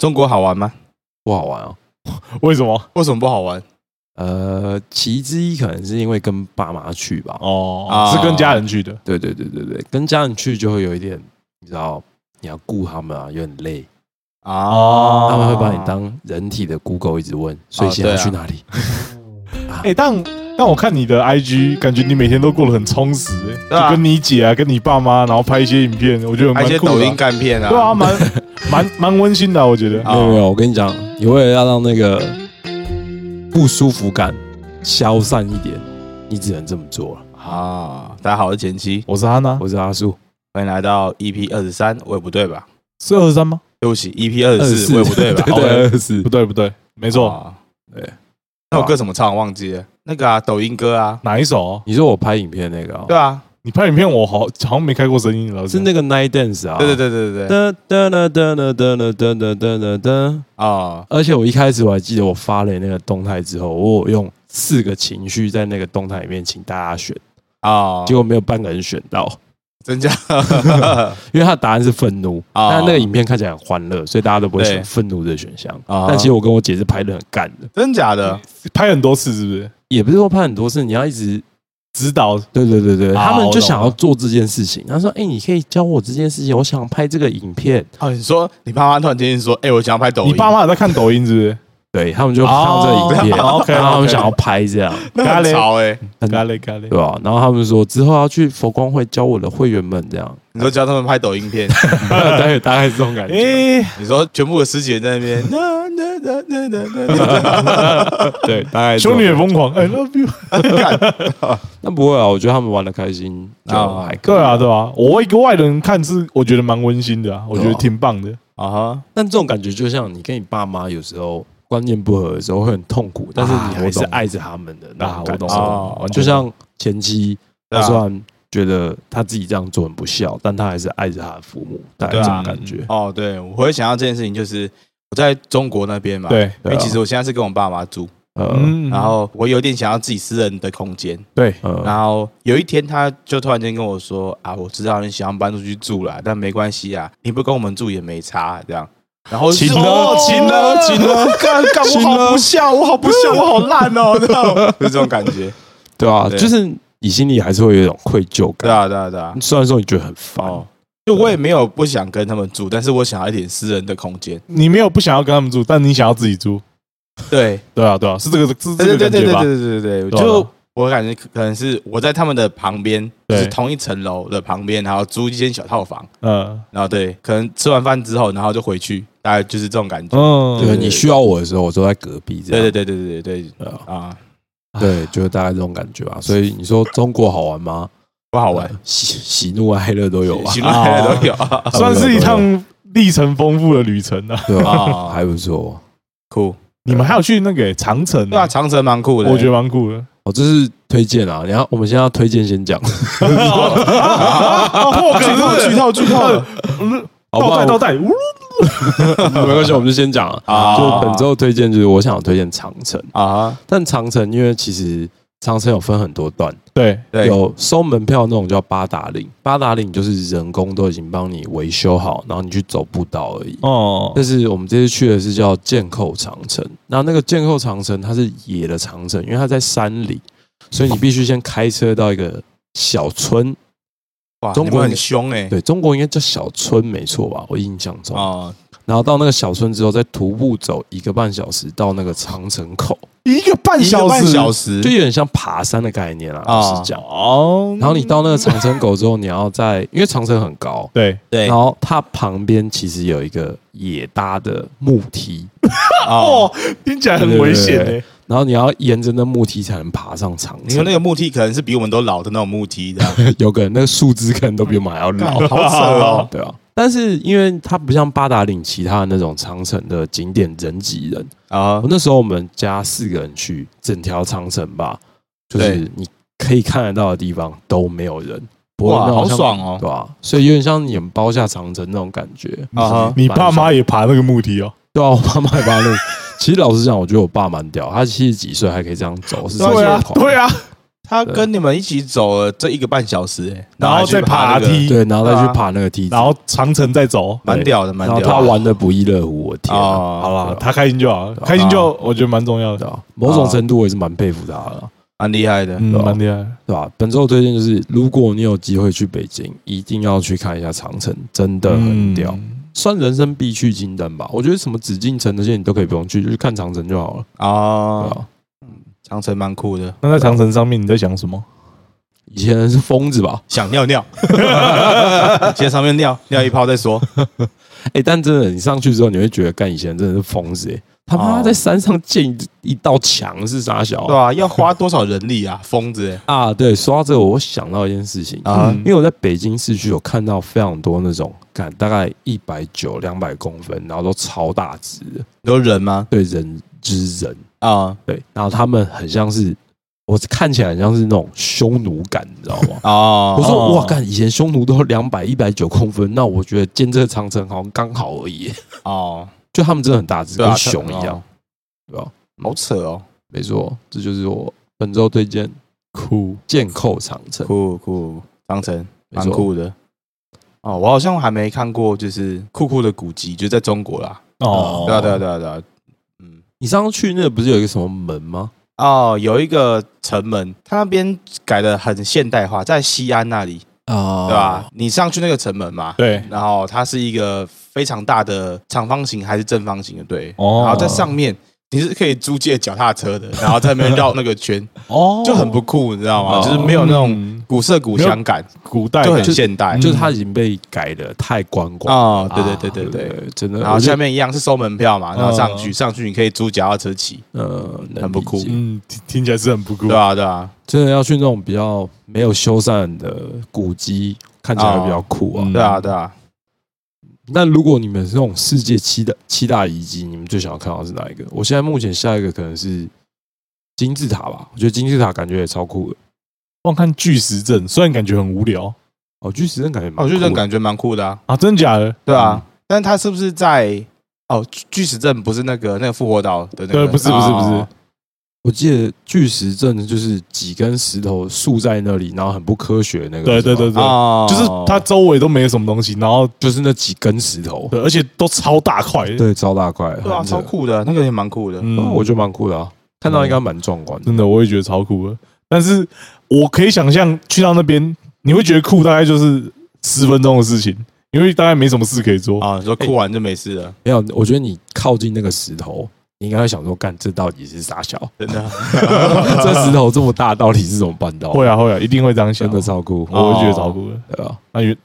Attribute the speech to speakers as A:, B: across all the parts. A: 中国好玩吗？
B: 不好玩哦。
C: 为什么？
A: 为什么不好玩？
B: 呃，其之一可能是因为跟爸妈去吧。
C: 哦，
A: 啊
C: 是跟家人去的。
B: 对对对对对，跟家人去就会有一点，你知道，你要顾他们啊，有点累，
A: 啊
B: 他们会把你当人体的 Google 一直问，所以现在
A: 对啊
B: 去哪里？
C: 哎、但但我看你的 IG，感觉你每天都过得很充实、欸，
A: 对啊
C: 就跟你姐啊，跟你爸妈，然后拍一些影片，我觉得
A: 拍
C: 蛮
A: 一些
C: 酷的啊、
A: 抖音干片啊，
C: 对啊，蛮 蛮蛮温馨的啊、我觉得。
A: 啊
B: 没有没有，我跟你讲，你为了要让那个不舒服感消散一点，你只能这么做了。
A: 啊，大家好，我是前妻，
C: 我是安娜，
B: 我是阿树，
A: 欢迎来到 EP 二十三，我也不对吧？
C: 是二十三吗？
A: 对不起，EP 二十四，我也不对吧？ 哦
B: 对
A: OK，
B: 对，二四
C: 不，对不对，没错。
A: 啊
B: 对。
A: 那首歌怎么唱？我忘记了。那个啊，抖音歌啊，
C: 哪一首？
B: 你说我拍影片那个哦
A: 对，啊，
C: 你拍影片我好好像没开过声音，老师
B: 是那个 Night Dance 啊？
A: 对对对对对对
B: 噔噔噔噔噔噔噔噔噔噔噔。
A: 啊，
B: 而且我一开始我还记得，我发了那个动态之后，我有用四个情绪在那个动态里面请大家选，
A: 啊，
B: 结果没有半个人选到，
A: 增加
B: 因为他的答案是愤怒。
A: 啊
B: 但那个影片看起来很欢乐，所以大家都不会
A: 对
B: 选愤怒的选项。
A: 啊
B: 但其实我跟嗯我姐是拍的很干的，
A: 真假的
C: 拍很多次是不是？
B: 也不是说拍很多次，你要一直
C: 指导
B: 对对对对，
C: 啊
B: 他们就想
C: 我
B: 要
C: 懂
B: 做这件事情。他说：“哎，你可以教我这件事情，我想拍这个影片。
A: 哦，你说你爸妈突然间说，哎，我想要拍抖音，
C: 你爸妈有在看抖音是不是？”
B: 对他们就看到这个影片，
C: 哦，OK，OK
B: 然后他们想要拍这样，
A: 那很潮哎，
B: 很
C: 嘎嘞嘎嘞
B: 对，吧？然后他们说之后要去佛光会教我的会员们这样。
A: 你说教他们拍抖音 片，
B: 大概大概是这种感觉。
C: 哎、
A: 你说全部的师姐在那 边，哒哒哒哒哒哒哒
B: 哎对，大概
C: 修女也疯狂，I 哎 love you。
B: 那不会啊，我觉得他们玩的开心就
A: 啊
B: 还可以。
C: 对啊，对啊，我一个外人看是我觉得蛮温馨的、啊，我觉得
B: 对啊
C: 挺棒的。
A: 啊哈，
B: 但这种感觉就像你跟你爸妈有时候观念不合的时候会很痛苦，但是
A: 啊
B: 你还
C: 我
B: 是
C: 懂
B: 爱着他们的那
C: 啊
B: 种
C: 我
B: 感
C: 懂
B: 受。
A: 哦
C: 完全
B: 就像前妻，
A: 对
B: 他
A: 啊
B: 虽然觉得他自己这样做很不孝，但他还是爱着他的父母，大概
A: 对啊
B: 这种感觉。
A: 哦，对，我会想到这件事情，就是我在中国那边嘛，，
C: 对，啊
A: 因
B: 啊
A: 为其实我现在是跟我爸妈住，
B: 呃
C: 嗯，
A: 然后我有点想要自己私人的空间，
C: 对，
B: 呃，
A: 然后有一天他就突然间跟我说啊，我知道你想要搬出去住啦，但没关系啊，你不跟我们住也没差这样。然后我就
B: 请
A: 说
B: 了
A: 哦
B: 请
A: 请
B: 了
A: 了，
B: 请
A: 了，干干我
B: 请
A: 好
B: 了
A: 不孝，我好不孝，我好烂 哦，这样就这种感觉，
B: 对啊，
A: 对
B: 就是你心里还是会有一种愧疚
A: 对
B: 感，
A: 啊，对啊，对啊，
B: 虽然说你觉得很烦，
A: 哦，就我也没有不想跟他们住，但是我想要一点私人的空间。
C: 你没有不想要跟他们住，但你想要自己住，
A: 对，
C: 对啊，对啊，是这个是这
A: 对对
C: 个
A: 对
C: 感觉
A: 对
C: 吧？
A: 对对对对，
C: 对啊
A: 就我感觉可能是我在他们的旁边，就
C: 对
A: 是同一层楼的旁边，然后租一间小套房，
C: 嗯
A: 然后对，可能吃完饭之后，然后就回去，大概就是这种感觉。
C: 嗯，
B: 对你需要我的时候，我都在隔壁这
A: 对
B: 样。
A: 对对对对对
B: 对啊。
A: 啊，
B: 对，就是大概这种感觉吧。所以你说中国好玩吗？
A: 不好玩，
B: 呃喜喜怒哀乐都有吧，
A: 喜怒哀乐都有啊，
C: 算是一趟历程丰富的旅程啊。
B: 对吧？
A: 啊
B: 还不错。
A: 酷，
C: 你们还有去那个长城、
A: 对啊，，长城蛮酷的，
C: 我觉得蛮酷的。
B: 哦，这是推荐啊。然后我们现在要推荐 先讲，
C: 哦破
A: 剧透剧透剧透哦
B: 好不好？
C: 倒带倒带，呜
B: 没关系，我们就先讲啊。
A: 啊
B: 就本周推荐就是我想推荐长城，
A: 啊，
B: 但长城因为其实长城有分很多段，
C: 对，
A: 对，
B: 有收门票那种叫八达岭，八达岭就是人工都已经帮你维修好，然后你去走步道而已。
C: 哦，
B: 但是我们这次去的是叫剑扣长城，那那个剑扣长城它是野的长城，因为它在山里，所以你必须先开车到一个小村，
A: 哇，
B: 中
A: 你
B: 国
A: 们
B: 人
A: 很凶哎，
B: 对中国应该叫小村没错吧？我印象中，
A: 哦，
B: 然后到那个小村之后，再徒步走一个半小时到那个长城口，
C: 一个半
A: 一个
C: 小
A: 半
C: 时
A: 小时
B: 就有点像爬山的概念啦，
A: 嗯
B: 老
A: 啊
B: 实讲。
C: 哦，
B: 然后你到那个长城口之后，你要在因为长城很高，
C: 对，
A: 对
B: 然后它旁边其实有一个野搭的木梯，
A: 哦
C: 哦，，听起来很危险欸
B: 对对
C: 诶。
B: 然后你要沿着那木梯才能爬上长城。
A: 欸你说那个木梯可能是比我们都老的那种木梯的，
B: 有个人那个树枝可能都比我们还要老，。
A: 好扯哦
B: 对啊。但是因为它不像八达岭其他的那种长城的景点人挤人，
A: 啊
B: 我那时候我们家四个人去，整条长城吧，就是
A: 对
B: 你可以看得到的地方都没有人，不会
A: 哇
B: 那种
A: 好
B: 像
A: 爽哦
B: 对吧、所以有点像你们包下长城那种感觉。
A: 啊哈
C: 你爸妈也爬那个木梯 哦？
B: 对啊，我爸妈也帮路。其实老实讲，我觉得我爸蛮屌，他七十几岁还可以这样走，是真的
C: 对啊
B: 狂，
C: 对啊，
A: 他
B: 对
A: 跟你们一起走了这一个半小时、欸，
C: 然后
A: 还去
C: 再爬
A: 那个
C: 梯，
B: 对，然后再去爬那个梯子，
C: 然后长城再走，
A: 蛮屌的，蛮
B: 然后
A: 屌的。
B: 他玩的不亦乐乎，我天啊，
A: 哦
B: 好啦，
C: 他开心就好，
A: 啊
C: 开心就我觉得蛮重要
B: 对
C: 的，
B: 啊，某种程度我也是蛮佩服他的啦，
A: 蛮厉害的，
C: 嗯，
B: 对啊
C: 蛮厉害的。
B: 对吧？本周的推荐就是，如果你有机会去北京，一定要去看一下长城，真
A: 啊
B: 的很屌，
C: 嗯
B: 算人生必去清单吧。我觉得什么紫禁城那些你都可以不用去，就去看长城就好了，对啊
A: 哦，
B: 吧？
A: 长城蛮酷的，
C: 那在长城上面你在想什么？
B: 以前人是疯子吧？
A: 想尿尿， 先上面尿尿一泡再说。
B: 哎、但真的，你上去之后，你会觉得，干以前真的是疯子、欸，他妈
A: 哦
B: 在山上建一一道墙是啥小
A: 对啊，要花多少人力啊，疯子欸
B: 啊？对，说到这个，我想到一件事情，
A: 啊！
C: 嗯
B: 因为我在北京市区有看到非常多那种，干大概一百九、两百公分，然后都超大只的，
A: 有人吗？
B: 对人之人，
A: 啊？
B: 对，然后他们很像是，我看起来很像是那种匈奴感，你知道吗
A: 哦，
B: 我说
C: 哦
B: 哇，干！以前匈奴都两百、一百九公分，那我觉得建这个长城好像刚好而已。
A: 哦，
B: 就他们真的很大只，
A: 对啊，
B: 跟熊一样
A: 哦，，
B: 对啊吧？
A: 好扯哦，
B: 没错，这就是我本周推荐酷剑扣长城，
A: 酷酷，长城
B: 没
A: 蛮
B: 错
A: 酷的。哦，我好像还没看过，就是酷酷的古迹，就在中国啦。
C: 哦，
A: 对啊，对啊，对啊，对啊，嗯，
B: 你上次去那个不是有一个什么门吗？
A: 哦，有一个城门，它那边改的很现代化，在西安那里，
B: 啊
A: 对吧？？你上去那个城门嘛，
C: 对，
A: 然后它是一个非常大的长方形还是正方形的，对，
C: 哦
A: 然后在上面你是可以租借脚踏车的，然后在那边绕那个圈，
C: 哦
A: 就很不酷，你知道吗？
B: 哦
A: 就是没有那种
C: 嗯
A: 古色古香感，
C: 古代
A: 就很
C: 感
A: 现代
C: 嗯
B: 就是它已经被改的太观光
A: 哦，对
B: 啊
A: 对对对对。，
B: 真的。
A: 然后
B: 我觉
A: 下
B: 得
A: 面一样是收门票嘛，然后上去
C: 嗯
A: 上去你可以租脚踏车骑，
B: 呃能
A: 很不
B: 理
A: 酷
B: 解
C: 嗯，听听起来是很不酷
A: 对。啊对啊，
B: 真的要去那种比较没有修缮的古迹，看起来会比较酷啊
C: 哦。嗯
A: 对啊对啊，
B: 那如果你们是那种世界七大七大遗迹，你们最想要看到的是哪一个？我现在目前下一个可能是金字塔吧，我觉得金字塔感觉也超酷的。
C: 忘看巨石阵，虽然感觉很无聊
B: 哦，巨石阵感觉蛮酷的，
A: 我觉得这种感觉蛮酷的啊，
C: 啊，真假的？
A: 对啊，但是它是不是在哦巨巨石阵不是那个那个复活岛的那个？
C: 对不是不是不是
A: 哦
B: 我记得巨石阵就是几根石头竖在那里，然后很不科学那个。
C: 嗯对对对
B: 是吧
C: 对
A: 哦，
C: 就是它周围都没有什么东西，然后
B: 就是那几根石头，
C: 对而且都超大块，
B: 对，超大块，
A: 对啊，
B: 很扯
A: 超酷的，那个也蛮酷的。
C: 嗯
B: 哦我觉得蛮酷的啊，看到应该蛮壮观的。
C: 真的我也觉得超酷的。但是我可以想象去到那边，你会觉得酷，大概就是十分钟的事情，因为大概没什么事可以做。
A: 啊，你说酷完就没事了，
B: 没有，我觉得你靠近那个石头，你应该会想说，干这到底是啥小？
A: 真的。
B: 这石头这么大，到底是怎么办到？
C: 会，啊会啊，一定会这样想
B: 真的，超酷，
A: 哦
C: 我会觉得超酷的。
B: 对啊。
C: 那原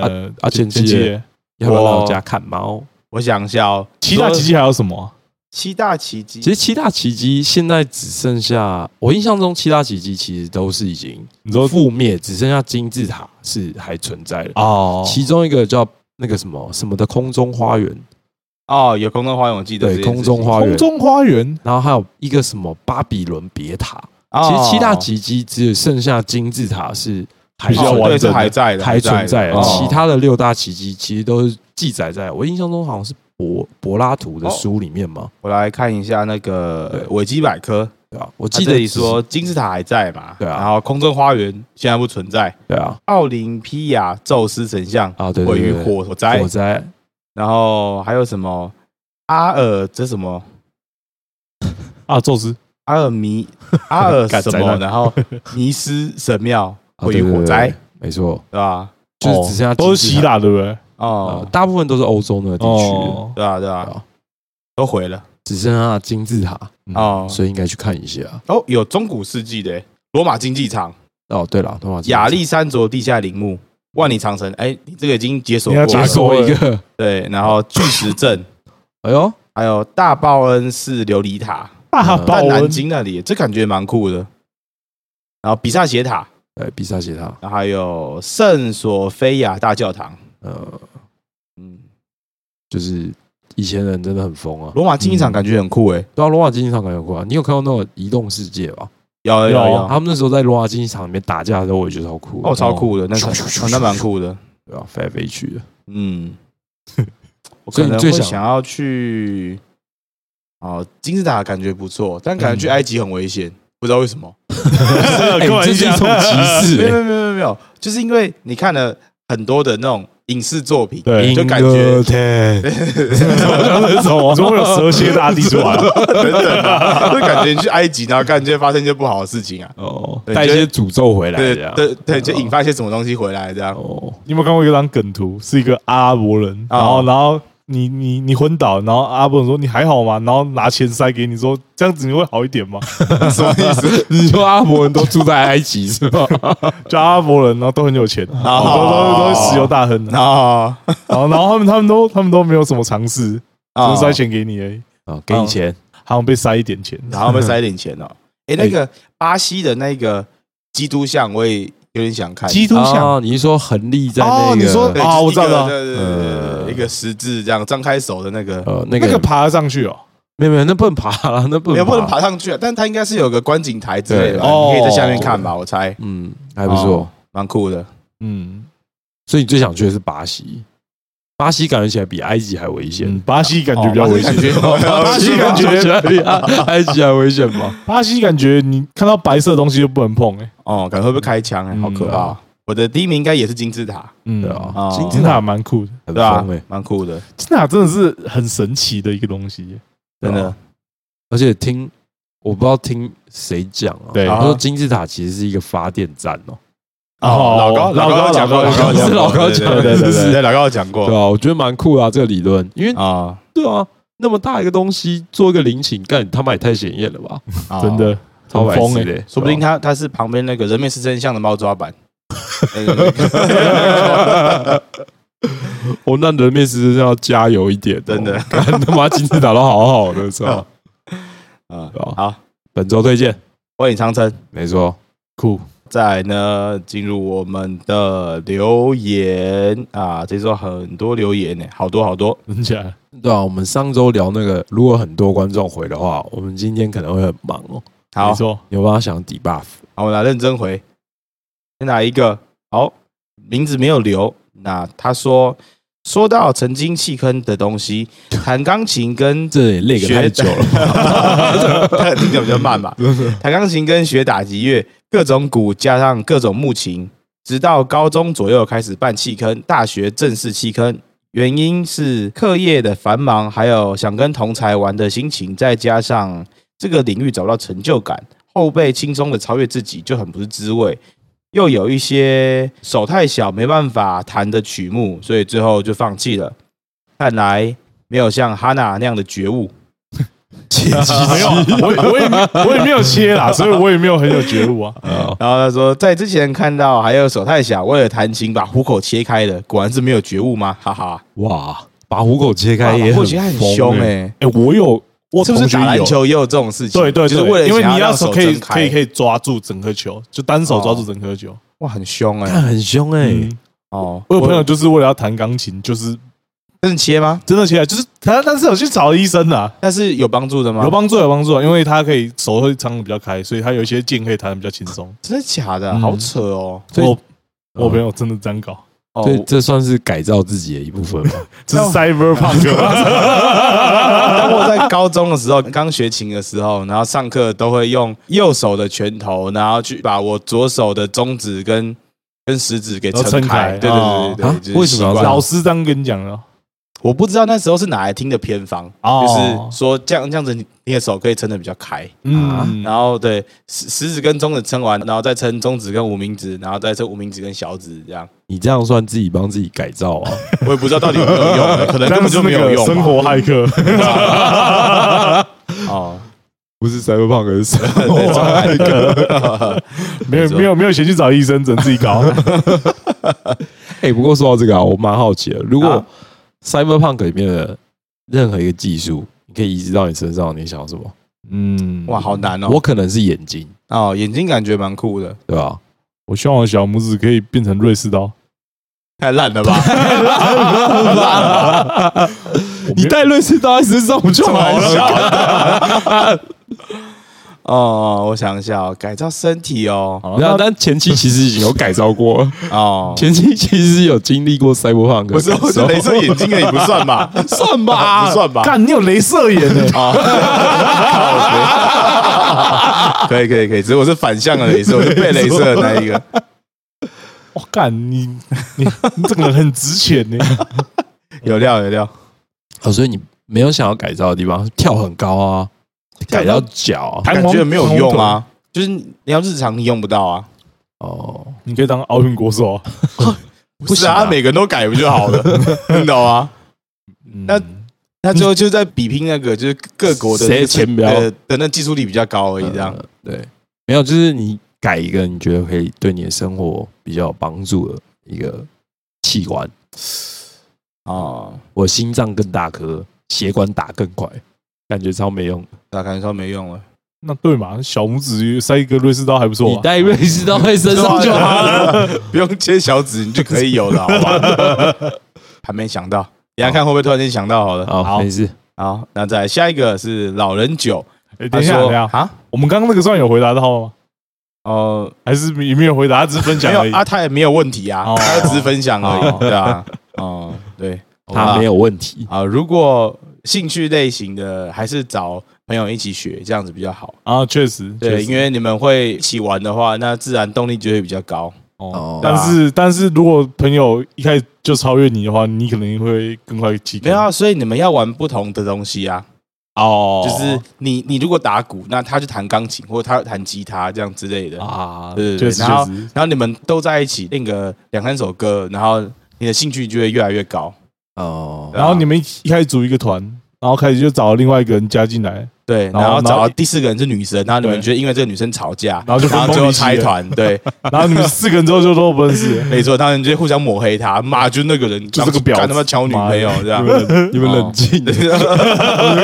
C: 呃
B: 啊前期
C: 期
B: 耶
C: 耶
B: 要不要来我家看猫？
A: 我想一下哦，
C: 七大奇迹还有什么啊？
A: 七大奇迹，
B: 其实七大奇迹现在只剩下，我印象中七大奇迹其实都是已经
C: 你说
B: 覆灭，只剩下金字塔是还存在的。
C: 哦
B: 其中一个叫那个什么什么的空中花园，
A: 哦，有空中花园，我记得
B: 对，空中花
C: 空
B: 园。
C: 中花园
B: 然后还有一个什么巴比伦别塔，
A: 园
B: 其实七大奇迹只剩下金字塔是还
C: 比较
B: 存
C: 完
A: 哦对，
C: 整
A: 是
C: 的
A: 还在的，
B: 还存在
A: 的
B: 的，
A: 哦
B: 其他的六大奇迹其实都是记载在我印象中好像是柏柏拉图
A: 哦
B: 的书里面嘛，
A: 我来看一下那个维基百科，
B: 对吧？我
A: 它
B: 记
A: 啊这
B: 得
A: 里说金字塔还在嘛，
B: 对啊
A: 然后空中花园现在不存在，
B: 对啊
A: 奥林匹亚宙斯神像
B: 啊对
A: 毁于
B: 对对对，
A: 火灾
B: 火，灾
A: 然后还有什么阿尔这什么
C: 啊，宙斯
A: 阿尔 弥阿尔
B: 干
A: 什
B: 灾
A: 么，
B: 难
A: 然后尼斯神庙
B: 啊
A: 毁于
B: 对对对
A: 火灾，哦
B: 没错，
A: 对吧？
B: 就是只剩下
C: 都是
B: 金字
C: 希
B: 塔
C: 腊对不对？
B: 啊
A: 哦，，
B: 大部分都是欧洲那个地区，
C: 哦，
A: 对啊，对
B: 对
A: 啊，
B: 啊，
A: 都毁了
B: 只剩下金字塔，嗯
A: 哦
B: 所以应该去看一下。
A: 哦，有中古世纪的欸罗马竞技场、
B: 哦，对了，罗马
A: 亚历山卓地下陵墓、万里长城，哎，你这个已经解锁
C: 你
A: 过
C: 要
A: 了，
B: 解
C: 解
B: 锁
C: 锁
B: 一
C: 一
B: 个，
A: 对，然后巨石阵，
B: 哎呦，
A: 还有大报恩寺琉璃塔，
C: 大
B: 嗯
C: 报
A: 在南
C: 恩
A: 京那里，这感觉蛮酷的。然后比萨斜塔，
B: 哎，比萨斜塔，
A: 然后还有圣索菲亚大教堂，
B: 呃，
A: 嗯，
B: 就是以前人真的很疯啊。
A: 罗马竞技场感觉很酷诶、
B: 对啊，罗马竞技场感觉很酷啊。你有看到那种移动世界吧？
A: 有有有
C: 有
A: 有，
B: 他们那时候在罗马竞技场里面打架的时候，我也觉得超酷的，
A: 哦，超酷的，那个哦那蛮酷的，
B: 对啊，飞来飞去的。
A: 嗯，我
B: 所
A: 可
B: 以你
A: 能
B: 最
A: 会
B: 想
A: 想要去，哦，金字塔感觉不错，但感觉去
C: 嗯
A: 埃及很危险，不知道为什么。
B: 哎
C: 开玩
B: 这是一
C: 笑
B: 种歧视、
A: 没有没
B: 哎
A: 有没有没有没有，就是因为你看了很多的那种影视作品，
C: 对
A: 就感觉啊
B: Ingloten
C: 是 什么？怎么会有蛇蝎大帝出来？
A: 等等啊， 就感觉你去埃及，然后干就会发生一些不好的事情啊。
B: 哦，
A: 对
B: 带一
A: 就
B: 些
A: 是
B: 诅咒回来
A: 对
B: 这样。
A: 对对，就引发一些什么东西回来这样。
B: 哎哦，
C: 你有没有看过一张梗图？是一个阿拉伯人，
A: 啊
C: 然后然后你你你昏倒，然后阿拉伯人说你还好吗？然后拿钱塞给你说这样子你会好一点 吗？
A: 什么意思？
B: 你说阿拉伯人都住在埃及是吗？
C: 就阿拉伯人，然后都很有钱，然后都都都是石油大 亨，然
A: 哦
C: 后然后他们他们都他们都没有什么尝试，只
A: 哦
C: 是塞钱给你而已，
B: 啊，给你钱，
C: 好像被塞一点钱。
A: 然后被塞一点钱哦。哎，那个巴西的那个基督像，我也有点想看。
C: 基督像
B: 哦，你是说恒利在那个，
C: 哦你说
A: 对就
C: 啊
A: 是
C: 我
A: 一
C: 知道
A: 个
C: 了
A: 对对对对对
B: 呃
A: 对，一个十字这样张开手的那个，
B: 呃，那
C: 那
B: 个
C: 个爬得上去哦，
B: 没有没有，那不能爬了，那不
A: 没有
B: 能
A: 不能。爬上去啊，但它应该是有个观景台之类的吧，
C: 对哦
A: 你可以在下面看吧，我猜，
B: 嗯，还不错
A: 哦。蛮酷的。
C: 嗯
B: 所以你最想去的是巴西，巴西感觉起来比埃及还危
C: 嗯
B: 险，，
C: 巴西感觉比较
A: 哦
C: 危险
A: 感。觉
C: 巴西感觉
B: 比 埃及还危险吗？
C: 巴西感觉你看到白色的东西就不能碰，哎，
A: 哦，感觉会被开枪哎，
C: 嗯
A: 好可怕哦！我的第一名应该也是金字塔，
C: 嗯
B: 对啊，
A: 哦
B: 金
C: 金
B: 字
C: 字塔
B: 塔
C: 蛮酷的，
B: 很
A: 对吧
B: 疯欸？
A: 蛮酷的，
C: 金字塔真的是很神奇的一个东西。
A: 真
B: 对
A: 的
B: 啊。而且听我不知道听谁讲啊，
C: 对
B: 他说金字塔其实是一个发电站哦，
C: 哦
A: 老高，
C: 老
A: 高
C: 高
A: 讲过，
C: 老高
A: 讲过
B: 是老高
A: 对
B: 讲的
A: 对对
B: 是
A: 对
B: 不是
A: 对，老高讲过
B: 对啊，我觉得蛮酷的啊，这个理论，因为
A: 哦啊，
B: 对啊，那么大一个东西做一个陵寝，干你他妈也太显眼了吧，
A: 哦
C: 真，的
B: 超白
C: 很疯
B: 痴
C: 哎、
B: 的，
A: 说不定
B: 对啊
A: 他他是旁边那个人面狮真相的猫抓 板。嗯那个
B: 哦，那人面狮身上要加油一点哦，
A: 真的
B: 干他妈金字塔都好好的，是吧？
A: 啊
B: 对，啊
A: 好，
B: 本周推荐，
A: 欢迎长城。
B: 没错，
C: 酷，
A: 再呢，进入我们的留言啊，这周很多留言呢、好多好多。
C: 真假？
B: 对啊，我们上周聊那个，如果很多观众回的话，我们今天可能会很忙哦，
A: 好
C: 没，错，
B: 有办法想 debuff，
A: 好，我来认真回。先哪一个？好，名字没有留。那他说，说到曾经弃坑的东西，弹钢琴跟
B: 这也累个太久了，
A: 了，听起来比较慢吧。弹钢琴跟学打击乐，各种鼓加上各种木琴，直到高中左右开始办弃坑，大学正式弃坑。原因是课业的繁忙，还有想跟同才玩的心情，再加上这个领域找不到成就感，后辈轻松的超越自己就很不是滋味。又有一些手太小没办法弹的曲目，所以最后就放弃了。看来没有像哈娜那样的觉悟，
B: 切鸡
C: 没 有，啊我我也没我也没有切 啦，所以我也没有很有觉悟啊。
B: 啊，
A: 然后他说，在之前看到还有手太小，为了弹琴把虎口切开的，果然是没有觉悟吗？哈 哈，
B: 哇，把虎口切开也
A: 哇
B: 很
A: 或许他很凶
B: 疯欸
A: 哎、
C: 哎、我有，我
A: 是不是
C: 同学
A: 打篮
C: 有？
A: 球也有这种事情？
C: 对对
A: 就
C: 对，
A: 是为了
C: 因为
A: 想
C: 你
A: 让
C: 手哦
A: 手
C: 可以
A: 睁开
C: 可以可以抓住整颗球，就单手抓住整颗球。
A: 哇，很凶哎、
B: 看很凶哎、
C: 嗯，
A: 哦，
C: 我有朋友就是为了要弹钢琴，就是
A: 真的切吗？
C: 真的切，就是他，但是有去找医生啊，
A: 但是有帮助的吗？
C: 有帮助有帮助啊，因为他可以手会张的比较开，所以他有一些键可以弹的比较轻松。
A: 真的假的？
C: 嗯
A: 好扯哦！
B: 所以
C: 我我朋友真的这样搞，
A: 哦，
B: 对，啊这算是改造自己的一部分吧。
C: 这是 cyberpunk。
A: 当我在高中的时候，刚学琴的时候，然后上课都会用右手的拳头，然后去把我左手的中指跟跟食指给
C: 都撑
A: 开
C: 开。
A: 对对对对
B: 哦
A: 对
B: 啊
A: 就是
B: 为什么
A: 习
B: 要这
A: 惯
B: 样
C: 老师这样跟你讲的
A: 我不知道那时候是哪来听的偏方，
C: 哦
A: 就是说这样这样子，你的手可以撑得比较开。
C: 嗯，
A: 然后对食食指跟中指撑完，然后再撑中指跟无名指，然后再撑无名指跟小指，这样。
B: 你这样算自己帮自己改造啊？
A: 我也不知道到底有没有用，可能根本就没有用吧。
C: 生活 骇客，
A: 哦，
B: 不是 cyberpunk 是什
A: 对，装来个
C: 没有
A: 错
C: 没有没有钱去找医生，只能自己 搞。
B: 哎、不过说到这个啊，我蛮好奇的，如果
A: 啊
B: cyberpunk 里面的任何一个技术，你可以移植到你身上，你想要什么？
C: 嗯，
A: 哇，好难哦。
B: 我可能是眼睛，
A: 哦，眼睛感觉蛮酷的，
B: 对吧？
C: 我希望我的小拇指可以变成瑞士刀。
A: 太烂了吧？
B: 你带瑞士刀在身上不就好了？
A: 哦，我想一下哦，改造身体哦，
C: 好
B: 没有，
C: 了，
B: 但前期其实已经有改造过了，
A: 哦，
B: 前期其实有经历过 cyberpunk，
A: 不是，我是镭射眼睛的，你不算吧？
B: 算吧，
C: 啊
A: 不算吧
C: 那？干你有镭射眼呢？
A: 哦，靠北 可以可以可以，只是我是反向的镭射，我是被镭射的那一个。
C: 我干你你你这个人很值钱 呢，
A: 有料有料，
B: 哦，所以你没有想要改造的地方，跳很高啊，改到脚啊、
C: 弹
A: 感
C: 簧
A: 觉没有用！啊，就是你要日常你用不到啊。
B: 哦，
C: 你可以当奥运国手啊。
A: 不是啊，
B: 行
A: 他每个人都改不就好了？你懂啊？
C: 嗯
A: 那他最后就在比拼那个，就是各国的
B: 谁
A: 那个
B: 前标
A: 呃的那技术力比较高而已，这样。
B: 呃对，没有，就是你改一个你觉得可以对你的生活比较有帮助的一个器官，
A: 哦，
B: 我心脏更大颗，血管打更快，感觉超没用的。
A: 那感觉啊说没用了。
C: 那对嘛，小拇指塞一个瑞士刀还不错
B: 你
C: 啊。
B: 带瑞士刀在身上就好
A: 啊
B: 了。
A: 了， 不用切小指，你就可以有了，好吧？ 还没想到，等一下看会不会突然间想到好了。
B: 好，没事。
A: 好，那再来下一个是老人酒，他
C: 哎等一下，
A: 说
C: 等一下，
A: 啊，
C: 我们刚刚那个算有回答到吗？
A: 哦，
C: 还是也没有回答，他只是分
A: 没
C: 享而已
A: 有。啊，他也没有问题啊
C: 哦，
A: 他就只是分享而
B: 哦
A: 已，对啊，哦，对
B: 他没有问题。
A: 啊，如果兴趣类型的，还是找朋友一起学，这样子比较好。
C: 啊，确实，确
A: 对，
C: 实
A: 因为你们会一起玩的话，那自然动力就会比较高。
B: 哦
C: 但是但是如果朋友一开始就超越你的话，你可能会更快起
A: 没有、啊，所以你们要玩不同的东西啊。
C: 哦
A: 就是你你如果打鼓，那他就弹钢琴，或者他弹吉他这样之类的。
B: 啊，
A: 对对
C: 确
A: 对，
C: 实
A: 然后
C: 确实
A: 然后你们都在一起练个两三首歌，然后你的兴趣就会越来越高。
B: 哦，
A: 对啊
C: 然后你们一一开始组一个团，然后开始就找另外一个人加 进来，
A: 对，
C: 然后
A: 然后
C: 然
A: 找
C: 后
A: 到第四个人是女生，然后你们
C: 对
A: 觉得因为这个女生吵架，
C: 然后就分崩
A: 最后
C: 离析
A: 拆
C: 了
A: 团。对，
C: 然后你们四个人之后就都不 认识，
A: 没错，当然就互相抹黑他，骂哎就那个人
C: 就是个婊
A: 干
C: 子，
A: 他妈抢我女朋友这样哦
C: 你。们 冷你们冷 静，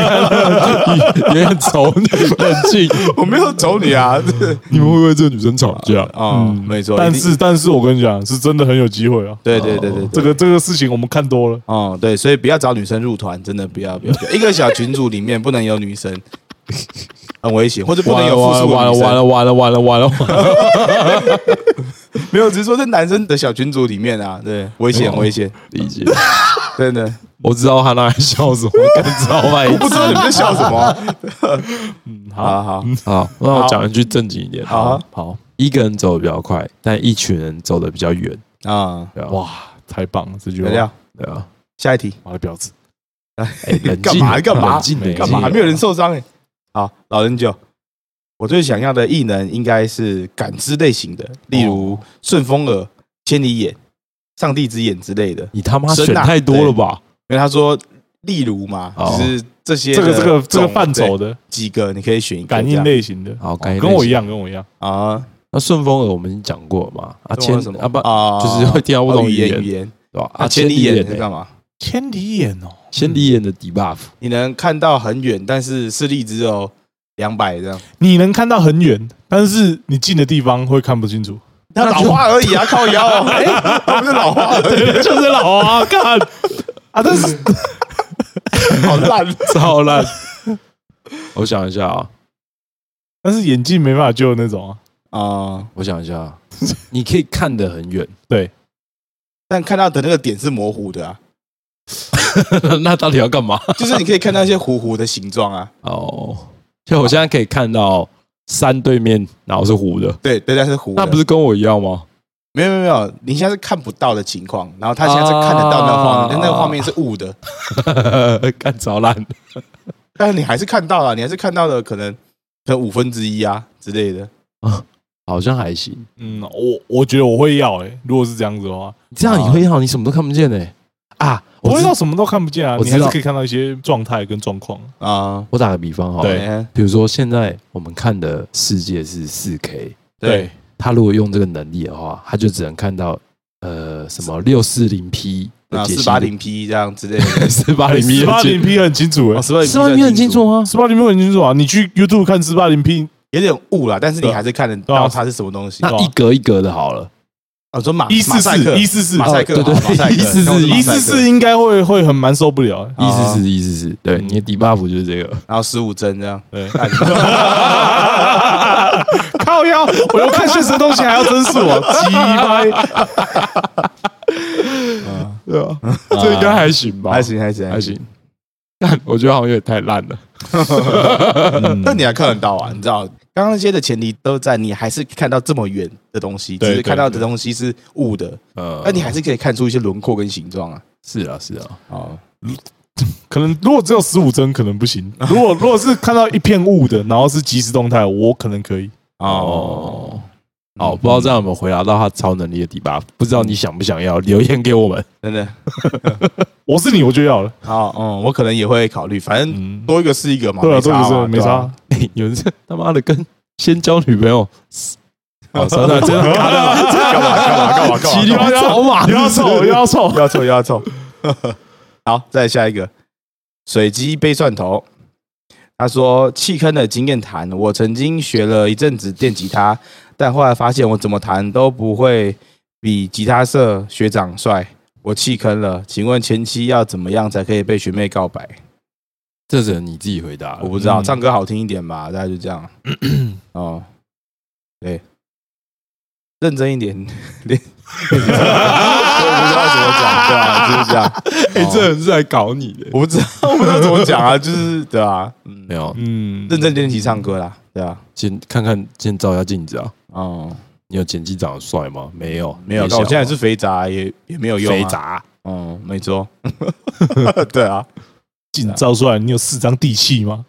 B: 有点丑女冷静，
A: 我没有走你 啊，是
B: 你们会为这个女生吵架？
A: 啊，没错。
C: 嗯但
A: 一定
C: 是但是我跟你讲，是真的很有机会啊。
A: 对对对对，
C: 这个这个事情我们看多了，
A: 哦，对，所以不要找女生入团，真的不要不要，不要一个小群组里面不能有女生， 很危险，或者不能有复数的
B: 完了
A: 女生
B: 完了完了完了完了完了！
A: 没有，只是说在男生的小群组里面啊，对，危险危险，
B: 理解，
A: 真的，
B: 我知道他那笑 什么，更知道那
A: 不知道你们在笑什么啊，
C: 嗯，
A: 好好
B: 好，那我讲一句正经一点。
A: 好啊
B: 好，一个人走的比较快，但一群人走的比较远。
A: 啊，
B: 对啊，
C: 哇，太棒了，这句
A: 有
C: 话
A: 料，，
B: 对啊，
A: 下一题，
C: 妈的婊子，
B: 哎冷静
A: 干嘛干嘛
B: 冷静冷静
A: 干嘛没有人受伤哎？好，老人酒。我最想要的异能应该是感知类型的，例如顺风耳、千里眼、上帝之眼之类的。
B: 你他妈
A: 神
B: 选
A: 啊
B: 太多了吧？
A: 因为他说，例如嘛，
B: 哦
A: 就是这些
C: 这个
A: 的
C: 这个这
A: 种
C: 个范
A: 对
C: 畴的
A: 几个，你可以选一个
C: 感应类型的，
B: 好，感谢
C: 跟我一
B: 类型。
C: 样，跟我一样。
A: 啊，
B: 那顺风耳我们已经讲过了嘛？啊，千
A: 千什么
B: 啊不，
A: 啊
B: 就是会听到不
A: 哦
B: 懂
A: 语
B: 语
A: 言
B: 言
A: 语，言
B: 对吧？
A: 啊，
B: 啊，
A: 千里眼是
B: 欸
A: 干嘛？
C: 千里眼哦，
B: 千里眼的 debuff，
A: 你能看到很远，但是视力只有两百这样，
C: 你能看到很远，但是你近的地方会看不清楚。
A: 那老花而已啊，靠腰哦， 哎，他不是老花而已，
C: 就是老啊，干 啊！但是
A: 好烂，
B: 超烂。 我想一下啊，
C: 但是眼镜没办法救的那种啊。
A: 啊！
B: 我想一下啊，你可以看得很远，
A: 但看到的那个点是模糊的啊，
B: 那到底要干嘛？
A: 就是你可以看到一些糊糊的形状啊，
B: 哦，就我现在可以看到山对面，然后是湖的，
A: 对对，但是糊的，
B: 那不是跟我一样吗？
A: 没有没有没有，你现在是看不到的情况，然后他现在是看得到那个画面，但那个画面是雾的，
B: 看超烂，
A: 但是你还是看到了，你还是看到了可能可能五分之一啊之类的。
B: 好像还行。
C: 嗯，我我觉得我会要诶、欸，如果是这样子的话，
B: 这样你会好，你什么都看不见呢、啊，
C: 不
B: 我
C: 会
B: 知
C: 到什么都看不见啊，
B: 我
C: 你
B: 知道
C: 还是可以看到一些状态跟状况。
A: 啊，
B: 我打个比方好了，
C: 对
A: 哎
B: 比如说现在我们看的世界是四 K，
A: 对，
B: 他如果用这个能力的话，他就只能看到呃什么六四零 P
A: 那
B: 的解析
A: 啊四八零 P 这样之类的，哦
B: 四八零 P
C: 十八零 P 很清楚欸诶、
A: 四八
B: 四八零 P 很清，楚啊，
C: 十八零 P 很清楚啊。你去 YouTube 看十八零 P，
A: 有点雾啦，但是你还是看得
C: 对
A: 到
C: 啊
A: 它是什么东西。
B: 那一格一格的好了，
A: 啊，说马
C: 一四
A: 马赛克
C: 四一四四
A: 马赛克，
B: 哦对对
A: 好马赛克
B: 144
A: 然后马
C: 一
A: 赛
C: 四
A: 克
C: 四应该会会很蛮受不了、欸。
B: 一
A: 啊
B: 四四一四四，对，你的 debuff 就是这个，
A: 然后十五帧这 样。，
C: 对
A: 看
C: 靠腰，我要看现实东西还要真是我，鸡掰！
B: 对 啊，这应该还行吧
A: 还行还行
B: 还。行，但我觉得好像有点太烂了。
A: 嗯 但你还看得到啊？你知道，刚刚那些的前提都在你还是看到这么远的东西，
C: 对
A: 只是看到的
C: 对对
A: 东西是雾的，
B: 呃
A: 那你还是可以看出一些轮廓跟形状啊。
B: 是啊是啊，
A: 哦，
C: 可能如果只有十五帧，可能不行。如果如果是看到一片雾的，然后是即时动态，我可能可以。
B: 哦，
A: 嗯
B: 好，不知道这样有没有回答到他超能力的第八？不知道你想不想要留言给我们？
A: 真的
C: 我是你，我就要了。
A: 好，嗯，我可能也会考虑，反正
C: 嗯，
A: 多一个是一个嘛，
C: 对啊，这
A: 差
C: 个
A: 嘛
C: 是没。
A: 对啊
C: 差。
B: 哎有人这他妈的跟先交女朋友， 哦，真的真的干嘛
A: 啊干嘛干嘛 干嘛干
B: 骑驴
A: 嘛？
B: 找马，
C: 又要臭，又要臭。
A: 要凑又要凑。好，再下一个，水鸡杯蒜头。他说弃坑的经验谈，我曾经学了一阵子电吉他，但后来发现我怎么弹都不会比吉他社学长帅，我弃坑了。请问前期要怎么样才可以被学妹告白？
B: 这只能你自己回答
A: 我
B: 了。
A: 不知道，
C: 嗯
A: 唱歌好听一点吧，大概就这样。哦，对，认真一点， 练。我不知道怎么讲，对啊，就是这样。
B: 哎，这人是来搞你的。
A: 我不知道， 我不知道怎么 讲啊，就是对啊，嗯
B: 没，有，
C: 嗯，
A: 认真练习唱歌啦，对啊，
B: 先看看，先照一下镜子啊。
A: 哦，
B: 你有前妻长得帅吗？没有，
A: 没有，
B: 别
A: 但
B: 想
A: 我现在是肥宅，也也没有用，啊
B: 肥，宅，
A: 哦，没 错，对啊，
C: 紧照出来，你有四张地契吗？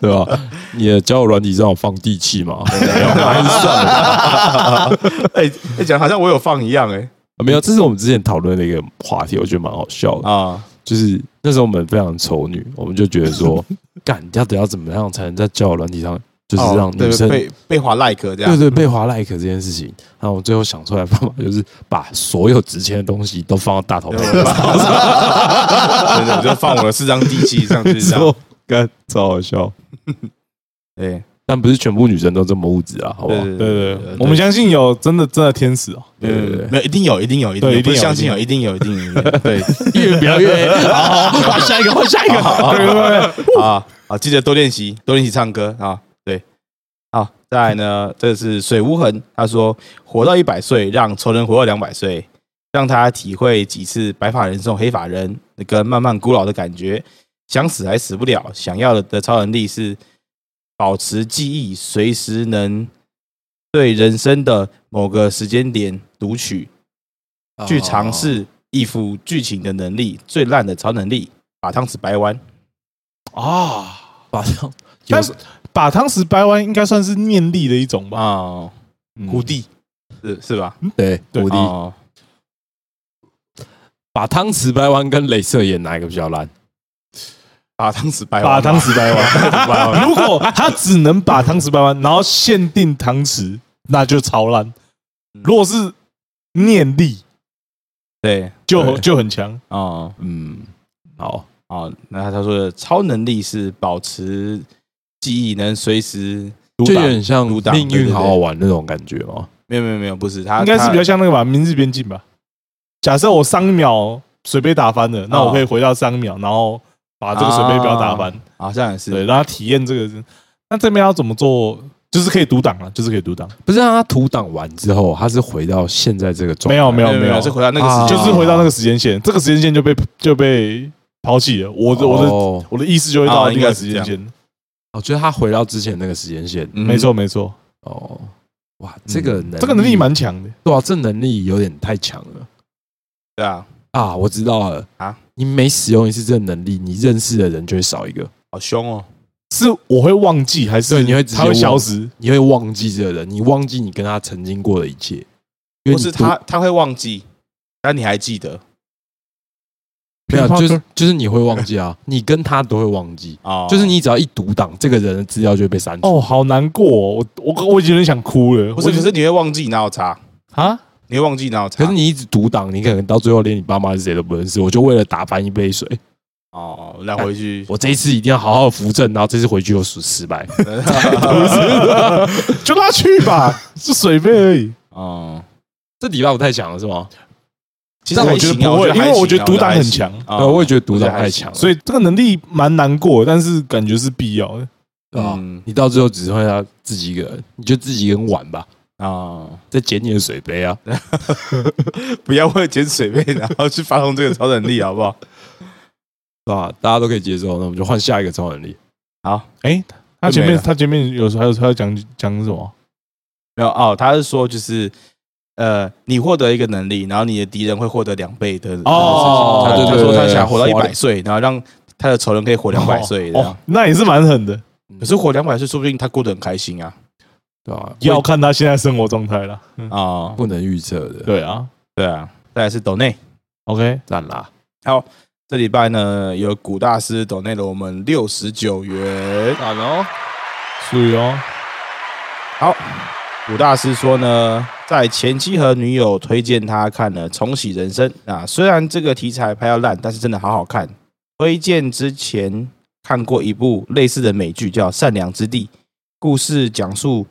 B: 对吧？你的交友软体上有放地契吗？没有，
A: 啊
B: 还是算了。
A: 哎哎，讲得好像我有放一样，哎，
B: 啊没有，这是我们之前讨论的一个话题，我觉得蛮好笑的。
A: 啊，
B: 就是那时候我们非常丑女，我们就觉得说， 干要得要怎么样才能在交友软体上，就是
A: 哦
B: 让
A: 对
B: 女生
A: 被被划 like 这
B: 对
A: 样，
B: 对被划 like 这件事情。然后我最后想出来的方法就是把所有值钱的东西都放到大头
A: 对
B: 包。
A: 对对，我就放我的四张地契上去， 这样，
B: 后干超好笑，
A: 对
B: 但不是全部女生都这么物质啊，好不
A: 对
B: 好？
A: 哎对
C: 对对对，我们相信有真的真的天使哦。
A: 对对对，没有一定有，一定有，一定
C: 对
A: 有，
C: 一
A: 不
C: 定
A: 是
C: 有
A: 相信有，一定有，一定有，一定有对
B: 越描越 黑好，好好下一个，换下一个。
C: 对对对，
A: 啊啊，记得多练习，多练习唱歌啊。对，好，再来呢，这是水无痕，他说活到一百岁，让仇人活到两百岁，让他体会几次白发人送黑发人那个慢慢孤老的感觉。想死还死不了，想要的超能力是保持记忆，随时能对人生的某个时间点读取，
B: 哦
A: 去尝试一幅剧情的能力。最烂的超能力，把汤匙掰弯。
B: 啊，把 这
C: 但是把汤匙掰弯应该算是念力的一种吧？
A: 哦，
C: 嗯
A: 胡地是是吧？
B: 对
C: 对
B: 我弟
A: 哦，
B: 把汤匙掰弯跟镭射眼哪一个比较烂？
A: 把汤匙掰
C: 把
A: 弯吧，
C: 汤匙 掰 弯，如果他只能把汤匙掰弯，然后限定汤匙，那就超烂。如果是念力，
A: 对
C: 就
B: 对
C: 就很强。
A: 哦
B: 嗯，好，
A: 哦，那他说的超能力是保持记忆，能随时读
B: 就有
A: 档。
B: 点像
A: 独挡
B: 命
A: 对对
B: 运
A: 对
B: 好好玩那种感觉哦。
A: 没有没有没有，不是他，
C: 应该是
A: 他
C: 比较像那个吧，明日边境吧。假设我上一秒水杯打翻了，那我可以回到上一秒，然后把这个水杯不要打翻，
A: 好像也
C: 对，
A: 是
C: 让他体验这个。那这边要怎么做？就是可以独挡了，啊就是可以独挡，
B: 不是啊，他图档完之后，他是回到现在这个状态。
C: 没有没有没有
A: 是回到那个
B: 啊
A: 时
C: 就
A: 间
C: 是回到那个时间线，这个时间线就被就被抛弃了。我的我的
B: 哦，
C: 我的意识就会到
A: 哦
C: 另
A: 应
C: 一
A: 该
C: 个
A: 是
C: 时
A: 这
C: 间
A: 样
C: 线。
B: 我觉得哦他回到之前那个时间线。
A: 嗯
C: 没错没错，
B: 哦，哇，这个能
C: 嗯这个能力蛮强的。
B: 对啊，这能力有点太强了
A: 对啊，
B: 啊！我知道了
A: 啊，
B: 你每使用一次这个能力，你认识的人就会少一个。
A: 好凶哦，
C: 是我会忘记还是
B: 对你会直接
C: 它会
B: 忘
C: 消失？
B: 你会忘记这个人，你忘记你跟他曾经过的一切，因为
A: 不
B: 你
A: 是
B: 读
A: 他他会忘记，但你还记得
B: 没有，
C: Peter
B: 就是
C: Parker
B: 就是你会忘记啊，你跟他都会忘记，
A: 哦，
B: 就是你只要一读档，这个人的资料就会被删除。
C: 哦，好难过哦，我我我已经有点想哭了。
A: 不是，
C: 我已
A: 可
C: 经
A: 是你会忘记哪有差，
C: 啊，
A: 你会忘记哪有
B: 可
A: 差
B: 是，你一直读档，你可能到最后连你爸妈是谁都不认识。我就为了打翻一杯水，
A: 哦，那回 去
B: 我这一次一定要好好扶正，然后这次回去又失失败。
C: 就让他去吧，是水杯而已。
A: 哦，
B: 这礼拜我太强了是吗？
A: 其实
C: 但我
A: 还
C: 觉得
A: 行啊
C: 不会，因为我觉得独挡
A: 挡
C: 很强，
A: 哦
B: 呃，我也觉得读档太强了，
C: 所
B: 以
C: 以这个能力蛮难过，但是感觉是必要的。
B: 啊
A: 嗯，
B: 你到最后只剩下自己一个人，你就自己一个人玩吧，
A: 啊。哦
B: 再捡你的水杯啊。
A: 不要为了捡水杯，然后去发动这个超能力，好不好？
B: 啊，大家都可以接受，那我们就换下一个超能力。
A: 好，
C: 哎，他
A: 就
C: 前
A: 没
C: 面
A: 了
C: 他前面有时候还有还有讲讲什么？
A: 没有哦，他是说就是呃，你获得一个能力，然后你的敌人会获得两倍的
C: 哦
A: 他
C: 对
A: 他
C: 对
A: 说
C: 对
A: 他
C: 对
A: 想活到一
B: 活
A: 百岁，然后让他的仇人可以活两百岁这样
C: 哦，。那也是蛮狠的，
A: 可是活两百岁，说不定他过得很开心啊！
B: 对吧？
C: 要看他现在生活状态啦。
A: 哦，
B: 不能预测的，
C: 对啊
A: 对啊，再来是斗内，
C: ，OK，
B: 赞啦！
A: 这礼拜呢有古大师斗内了我们六十九元。
B: 赞哦，
C: 属于哦，
A: 古大师说呢，在前妻和女友推荐他看了《重启人生》啊，虽然这个题材拍到烂，但是真的好好看。推荐之前看过一部类似的美剧，叫《善良之地》，故事讲述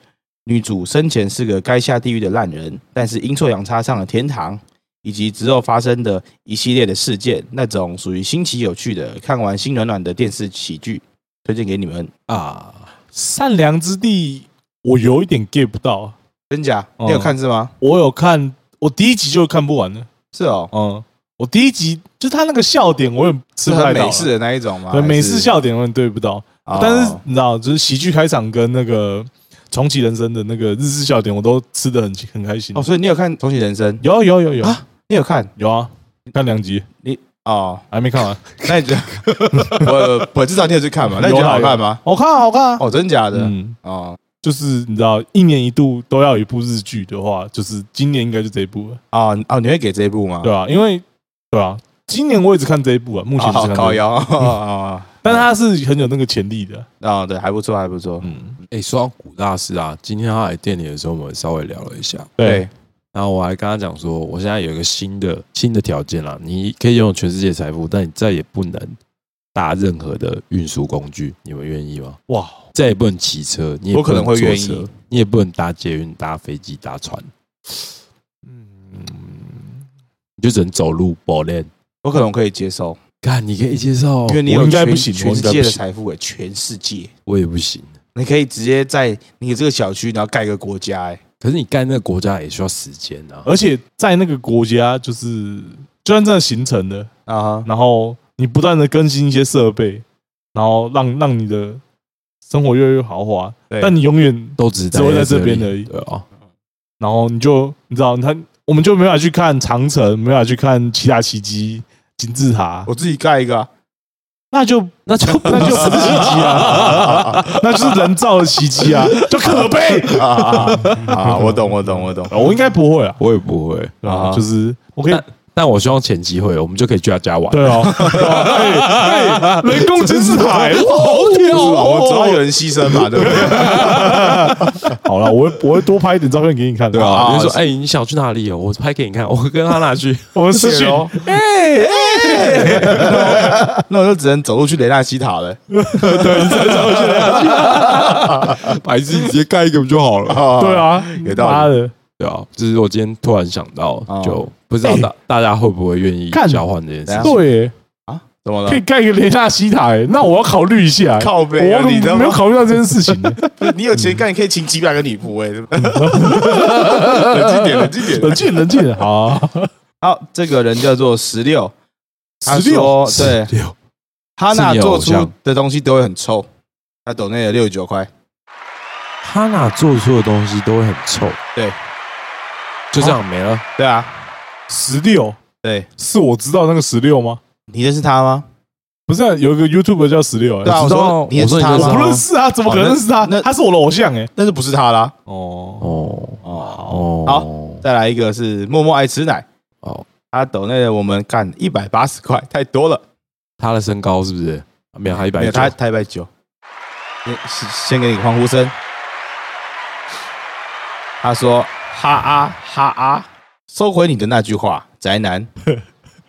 A: 女主生前是个该下地狱的烂人，但是阴错阳差上了天堂，以及之后发生的一系列的事件，那种属于新奇有趣的，看完心软软的电视喜剧，推荐给你们。
B: 啊，
C: 善良之地，我有一点 get 不到。
A: 真假？你有
C: 哦
A: 看是吗？
C: 我有看，我第一集就看不完了。
A: 是哦，
C: 嗯，我第一集就他那个笑点，我也
A: 是
C: 吃不太
A: 很
C: 到
A: 美
C: 啦。
A: 式的那一种吗？
C: 对
A: 还
C: 美
A: 是
C: 式笑点我也对不到。
A: 哦
C: 但是你知道，就是喜剧开场跟那个重启人生的那个日式笑点，我都吃的很很开心
A: 哦，。所以你有看《重启人生》？
C: 有有有有
A: 啊你有看
C: 有啊，看两集
A: 哦？
C: 还没看完，
A: 那你觉得 我我至少你有去看嘛？那你觉
C: 有
A: 得
C: 啊
A: 好看吗？
C: 好看啊好看啊。
A: 哦，真假的？
C: 嗯，
A: 哦
C: 就是你知道，一年一度都要有一部日剧的话，就是今年应该就这一部了，
A: 哦哦，你会给这一部吗？
C: 对啊，因为对啊，今年我一直看这一部啊，目前
A: 哦，
C: 是看这一部
A: 高腰哦哦
C: 但它是很有那个潜力的。
A: 哦哦，对，还不错，还不错。
C: 嗯，
B: 哎，说到古大师啊，今天他来店里的时候，我们稍微聊了一下，
C: 对，，
B: 然后我还跟他讲说，我现在有一个新的新的条件啦，你可以拥有全世界财富，但你再也不能搭任何的运输工具，你们愿意吗？
C: 哇，
B: 再也不能骑车，你也
A: 我可能
B: 不坐
A: 会愿
B: 车
A: 意，
B: 你也不能搭捷运、搭飞机、搭船，
C: 嗯，
B: 你就只能走路、跑练。
A: 我可能可以接受，
B: 看，你可以接受，
A: 因为你
C: 哦我
A: 有
C: 应该
A: 全
C: 不行
A: 全
C: 我
A: 世
C: 应该
A: 界
C: 不
A: 的
C: 行
A: 财富诶，全世界，
B: 我也不行。
A: 你可以直接在你这个小区，然后盖一个国家，欸诶，
B: 可是你干那个国家也需要时间啊。
C: 而且在那个国家，就是就算真的形成了，
A: 啊哈，
C: 然后你不断的更新一些设备，然后让让你的生活越来越豪华，
A: 对
C: 但你永远，
B: 都只
C: 只会在这边而已
B: 对啊，
C: 然后你就你知道，他我们就没法去看长城，没法去看其他奇迹、金字塔，
A: 我自己盖一个啊，
C: 那就
B: 那就
C: 那就不是奇迹啊， 那就是人造的奇迹啊，就可悲。
A: 啊啊啊啊！我懂，我懂，我懂。
C: 我应该不会啊，
B: 我也不会。
C: 对吧
A: 啊
C: 就是我可以
B: 但我希望前期会，我们就可以去他家玩。
C: 对哦，对 啊哎哎人工金字塔，哎哇好屌
A: 是吧？啊
C: 哦！
A: 我总要有人牺牲嘛，对不对？
C: 好了，我会我会多拍一点照片给你看。
B: 对
C: 好
B: 啊，
A: 啊
B: 比如说，
A: 是
B: 哎，你想去哪里哦？我拍给你看，我跟他拿去。
C: 我们私
A: 谢
C: 讯
A: 咯 那我就只能走路去雷纳西塔 了。
B: 白痴，你直接盖一个不就好了？
C: 对啊，
A: 有道理
C: 妈的，
B: 对啊，就是我今天突然想到
A: 哦，
B: 就不知道大大家会不会愿意
C: 干
B: 交换这件事
A: 等
B: 情。
C: 对，
A: 啊，怎么了
C: 可以？盖一个雷纳西塔，哎那我要考虑一下。哎
A: 靠
C: 我
A: 背啊，你他
C: 没
A: 妈
C: 有考虑到这件事情，哎
A: 你有钱干，你可以请几百个女仆哎、欸 冷静点，冷静点。
C: 冷静冷静，好啊，
A: 好，这个人叫做十六，他
C: 16
A: 说对，
B: 六，
A: 哈娜
B: 是你的
A: 做
B: 偶
A: 出
B: 像
A: 的东西都会很臭。他抖内了六十九块，
B: 他哪做出的东西都会很臭。
A: 对，
B: 就这样没了。
A: 对啊，
C: 十六
A: 对
C: 是我知道那个十六吗？
A: 你认识他吗？
C: 不是啊，有一个 YouTube 叫十六，哎
A: 对啊，
B: 我
A: 我
B: 知道
A: 说你认识他
B: 我
C: 我
B: 说
A: 吗
B: 你
C: 不
B: 认？
C: 认识啊，怎么可能认识
A: 哦
C: 他
A: 那那？
C: 他是我的偶像，哎，
A: 但是不是他啦。
C: 哦，
B: 哦
A: 哦，
B: 哦，
A: 好再来一个是默默爱吃奶，
B: 哦，
A: 他抖内了我们干一百八十块，太多了。
B: 他的身高是不是没有他一
A: 没
B: 百
A: 有，
B: 九？
A: 他他一百九。先先给你欢呼声。他说：“哈啊哈啊，收回你的那句话，宅男，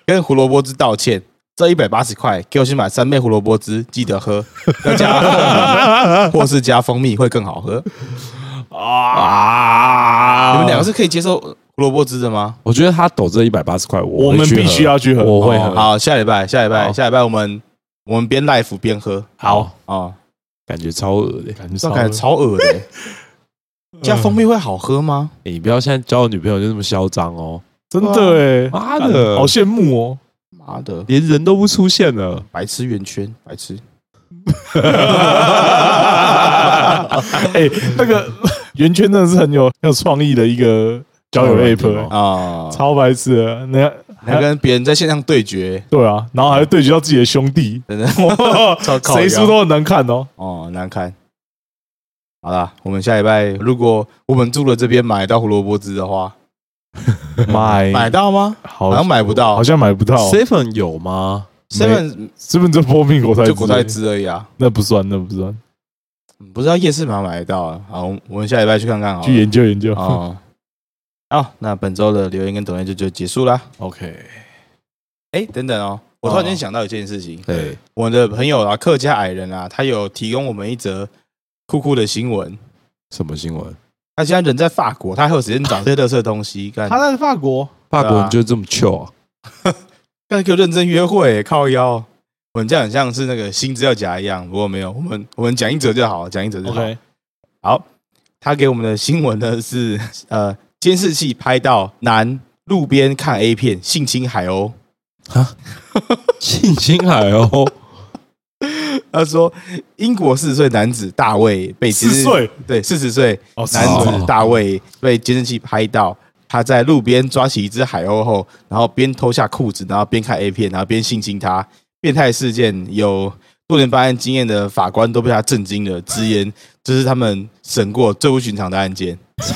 A: 跟胡萝卜汁道歉。这一百八十块，给我去买三杯胡萝卜汁，记得喝，要加凤梨或是加蜂蜜会更好喝。
C: 啊
A: 你们两个是可以接受胡萝卜汁的吗？
B: 我觉得他抖这一百八十块，
C: 我
B: 会
C: 们
B: 去喝
C: 必须要去喝哦
B: 我会喝。
A: 好，下礼拜，下礼拜，
B: 好
A: 下礼拜我们我们边 life 边喝
C: 好，
A: 哦，
B: 感觉超恶的。
C: 感觉
A: 这
C: 超
A: 感觉超恶的欸、加蜂蜜会好喝吗？
B: 你不要现在交女朋友就那么嚣张哦！
C: 真的哎，
B: 妈的
C: 好羡慕哦。
A: 妈的，
B: 连人 都不出现了，
A: 白痴圆圈，白痴。
C: 哎，那个圆圈真的是很有很有创意的一个交友
B: 交友软
C: app，
B: 体
C: 欸、
B: 吗
A: 啊，
C: 超白痴的。那
A: 还跟别人在线上对决，
C: 对啊，然后还对决到自己的兄弟，
A: 真的超靠腰
C: 谁输都很难看哦。
A: 哦，难看。好啦，我们下礼拜如果我们住了这边买到胡萝卜汁的话，
C: 买
A: 买到吗
C: 好
A: 好像买不到
C: 好像买不到。
B: Seven 有吗？
C: 没
A: ？seven
C: 是不是就波蜜果菜？
A: 就国泰，汁而已啊，
C: 那不算，那不算，
A: 嗯不知道夜市买不买得到啊。好，我们下礼拜去看看好
C: 去
A: 了。
C: 研究研究。
A: 哦，好，那本周的留言跟抖音就就结束啦。
B: OK，
A: 哎，等等哦，我突然间
B: 哦
A: 想到一件事情，
B: 对，
A: 我的朋友啊，客家矮人啊，他有提供我们一则酷酷的新闻。
B: 什么新闻？
A: 他现在人在法国，他还有时间找这些乐色东西干？
C: 他在法国，
B: 法国人就这么 chill 啊？
A: 干给我认真约会、靠腰。我们这样很像是那个新资料夹一样，不过没有，我们我们讲一则就好，讲一则就好。
C: OK，
A: 好，他给我们的新闻呢是呃，监视器拍到男路边看 A 片性侵海鸥。
B: 性侵海 哦，
A: 他说，英国四十岁男子大卫被监视
C: 四岁
A: 对四十岁
C: 哦，
A: 男
B: 40
A: 子大卫被监视器拍到，他在路边抓起一只海鸥后，然后边脱下裤子，然后边看 A 片，然后边性侵她。变态事件有多年办案经验的法官都被他震惊了，直言这是他们审过最不寻常的案件。
B: 猛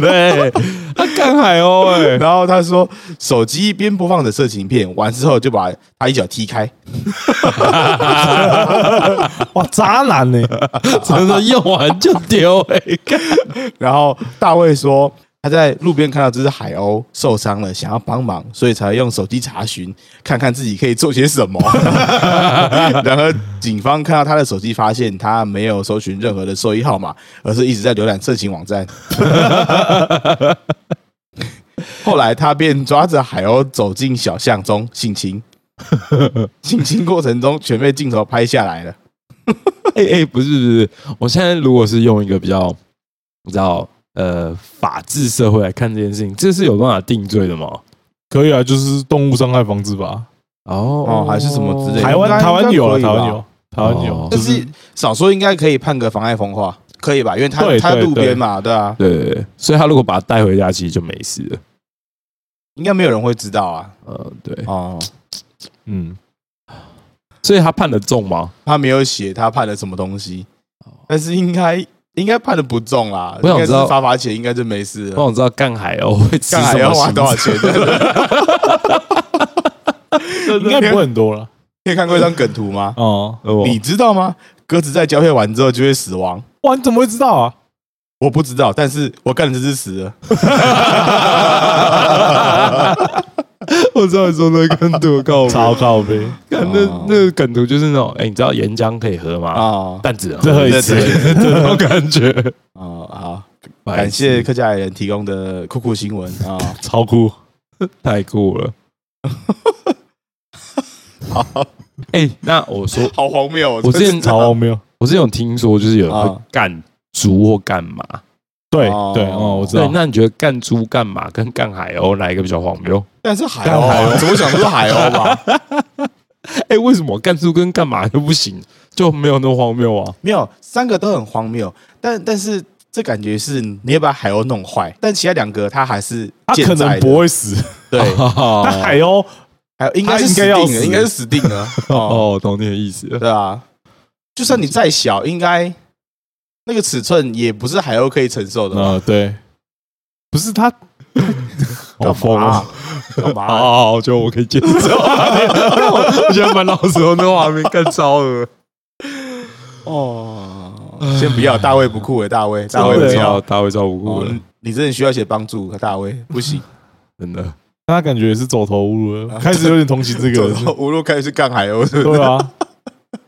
B: 的，他啊干海鸥哎，
A: 然后他说，手机边播放着色情片，完之后就把他一脚踢开，
C: 哇，渣男欸呢？
B: 真的用完就丢哎，干
A: 然后大卫说。他在路边看到这只海鸥受伤了，想要帮忙，所以才用手机查询，看看自己可以做些什么。 然而，警方看到他的手机，发现他没有搜寻任何的兽医号码，而是一直在浏览色情网站。 后来，他便抓着海鸥走进小巷中性侵， 性侵过程中全被镜头拍下来了。
B: 哎哎，不是不是，我现在如果是用一个比较，你知道呃法治社会来看这件事情，这是有办法定罪的吗？
C: 可以啊，就是动物伤害防治法，
B: 哦
A: 哦还是什么之类对的
C: 台湾
A: 应该
C: 台湾有了，
A: 应该
C: 台
A: 可以吧
C: 湾有，台湾有
B: 哦，
A: 但
C: 就是是
A: 少说应该可以判个妨碍风化，可以吧？因为他
C: 对
A: 他在
C: 对
A: 路边嘛，对啊，
B: 对对对，所以他如果把他带回家，其实就没事了。
A: 应该没有人会知道啊。
B: 呃，对，
A: 哦，
C: 嗯，
B: 所以他判的重吗？
A: 他没有写他判了什么东西，但是应该应该判的不重啦，
B: 我
A: 应
B: 想
A: 该
B: 知
A: 是
B: 道
A: 罚罚钱，应该就没事
B: 不然
A: 了。
B: 我知道干海鸥啊会吃
A: 干还
B: 什
A: 要
B: 么
A: 花
B: 刑
A: 多少钱？
C: 应该不会很多了
A: 你有看过一张梗图吗？
C: 哦。
B: 哦
A: 你知道吗？鸽子在交配完之后就会死亡。
C: 哇，你怎么会知道啊？
A: 我不知道，但是我干的这是死了。
B: 我知道你说那个梗图，靠
C: 超靠背，
B: 看 那那个梗图就是那种，哎、你知道岩浆可以喝吗？
A: 哦
B: 但只能
C: 最后
B: 啊喝
C: 一
B: 一
C: 次
B: 次， 这种感觉。
A: 哦，好，感谢客家人提供的酷酷新闻 啊。
C: 超酷，
B: 太酷了。
A: 好
B: 哎、那我说，
A: 好荒谬哦！
B: 我之前
C: 超荒谬。
B: 我之前有听说，就是有人会
A: 啊
B: 干猪或干马。
C: 对
A: 哦
C: 对哦，我知
B: 对
C: 道，。
B: 那你觉得干猪、干马跟干海鸥哪一个比较荒谬？
A: 但是海鸥啊，怎么想都是海鸥吧？
B: 哎、为什么干猪跟干嘛就不行，就没有那么荒谬啊？
A: 没有，三个都很荒谬，但但是这感觉是你要把海鸥弄坏，但其他两个它还是
C: 他
A: 健
C: 可
A: 在
C: 能
A: 的
C: 不会死，
A: 对，
B: 哦
C: 他海鸥
A: 还有应该是
C: 它应
A: 死
C: 该要
A: 定了，
C: 死
A: 应该是死定 了。哦，
B: 哦，懂你的意思了。
A: 对啊，就算你再小，应该那个尺寸也不是海鸥可以承受的吧。
C: 啊，对，不是 他，好疯
A: 干嘛
C: 啊！
A: 干嘛？
B: 好好，就我可以 接受。我觉得满脑子都那画面更糟了，
A: 哦，先不要，大卫不酷诶，欸大卫，大卫
C: 真
A: 不
C: 的
A: 要
B: 照，。大卫照不顾
A: 哦
B: 了，
A: 你你真的需要一些帮助，大卫不行，
B: 真的。
C: 他感觉也是走投无路
B: 啊
C: 了，开始有点同情这个
A: 走
C: 人
A: 投
C: 了。
A: 无路开始去干海鸥，是不是？
C: 对啊，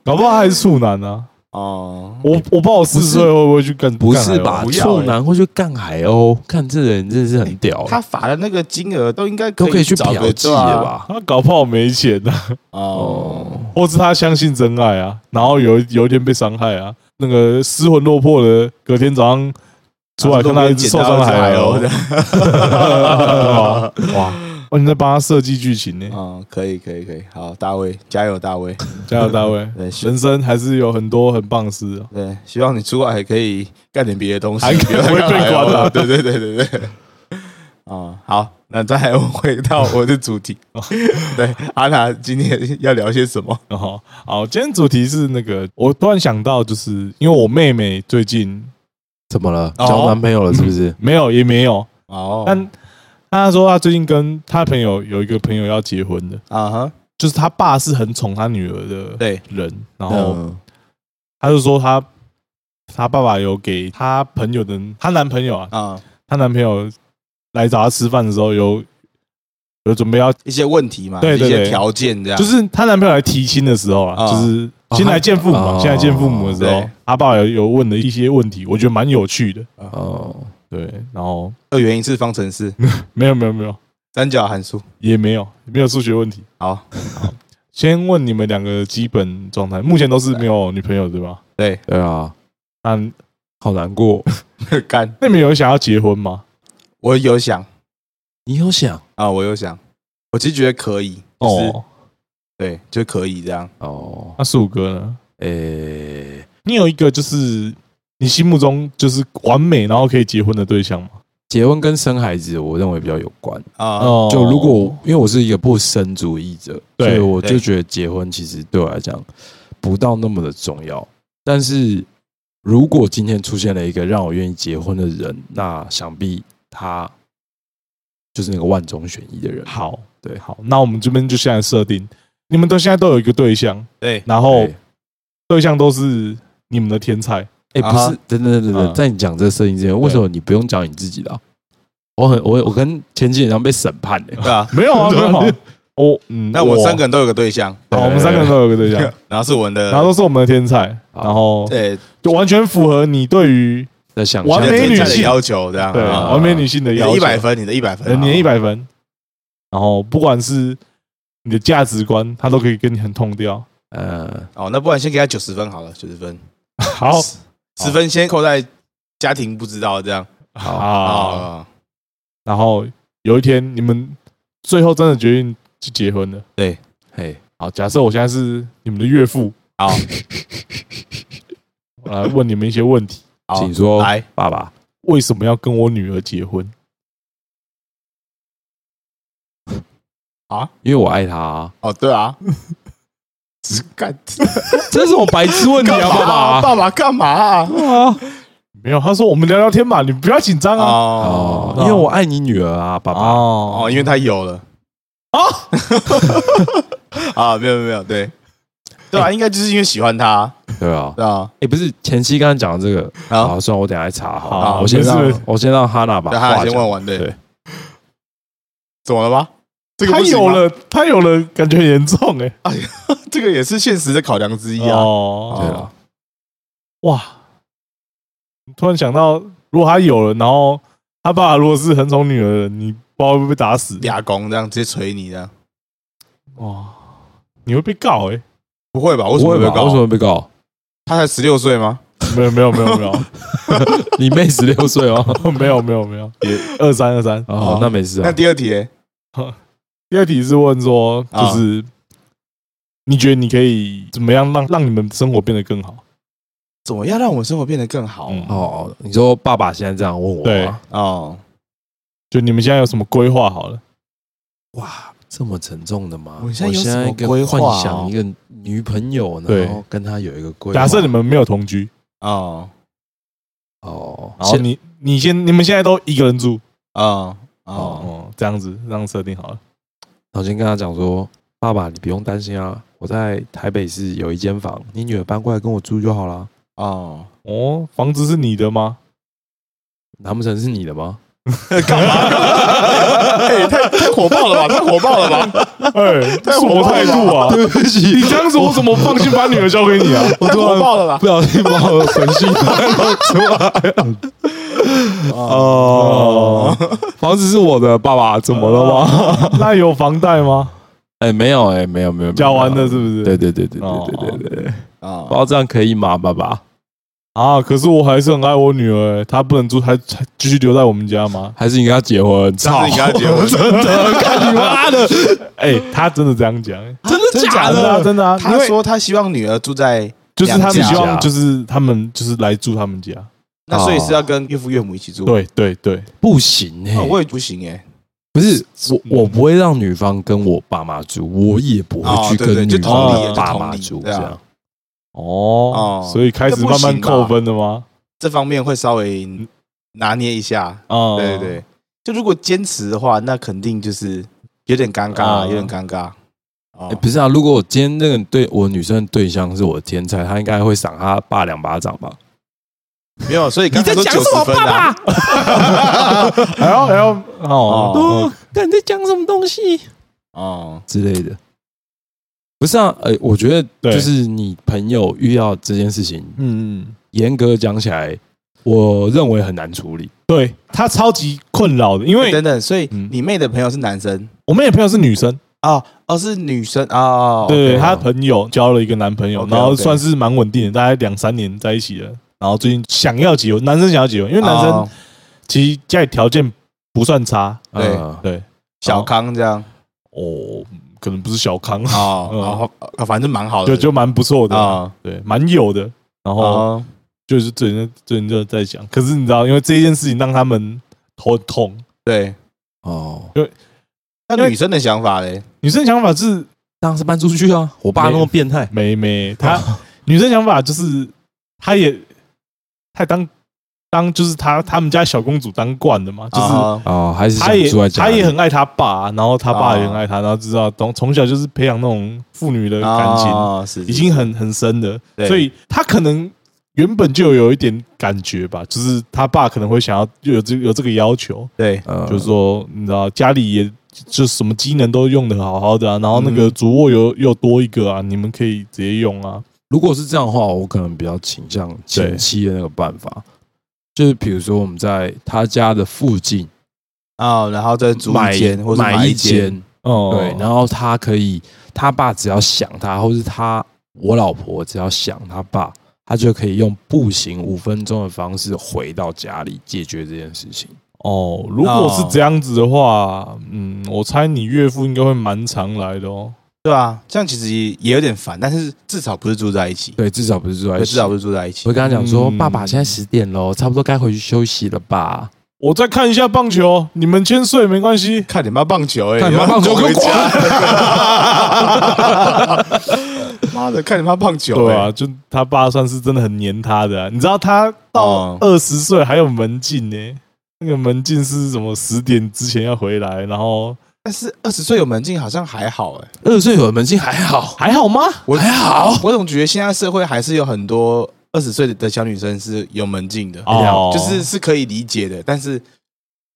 C: 搞不好他还是处男啊！
A: 哦，
C: 我我不知道我四十岁会不会去干，
B: 不欸
C: 干啊海
B: 是
C: 鸥
B: 吧？
A: 不要
B: 处男会去干海鸥，看这人真的是很屌欸，
A: 他罚的那个金额都应该
B: 都可以去
A: 找
B: 嫖
A: 个
B: 妓
A: 对啊
B: 了？吧？
C: 他搞不好没钱啊，
A: 哦，
C: 或是他相信真爱啊，然后有一有一天被伤害啊，那个失魂落魄的，隔天早
B: 啊
C: 上出来看到一只受伤的海啊
A: 路边捡到一
C: 鸥，
A: 只海
C: 哇，哦，你在帮他设计剧情呢，
A: 嗯，可以可以可以，好，大卫加油，大卫，
C: 加油，大 卫！
A: 对希
C: 人生还是有很多很棒的事啊。
A: 对，希望你出来可以干点别的东西，
C: 还可以
A: 不要再
C: 不会
A: 干
C: 被
A: 海
C: 关
A: 鸥
C: 吧
A: 了对对对对对，啊，好，那再来回到我的主 题，对，阿娜今天要聊些什么？
C: 然后，哦好，今天主题是那个，我突然想到，就是因为我妹妹最近
B: 怎么了？
C: 哦
B: 交男朋友了是不是？
C: 没有也没有，
A: 哦，
C: 但她说她最近跟她朋友有一个朋友要结婚的，
A: 啊哈，
C: 就是她爸是很宠她女儿的
A: 对，
C: 人，然后
A: 嗯
C: 她就说她她爸爸有给她朋友的她男朋友啊，
A: 啊，
C: 她男朋友来找她吃饭的时候有有准备要，
A: 一些问题嘛，
C: 对对
A: 一些
C: 对
A: 条件这样，
C: 就是她男朋友来提亲的时候啊，
A: 啊
C: 就是先来见父母
B: 哦
C: 嘛，先来见父母的时候
A: 对，
C: 她爸有有问了一些问题，我觉得蛮有趣的。
B: 哦，
C: 对，然后
A: 二元一次方程式，
C: 没有没有没有，
A: 三角函数，
C: 也没有没有数学问题。
A: 好，
C: 先问你们两个基本状态，目前都是没有女朋友对吧？
A: 对，
B: 对啊，
C: 那
B: 好难过。
A: 干，
C: 那你们有想要结婚吗？
A: 我有想
B: 你有想
A: 啊，我有想，我其实觉得可以，就是
C: 哦，
A: 对，就可以这样，
B: 哦？
C: 那树哥呢？
B: 诶，
C: 你有一个就是你心目中就是完美然后可以结婚的对象吗？
B: 结婚跟生孩子，我认为比较有关。
A: 啊，
C: 哦
B: 就如果因为我是一个不生主义者，
C: 对
B: 所以我就
A: 对
B: 觉得结婚其实对我来讲不到那么的重要。但是如果今天出现了一个让我愿意结婚的人，那想必他就是那个万中选一的人。
C: 好，
B: 对
C: 好，那我们这边就现在设定，你们都现在都有一个对象，
A: 对，
C: 然
B: 对，
C: 后对象都是你们的天才，
B: 哎、
A: 啊
B: 不
A: 哈
B: 是，等等等等，
C: 嗯
B: 在你讲这个设定之前，为什么你不用讲你自己的啊、我很我我跟前几年然后被审判欸的、
A: 对 啊，
C: 没有啊，没有啊，我嗯，
A: 那我们三个，人啊都有个对象，
C: 好，我们三个人都有一个 对象，啊
A: 然后是我们的，
C: 然后都是我们的天才，
B: 好
C: 然后
A: 对
C: 就完全符合你对于
B: 在想
C: 完
B: 象
C: 美
B: 中
C: 女
A: 天才的
C: 性
A: 要求这样，
C: 对
A: 啊
C: 完美女性的
A: 你
C: 要
A: 的
C: 求，呃
A: 一百，分，你的啊一百分，
C: 你的一
A: 百，
C: 百分，然后不管是你的价值观，他都可以跟你很痛掉。
B: 呃，
A: 哦，那不然先给他九十分好了，九十分，
C: 好
A: 十分先扣在家庭不知道这样
B: 好，
C: 好，
A: 啊，
C: 然后有一天你们最后真的决定去结婚了。
B: 嘿，
C: 好，假设我现在是你们的岳父，
A: 好，
C: 我来问你们一些问题：
A: 好
B: 请说，
A: 来，
B: 爸爸，
C: 为什么要跟我女儿结婚？
B: 因为我爱他、啊。
A: 哦，对啊， 只干
B: 这是我白痴问题
A: 干
B: 啊，
A: 嘛啊？
B: 爸爸。
A: 爸爸干嘛啊？
C: 没有，他说我们聊聊天嘛，你不要紧张啊。
B: 哦
A: 哦，
B: 因为我爱你女儿啊，爸爸。
C: 哦
A: 哦，因为他有了啊啊，没有没有没有，对对啊，应该就是因为喜欢他，
B: 对啊，
A: 对啊，
B: 哎，不是前期刚刚讲的这个，
A: 然后
B: 好，算了我等一下来查好了。
A: 啊好
B: 我先让
C: 没事
B: 我先让哈娜把
A: 让他
B: 话
A: 先
B: 讲。
A: 问完，对
B: 对，
A: 怎么了吗？这个
C: 他
A: 不行啊吗
C: 有，了，他有了，感觉很严重哎。
A: 这个也是现实的考量之一啊。
C: 哦
B: 对了，
C: 哇！突然想到，如果他有了，然后他爸爸如果是很宠女儿的，你不知道会不会被打死？
A: 俩公这样直接捶你这样，
C: 哇！你会被告哎、
A: 不会哦吧？为什
B: 不
A: 么会
B: 会
A: 被
B: 吧？为什
A: 告？
B: 么被告？
A: 他才十六岁吗？
C: 没有没有没有没有
B: 你妹十六岁 哦。
C: 没有没有没有，二三二三。
B: 哦，那没事
A: 那
B: 啊。
A: 第二题欸，
C: 第二题是问说，
A: 啊
C: 就是、你觉得你可以怎么样让让你们生活变得更好？
A: 怎么样让我生活变得更好
C: 嗯
B: 哦，你说爸爸现在这样问我
C: 对
B: 啊，
A: 哦，
C: 就你们现在有什么规划好了？
B: 哇，这么沉重的吗？
A: 我现在有
B: 我
A: 什么
B: 一个
A: 规划哦
B: 幻想一个女朋友，
C: 对
B: 然后跟她有一个规划。
C: 假设你们没有同居，
A: 哦，
B: 哦，
C: 然后
B: 现
C: 你你先你们现在都一个人住，
A: 哦，
C: 哦、
A: 哦，
C: 这样子这样设定好了。
B: 然后先跟他讲说：“爸爸，你不用担心啊，我在台北市有一间房，你女儿搬过来跟我住就好啦。
A: 哦，
C: 哦，房子是你的吗？
B: 难不成是你的吗
A: 干嘛？哎，太太火爆了吧！太火爆了 吧！
C: 哎，这什么态度啊？
B: 对不起
C: 你这样子，我怎么放心把女儿交给你啊？
A: 太火爆了吧！
B: 不小心把我的本 性露出来了。哦，房子是我的，爸爸怎么了吗？
C: 那有房贷吗？
B: 哎，没有，哎，没有，没有，没有
C: 缴完了是不是？
B: 对对对对对
C: 哦
B: 对对对，不知
A: 啊，
B: 道这样可以吗，爸爸？
C: 啊，可是我还是很爱我女儿、欸她不能住，还还继续留在我们 家吗？
B: 还是你跟他结婚？
A: 下
B: 操
A: 次！你跟他结婚，
C: 真的， 干你妈的！哎、她真的这样讲、欸
B: 真的假
C: 真啊
B: 的？
C: 真的啊，因
A: 他
C: 为
A: 说他希望女儿住在
C: 就是他们
A: 两
C: 希
A: 家
C: 望，就是他们就是来住他们家。
A: 那，所以是要跟岳父岳母一起住。
C: 哦对对对，
B: 不行哎、
A: 哦，我也不行哎，
B: 不是我，我不会让女方跟我爸妈住，我也不会
A: 哦
B: 去
A: 对对
B: 跟
A: 就
B: 女
A: 同
B: 方
C: 理
B: 爸妈住
A: 就同理
B: 这
A: 对啊
B: 样。哦，
A: 哦，
C: 所以开始慢
A: 这不
C: 慢
A: 行吧
C: 扣分了吗？
A: 这方面会稍微拿捏一下。
C: 啊，
A: 对对对，就如果坚持的话，那肯定就是有点尴尬啊，
C: 哦
A: 有点尴尬。哦
B: 哎，不是啊，如果我今天那个对我女生的对象是我的天才，她应该会赏他爸两巴掌吧？
A: 没有，所以刚才说九十分啊，？
C: 还要还要哦
B: 哦，，但你在讲什么东西
A: 哦，
B: 之类的？不是啊，哎，我觉得
C: 对
B: 就是你朋友遇到这件事情，
C: 嗯，
B: 严格讲起来，我认为很难处理。
C: 对他超级困扰的，因为
A: 哎等等，所以
C: 嗯
A: 你妹的朋友是男生
C: 我妹的朋友是女生，
A: 哦，哦是女生哦，
C: 对
A: OK，
C: 她朋友交了一个男朋友，
A: OK，
C: 然后
A: OK
C: 算是蛮稳定的，大概两三年在一起了，然后最近想要结婚，男生想要结婚，因为男生
A: 哦
C: 其实家里条件不算差，
A: 对
B: 嗯
C: 对，
A: 小康这样
C: 哦，可能不是小康，
A: 哦，
C: 嗯
A: 然后呃反正蛮好的，
C: 就就蛮不错的，
A: 啊
C: 对，蛮有的。然后
A: 哦，
C: 就是最近最近就在讲，可是你知道，因为这件事情让他们头很痛。
A: 对。
B: 哦，
A: 那
C: 因为
A: 女生的想法嘞？
C: 女生想法是
B: 当然是搬出去啊！我爸那么变态，
C: 妹妹，她
B: 哦
C: 女生想法就是，她也她当当就是她他们家小公主当惯的嘛，就是
A: 啊
B: 哦，还是
C: 她
B: 想住在
C: 也
B: 家
C: 她
B: 里哦
C: 也很爱她爸，然后她爸
A: 啊
C: 也很爱她，然后知道从从小就是培养那种父女的感情，
A: 哦是
C: 已经很很深的，
A: 对
C: 所以她可能。原本就有一点感觉吧，就是她爸可能会想要有这有这个要求，
A: 对
B: 呃
C: 就是说你知道家里也就什么机能都用的好好的啊，然后那
B: 嗯
C: 个主卧有又多一个啊，你们可以直接用啊，
B: 如果是这样的话，我可能比较倾向前期的那个办法，就是比如说我们在他家的附近
A: 哦，然后再租
B: 买
A: 一间或者
B: 买
A: 一
B: 一
A: 间，
B: 间，
C: 哦
B: 嗯对，然后他可以，他爸只要想他，或是他我老婆只要想他爸，他就可以用步行五分钟的方式回到家里解决这件事情。
C: 哦，如果是这样子的话，嗯，我猜你岳父应该会蛮常来的哦。
A: 对啊，这样其实也也有点烦，但是至少不是住在一起，
B: 对，至少不是住在一
A: 对，
B: 起
A: 至少不是住在一起
B: 我会。跟他讲说：“
C: 嗯
B: 爸爸，现在十点喽，差不多该回去休息了吧？
C: 我再看一下棒球，你们先睡没关系。
A: 看你妈棒球哎、
B: 看你妈棒球
A: 回
B: 跟我
A: 家。 妈的，看你妈棒球、
C: 对
A: 欸，
C: 啊，就他爸算是真的很黏他的啊、你知道他到
B: 嗯
A: 哦
C: 二十岁还有门禁呢、那个门禁是什么？十点之前要回来，然后
A: 但是二十岁有门禁好像还好哎、
B: 二十岁有门禁还好，
C: 还好吗？
A: 我
B: 还好。
A: 我总觉得现在社会还是有很多二十岁的小女生是有门禁的，
C: 哦
A: 就是是可以理解的，但是。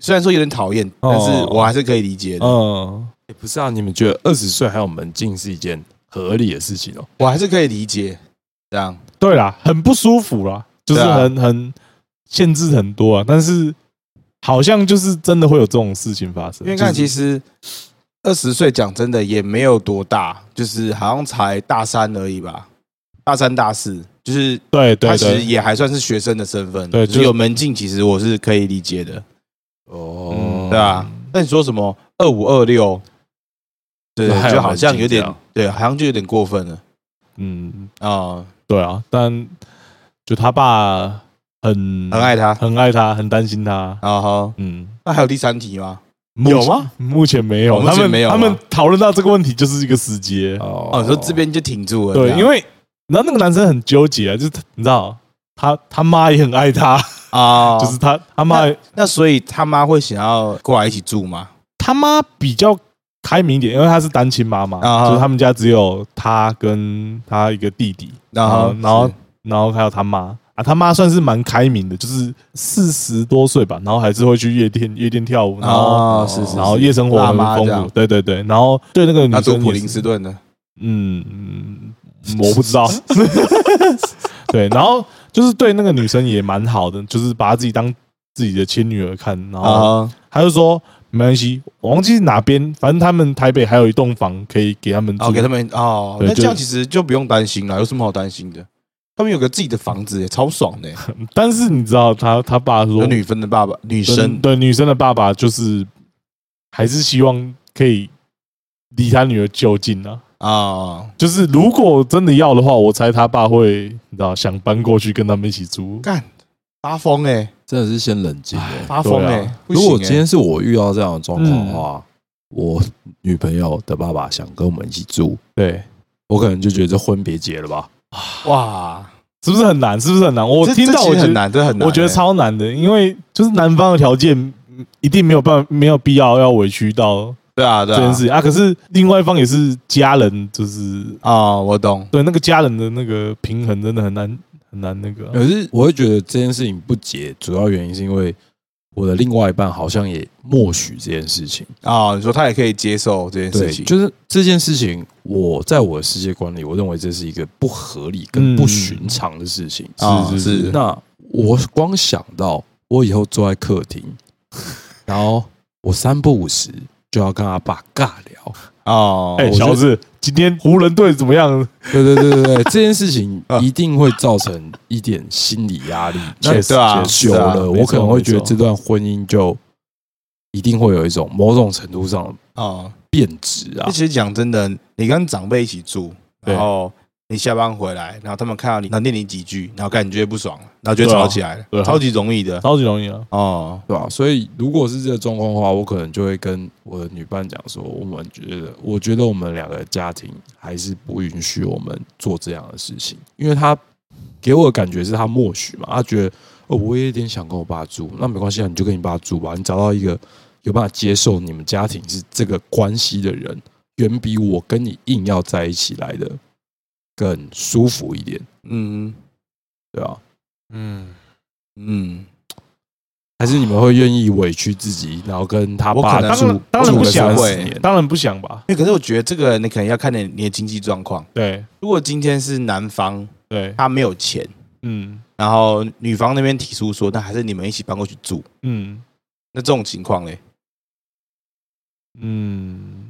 A: 虽然说有点讨厌，
C: 哦
A: 但是我还是可以理解的，
C: 嗯，
B: 欸不是啊，你们觉得二十岁还有门禁是一件合理的事情哦？
A: 我还是可以理解。这样，
C: 对啦，很不舒服啦，就是
A: 对啊
C: 很、很限制很多啊。但是好像就是真的会有这种事情发生，
A: 因为看
C: 就是
A: 其实二十岁讲真的也没有多大，就是好像才大三而已吧，大三大四，就是
C: 对对
A: 他其实
C: 对，
A: 也还算是学生的身份，
C: 对
A: 就
C: 就是
A: 有门禁，其实我是可以理解的，
B: 哦，
A: 对啊。但你说什么二五二六，对
B: 就还，有
A: 就好像
B: 门禁
A: 有
B: 这
A: 点
B: 样，
A: 对，好像就有点过分了
C: 嗯，
A: 啊，
C: 对啊，但就他爸很
A: 很爱他
C: 很爱他，很担心他。
A: 啊哈。
C: 嗯，
A: 那还有第三题吗？
C: 目
A: 有吗？
C: 目前没有，
A: 哦目
C: 他
A: 前
C: 们
A: 没有吗
C: 他们讨论到这个问题就是一个死结。
B: 哦
A: 哦，你说啊这边就挺住了，这
C: 对，
A: 样
C: 因为你知道那个男生很纠结啊，就是他你知道他他妈也很爱他，
A: 啊，
C: 就是他他妈
A: 那所以他妈会想要过来一起住吗？
C: 他妈比较开明一点，因为她是单亲妈妈，
A: 啊哈
C: 就是他们家只有她跟她一个弟弟，
A: 然
C: 后
A: 后，
C: 哦然后然后还有他妈啊，他妈算是蛮开明的，就是四十多岁吧，然后还是会去夜店夜店跳舞，然后
A: 哦，是是，
C: 然后
A: 是
C: 夜生活
A: 辣
C: 很
A: 妈
C: 丰
A: 这
C: 富，
A: 样
C: 对对对，然后对那个女
A: 那读
C: 生
A: 普
C: 也
A: 林斯
C: 是，
A: 顿的
C: 嗯嗯，我不知 道，对，然后就是对那个女生也蛮好的，就是把她自己当自己的亲女儿看，然后
A: 啊，
C: 他就说没关系，我忘记是哪边，反正他们台北还有一栋房可以给他们住。
A: 哦，给他们哦，
C: 对
A: 那
C: 就
A: 这样其实就不用担心了，有什么好担心的？他们有个自己的房子耶，超爽的耶。
C: 但是你知道他他爸
A: 有
C: 说
A: 女生的爸爸，女生
C: 对女生的爸爸就是还是希望可以离他女儿就近啊。
A: 啊，
C: 就是如果真的要的话，我猜他爸会你知道想搬过去跟他们一起住。
A: 干发疯哎，
B: 真的是先冷静欸。
A: 发疯
C: 对啊
A: 哎！不
B: 如
A: 行
B: 果
A: 耶
B: 今天是我遇到这样的状况的话，我女朋友的爸爸想跟我们一起住，
C: 对，
B: 我可能就觉得这婚别结了吧。
A: 哇，
C: 是不是很难？是不是很难？我
A: 这
C: 听
A: 这
C: 到
A: 其
C: 我
A: 实
C: 觉
A: 很
C: 得
A: 难，这很难耶，
C: 我觉得超难的，因为就是男方的条件嗯一定没有办没有必要要委屈到
A: 对啊，对
C: 这
A: 啊，
C: 件事情啊。可是另外一方也是家人，就是
A: 啊，我懂。
C: 对那个家人的那个平衡真的很难很难那个
A: 嗯
C: 啊。
B: 可是我会觉得这件事情不解，主要原因是因为我的另外一半好像也默许这件事情。
A: 啊、你说他也可以接受这件
B: 对
A: 事，情，
B: 就是这件事情，我在我的世界观里，我认为这是一个不合理跟
C: 嗯
B: 不寻常的事情。
A: 啊
C: 是是是
B: 那我光想到我以后坐在客厅，然后我三不五时就要跟他爸尬聊。
A: 哦，
C: 哎、
A: 我
C: 小
A: 就
C: 子，今天湖人队怎么样？
B: 对对对对对，这件事情
A: 啊
B: 一定会造成一点心理压力。那
C: 哎
A: 确实对啊
B: 久
A: 是
B: 了，我可能会觉得这
C: 个
B: 段婚姻就一定会有一种某种程度上的
A: 哦，
B: 变质啊
A: 那。其实讲真的，你跟长辈一起住，
C: 对
A: 然后你下班回来，然后他们看到你，然后念你几句，然后感觉不爽了，然后就
C: 对啊
A: 吵起来了，
C: 对啊
A: 超级容易的
C: 超级容易啊。
A: 哦，
B: 对吧、所以如果是这个状况的话，我可能就会跟我的女伴讲说，我们觉得，我觉得我们两个家庭还是不允许我们做这样的事情，因为他给我的感觉是他默许嘛，他觉得哦，我也有点想跟我爸住，那没关系啊，你就跟你爸住吧，你找到一个有办法接受你们家庭是这个关系的人，远比我跟你硬要在一起来的更舒服一点，
A: 嗯
B: 对吧、
C: 嗯，
A: 嗯，
B: 还是你们会愿意委屈自己，然后跟他
A: 我
B: 爸
A: 可能
B: 住
C: 当然当然
B: 住
C: 不
B: 个
C: 想
B: 30
A: 会
B: 年
C: 当然不想吧。
A: 因为可是我觉得这个你可能要看你你的经济状况，
C: 对
A: 如果今天是男方
C: 对，
A: 他没有钱，
C: 嗯
A: 然后女方那边提出说，那还是你们一起搬过去住，
C: 嗯
A: 那这种情况嘞，
C: 嗯，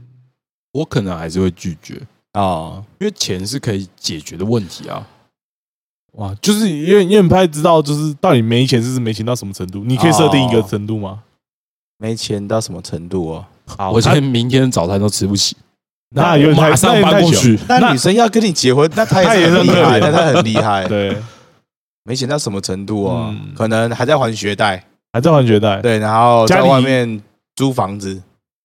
B: 我可能还是会拒绝，
A: 哦，
B: 因为钱是可以解决的问题啊。
C: 哇，就是因为因为不太知道，就是到底没钱是没钱到什么程度？你可以设定一个程度吗？
A: 没钱到什么程度哦？
C: 好
B: 我现在明天早餐都吃不起，
C: 那
B: 我
C: 有点太
B: 马上搬过去，
A: 那女生要跟你结婚，那她
C: 她
A: 也
C: 也
A: 是很
C: 是
A: 厉害，
C: 很
A: 那
C: 可怜
A: 她很厉 害。
C: 对，
A: 没钱到什么程度哦？
C: 嗯
A: 可能还在还学贷，
C: 还在还学贷
A: 对，然后在
C: 家里
A: 外面租房子，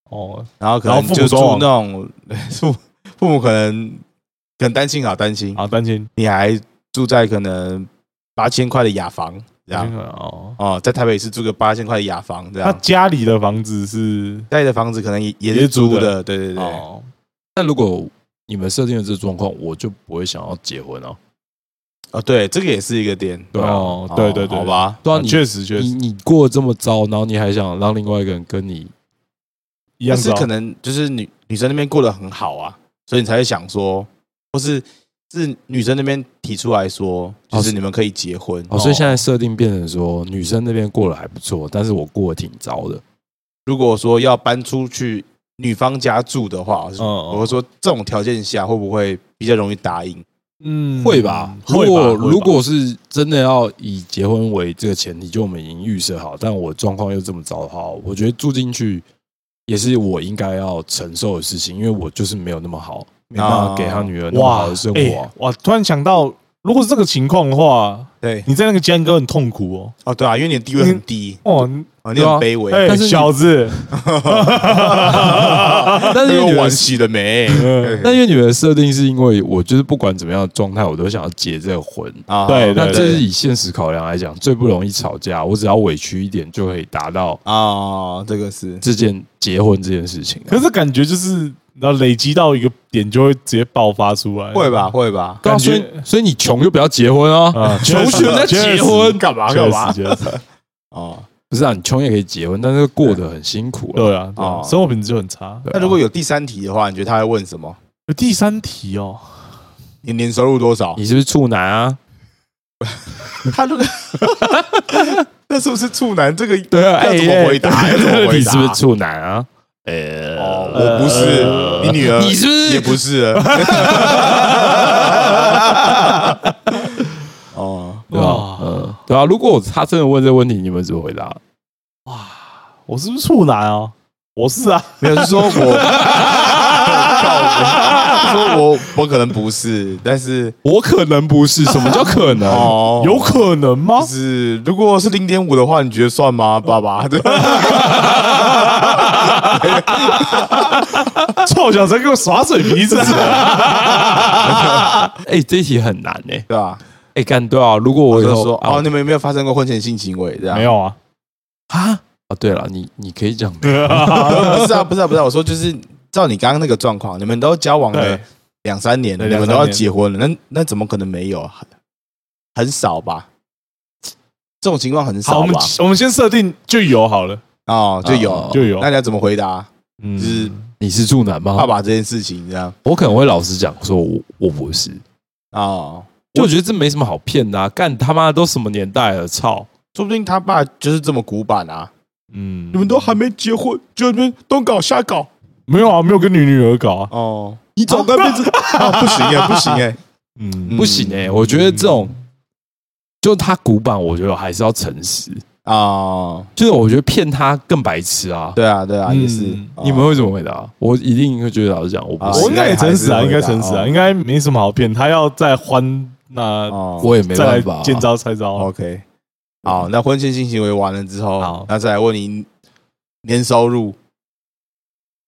C: 哦，
A: 然后可
C: 然
A: 能
C: 后父母
A: 就住
C: 双亡
A: 那种 父父母可能可能担心啊，担心
C: 好担心
A: 你还住在可能八千块的雅房这样
C: 哦。
A: 哦，在台北市住个八千块的雅房这
C: 那
A: 样，
C: 家里的房子是
A: 家里的房子可能也也
C: 也
A: 是
C: 是租
A: 租
C: 的
A: 的，对对对，
C: 哦，
B: 但如果你们设定的这状况，我就不会想要结婚啊。
A: 哦对，这个也是一个点，
B: 对啊，
C: 哦对对对，
A: 好，吧，
B: 对啊，你
C: 确实确
B: 你
C: 实
B: 你过得这么糟，然后你还想让另外一个人跟你，
C: 一
A: 但
B: 哦
C: 样
A: 是
C: 高
A: 可能就是女女生那边过得很好啊，所以你才会想说，或是是女生那边提出来说，就
B: 哦
A: 是
B: 是
A: 你们可以结婚。
B: 哦，所以现在设定变成说，女生那边过得还不错，但是我过得挺糟的。
A: 如果说要搬出去女方家住的话，
B: 哦
C: 嗯
A: 我会说这种条件下会不会比较容易答应？
C: 嗯
B: 会吧？如
C: 会吧
B: 果
C: 会吧
B: 如果是真的要以结婚为这个前提，就我们已经预设好，但我状况又这么糟的话，我觉得住进去也是我应该要承受的事情，因为我就是没有那么好，没办法给他女儿那么好的生活啊、
C: 哎哇！突然想到，如果是这个情况的话，
A: 对，
C: 你在那个间隔很痛苦哦。
A: 哦对啊，因为你的地位很
B: 嗯
A: 低，
C: 哦，
A: 哦你很
B: 啊
A: 卑微。
C: 哎，
B: 但是你
C: 小 子，
B: 但是因为女
A: 惋
B: 儿，
A: 惜了 没？
C: 嗯
B: 但因为女儿设定是因为我就是不管怎么样的状态，我都想要结这个婚。
A: 啊
C: 对
B: 那
C: 对
B: 这是以现实考量来讲，最不容易吵架。我只要委屈一点，就可以达到
A: 啊，这个是
B: 这件结婚这件事情啊、
C: 可是感觉就是，然后累积到一个点就会直接爆发出来，
A: 会吧？会吧？
B: 对啊，
C: 感觉
B: 所以所以你穷就不要结婚啊。
C: 啊？
B: 求
C: 确实
B: 学在
C: 确实
B: 结婚
A: 干嘛
C: 确
A: 干嘛
C: 实？确实
A: 哦，
B: 不是啊，你穷也可以结婚，但是过得很辛苦了。
C: 对啊，对啊
A: 哦
C: 生活品质就很差。
B: 对啊
A: 那如果有第三题的话，你觉得他会问什么？
C: 有第三题哦，
A: 你年收入多 少？
B: 你是不是处男啊？
A: 他如果 那是不是处男？这个
B: 对
A: 啊要怎么回答
B: 哎
A: 要怎么回答
B: 你是不是处男啊？呃，
A: 哦，我不是，
C: 呃
A: 你女儿
B: 你是不是
A: 也不是？哦
B: 对啊，如果他真的问这个问题，你们怎么回答？
C: 哇，我是不是处男啊？我是啊，
A: 没有是说我，说我我可能不是，但是
B: 我可能不是，什么叫可 能？
A: 哦，
C: 有可 能吗
A: 就？是如果是零点五的话，你觉得算吗，爸爸？对，啊
C: 臭小子给我耍嘴皮子！
B: 哎、这一题很难哎、
A: 对吧？
B: 哎、干对啊，如果
A: 我
B: 我
A: 就
B: 有
A: 说
B: 啊
A: 哦，你们有没有发生过婚前性行为？这样
C: 没有 啊，
B: 啊啊，对了，你你可以讲，
A: 呃不是啊，不是啊，不是啊，我说就是照你刚刚那个状况，你们都交往了
C: 对
A: 两三年，
C: 对
A: 你们
C: 两
A: 都
C: 三
A: 要
C: 年
A: 结婚了，那那怎么可能没有？很很少吧，这种情况很
C: 好，
A: 少
C: 我们
A: 吧？
C: 我们先设定就有好了，
A: 哦，就有
B: 哦
C: 就有
A: 那。你要怎么回答就是
C: 嗯，
B: 你是处男吗？
A: 爸爸这件事情？这样
B: 我可能会老实讲，说我我不是，
A: 哦，
B: 就我觉得这没什么好骗的、啊，干他妈都什么年代了，操！
A: 说不定他爸就是这么古板啊！
C: 嗯，
A: 你们都还没结婚，就那边东搞瞎搞
C: 没有啊？没有跟女女儿搞啊？
A: 哦，
B: 你
A: 早该变成啊，不行哎，不行哎，
C: 嗯，
B: 不行哎、我觉得这种就他古板，我觉得还是要诚实，
A: 哦，
B: 就是我觉得骗他更白痴啊。
A: 对啊，对啊，
C: 嗯
A: 也是。哦
B: 你们会怎么回答？我一定会觉得老实讲，我不
A: 啊
C: 我
B: 是，
C: 应该也诚实啊，
A: 应
C: 应
A: 该还是
C: 该
A: 会
C: 诚实
A: 哦
C: 啊，应该没什么好骗。他要再欢那
A: 哦
B: 我也没
C: 再
B: 办
C: 来
B: 法啊、
C: 见招拆招。
A: OK，好，那婚前性行为完了之后
C: 哦好，
A: 那再来问你年收入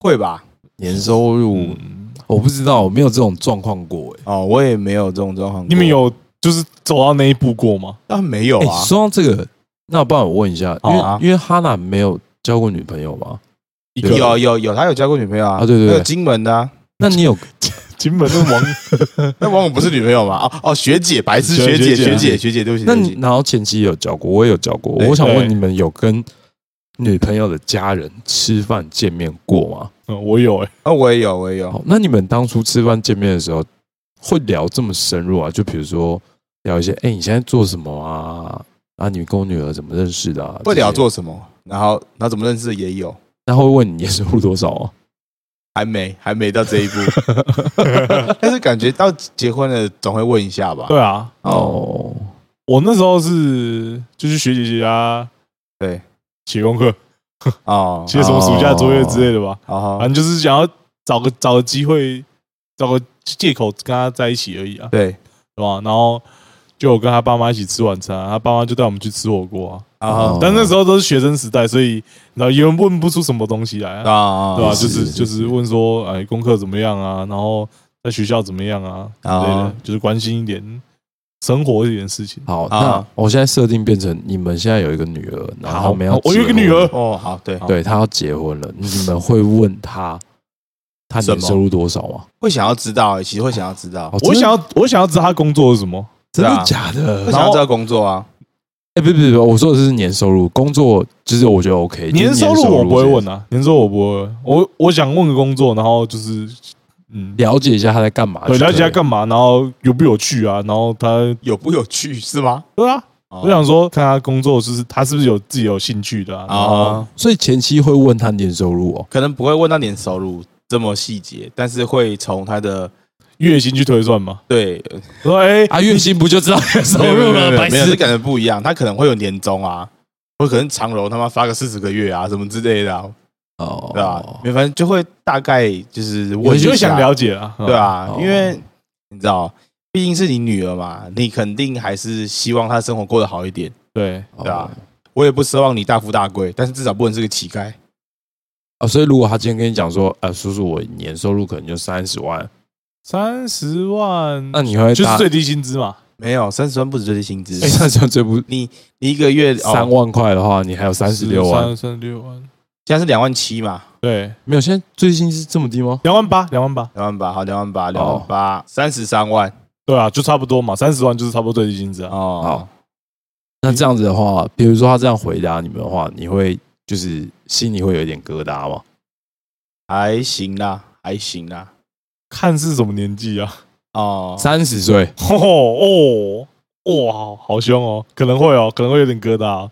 A: 会吧？
B: 年收入
C: 嗯
B: 我不知道，我没有这种状况过哎、
A: 哦，我也没有这种状况过。
C: 你们有就是走到那一步过吗？
A: 啊？没有
B: 欸
A: 啊？
B: 说到这个，那不然我问一下，因为、
A: 好啊
B: 因为哈娜没有交过女朋友吗？
C: 一个
A: 有啊有有，他有交过女朋友啊？
B: 啊对对对
A: 那个金门的啊，
B: 那你有
C: 金门的王，
A: 那王勇不是女朋友吗？哦哦，学姐，白痴学
C: 学
A: 姐，
C: 姐
A: 学
C: 学
A: 姐，
C: 姐
A: 学姐，对不起，
B: 那
A: 对不
B: 你
A: 起
B: 然后前期有交过，我也有交过。
A: 对
B: 我想问
C: 对
B: 你们有跟女朋友的家人吃饭见面过吗？
C: 嗯我有哎，
A: 啊，我也有，我也有。
B: 好，那你们当初吃饭见面的时候会聊这么深入啊？就比如说聊一些，哎、你现在做什么啊？啊，你跟我女儿怎么认识的、啊？
A: 会聊
B: 这些，
A: 做什么？然后然后怎么认识的也有，
B: 那会问你年收入多少啊？
A: 还没还没到这一步， 但是感觉到结婚了总会问一下吧？
C: 对啊，
B: 哦，
C: 我那时候是就去学姐姐家
A: 对
C: 写功课，
A: 哦，
C: 写什么暑假作业之类的吧。
A: 好好
C: 反正就是想要找个找个机会，找个借口跟他在一起而已啊，
A: 对
C: 对吧？然后就我跟他爸妈一起吃晚餐啊、他爸妈就带我们去吃火锅啊。
A: 啊哈
B: 哦
C: 但那时候都是学生时代，所以然后也问不出什么东西来、啊，
A: 啊，
C: 对吧、
B: 啊
C: 就是是
B: 是
C: 就是问说，哎，功课怎么样啊？然后在学校怎么样啊？之类
A: 啊
C: 的，就是关心一点生活一点事情。
B: 好，
A: 啊
B: 那我现在设定变成你们现在有一个女儿，然后
C: 好
B: 他们要
C: 我有一个
B: 结婚
C: 女儿
A: 哦，好，对，
B: 对她要结婚了，你们会问她她
A: 什
B: 年
A: 么
B: 收入多少吗？
A: 会想要知道、欸，其实会想要知道，
B: 哦
C: 我
B: 真的
C: 想要我想要知道他工作是什么，
B: 真
A: 是啊
B: 的假的？
A: 会
B: 然
A: 想要
B: 后
A: 知道工作啊。
B: 哎，不不不，我说的是年收入，工作就是我觉得 OK，
C: 年收入我不会问
B: 的，
C: 啊，年收入我不会问，我我想问个工作，然后就是嗯，
B: 了解一下她在干嘛，
C: 对，了解他
B: 嘛。
C: 干嘛，然后有不有趣啊，然后他
A: 有不有趣是吗？
C: 对啊，
A: 哦
C: 我想说看他工作就是他是不是有自己有兴趣的啊，
B: 哦
C: 然后
A: 啊，
B: 所以前期会问她年收入哦，
A: 可能不会问到年收入这么细节，但是会从他的
C: 月薪去推算嘛，
A: 对
C: 我说哎，
B: 啊，月薪不就知道年收入
A: 没有没有没
B: 了？
A: 有
B: 白
A: 没有这
B: 痴，
A: 感觉不一样，他可能会有年终啊，或可能长荣他妈发个四十个月啊什么之类的、啊，
B: 哦
A: 对吧、啊？反正就会大概就是我
B: 我也
C: 你就
B: 就
C: 会想，了解啊，
A: 对啊
B: 哦，
A: 因为你知道，毕竟是你女儿嘛，你肯定还是希望她生活过得好一点。
C: 对，
B: 哦
A: 对啊我也不奢望你大富大贵，但是至少不能是个乞丐。
B: 哦，所以如果他今天跟你讲说，呃，叔叔，我年收入可能就三十万，
C: 三十万
B: 那你会
C: 就是
B: 搭
C: 最低薪资嘛，
A: 没有三十万不止最低薪资，
B: 哎，三十万最不
A: 你你一个月
B: 三
A: 哦，
B: 万块的话，你还有三十六万，
C: 三十六万，
A: 现在是两万七嘛，
C: 对，
B: 没有？现在最近是这么低吗？
C: 两万八，两万八，
A: 两万八，好，两万
C: 哦
A: 八，两万八，三十三万
C: 对啊，就差不多嘛，三十万就是差不多最低薪资啊，
A: 哦
B: 好。那这样子的话，比如说他这样回答你们的话，你会就是心里会有一点疙瘩吗？
A: 还行啦，还行啦。
C: 看是什么年纪啊。
A: 哦，
B: 三十岁，
C: 哦哦哇，好好凶哦，可能会哦，可能会有点疙瘩哦。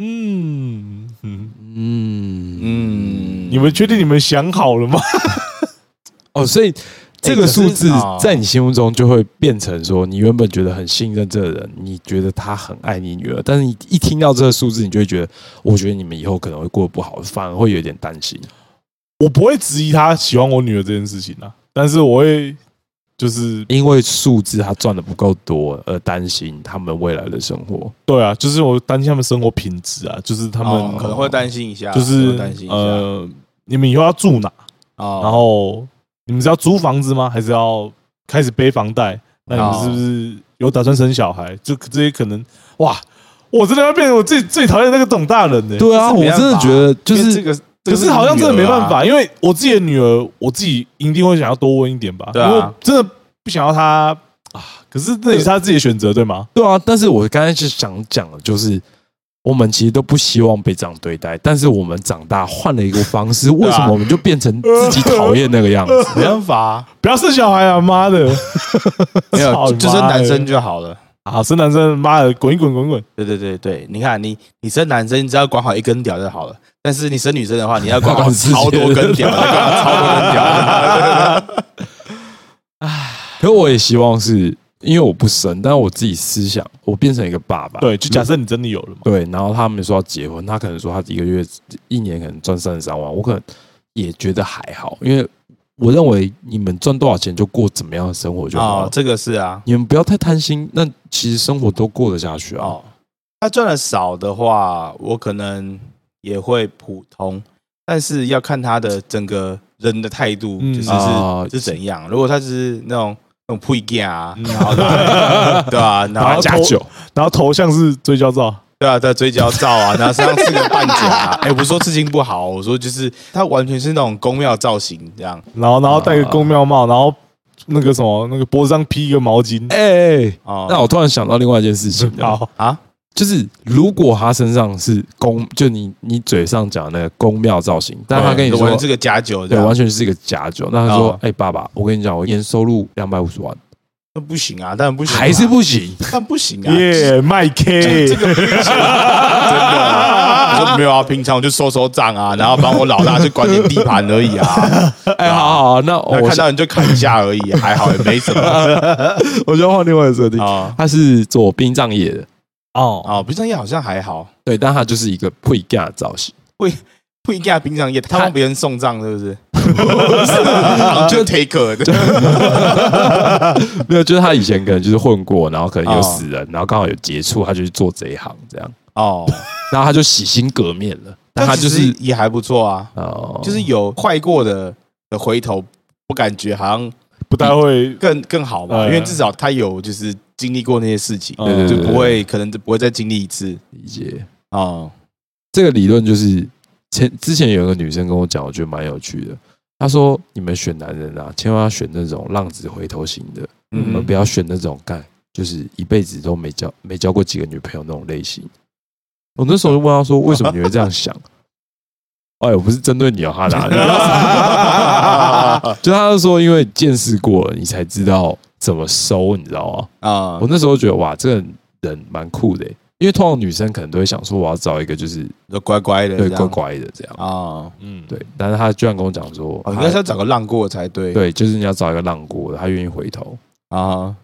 C: 嗯嗯，
B: 嗯
A: 嗯
B: 嗯，
C: 你们确定你们想好了吗？
B: 哦，所以这个
A: 哎可是
B: 数字
A: 哦
B: 在你心目中就会变成说，你原本觉得很信任这个人，你觉得他很爱你女儿，但是你一听到这个数字，你就会觉得，我觉得你们以后可能会过得不好，反而会有点担心。
C: 我不会质疑他喜欢我女儿这件事情啊，但是我会就是
B: 因为数字他赚的不够多，而担心他们未来的生活。
C: 对啊，就是我担心他们生活品质啊，就是他
A: 哦
C: 们
A: 可能会担心一下，
C: 就是
A: 会担心一下。
C: 呃，你们以后要住哪？
A: 哦
C: 然后你们是要租房子吗？还是要开始背房贷？那你们是不是有打算生小孩？就这些可能，哇，我真的要变成我最最讨厌那个懂大人呢、
B: 对啊，
A: 这
B: 我
A: 没办
B: 真
A: 法
B: 的觉得就
A: 因为这
B: 是
A: 个，这
C: 可
A: 个
C: 是好像真的没办
A: 女儿啊
C: 法，因为我自己的女儿，我自己一定会想要多问一点吧，
A: 对啊
C: 因为我真的不想要她啊。可是那也是她自己的选择，对吗？
B: 对啊，但是我刚才是想讲的，就是我们其实都不希望被这样对待，但是我们长大换了一个 方式，
A: 啊
B: 为什么我们就变成自己讨厌那个样子？
A: 没办法啊，
C: 不要生小孩啊！妈的，
A: 没有，
C: 操你
A: 就
C: 妈
A: 生
C: 的
A: 男生就好了。
C: 啊，生男生，妈的，滚一滚滚滚！
A: 对对对对，你看你你生男生，你只要管好一根屌就好了。但是你生女生的话，你要管好超多根 屌，超多根屌。
B: 可我也希望是因为我不生，但我自己思想，我变成一个爸爸。
C: 对，就假设你真的有了嘛，
B: 对，然后他们说要结婚，他可能说他一个月、一年可能赚三十三万，我可能也觉得还好，因为我认为你们赚多少钱就过怎么样的生活就好了。
A: 哦，这个是啊，
B: 你们不要太贪心，那其实生活都过得下去啊。
A: 哦，他赚的少的话，我可能也会普通，但是要看他的整个人的态度，
C: 嗯
A: 就是是、
B: 啊
A: 是怎样。如果他是那种那种配件 啊，
C: 嗯
A: 然后拿对啊，然
C: 然
A: 后
C: 后
A: 加
C: 加酒，
A: 嗯
C: 然后头像是追焦照，
A: 对啊，在追焦照啊，然后身上是个半甲、 啊。哎、我不是说刺青不好，我说就是他完全是那种宫庙造型这样
C: 然后然后戴个公庙帽，然后那个什么，那个脖子上披一个毛巾。
B: 哎、
A: 哦。
B: 那我突然想到另外一件事情，
C: 好，
A: 啊，
B: 就是如果他身上是公，就你你嘴上讲的那个公庙造型，但他跟你
A: 对完
B: 说
A: 全，是个假酒这
B: 对，啊
A: 样，
B: 完全是一个假酒。那他说
A: 哦，
B: 哎、爸爸，我跟你讲，我年收入两百五十万，
A: 那不行啊，当然不行、啊，
B: 还是，不 行。
A: 但不行啊。
C: 耶，麦 K，
A: 这个不行，真的啊、我说没有啊，平常我就收收账啊，然后帮我老大去管点地盘而已啊。
B: 哎、好好好，那
A: 那
B: 我
A: 看到你就砍一下而已，啊还好也没 什么
B: 我就要换另外一个设定。
A: 啊。
B: 他是做殡葬业的，
C: 哦，
A: 啊，冰上业好像还好，
B: 对，但他就是一个配架的造 型，
A: 不一定要冰上业，他帮别人送葬是不是？ 哦就 take 的，
B: 没有，就是他以前可能就是混过，然后可能有
A: 哦
B: 死人，然后刚好有接触，他就去做这一行这样，
A: 哦，
B: 然后他就洗心革面了，但他
A: 但其
B: 就是
A: 实也还不错啊，
B: 哦，
A: 就是有快过的的回头，我感觉好像
C: 不太会，
A: 更更好吧，
C: 嗯
A: 因为至少他有就是经历过那些事情，
C: 对
B: 对对
A: 就
B: 对
A: 不会可能就不会再经历一次
B: 理解。
A: 哦。
B: 这个理论就是前之前有一个女生跟我讲，我觉得蛮有趣的。她说：“你们选男人啊，千万要选那种浪子回头型的，
A: 嗯
B: 而不要选那种干就是一辈子都没交没交过几个女朋友那种类型。”我那时候就问她说：“为什么你会这样想？” 哎，我不是针对你哦，哈达。 就她就说，因为见识过了，你才知道怎么收，你知道吗？
A: 啊
B: 我，那时候觉得哇，这个人蛮酷的欸，因为通常女生可能都会想说，我要找一个就是
A: 就乖乖的，
B: 对，乖乖的这样。
A: 啊。
C: 嗯，
B: 对，但是他居然跟我讲说，
A: 哦，应
B: 他
A: 该是要找个浪过才对。
B: 对，就是你要找一个浪过的，他愿意回头。
A: 啊，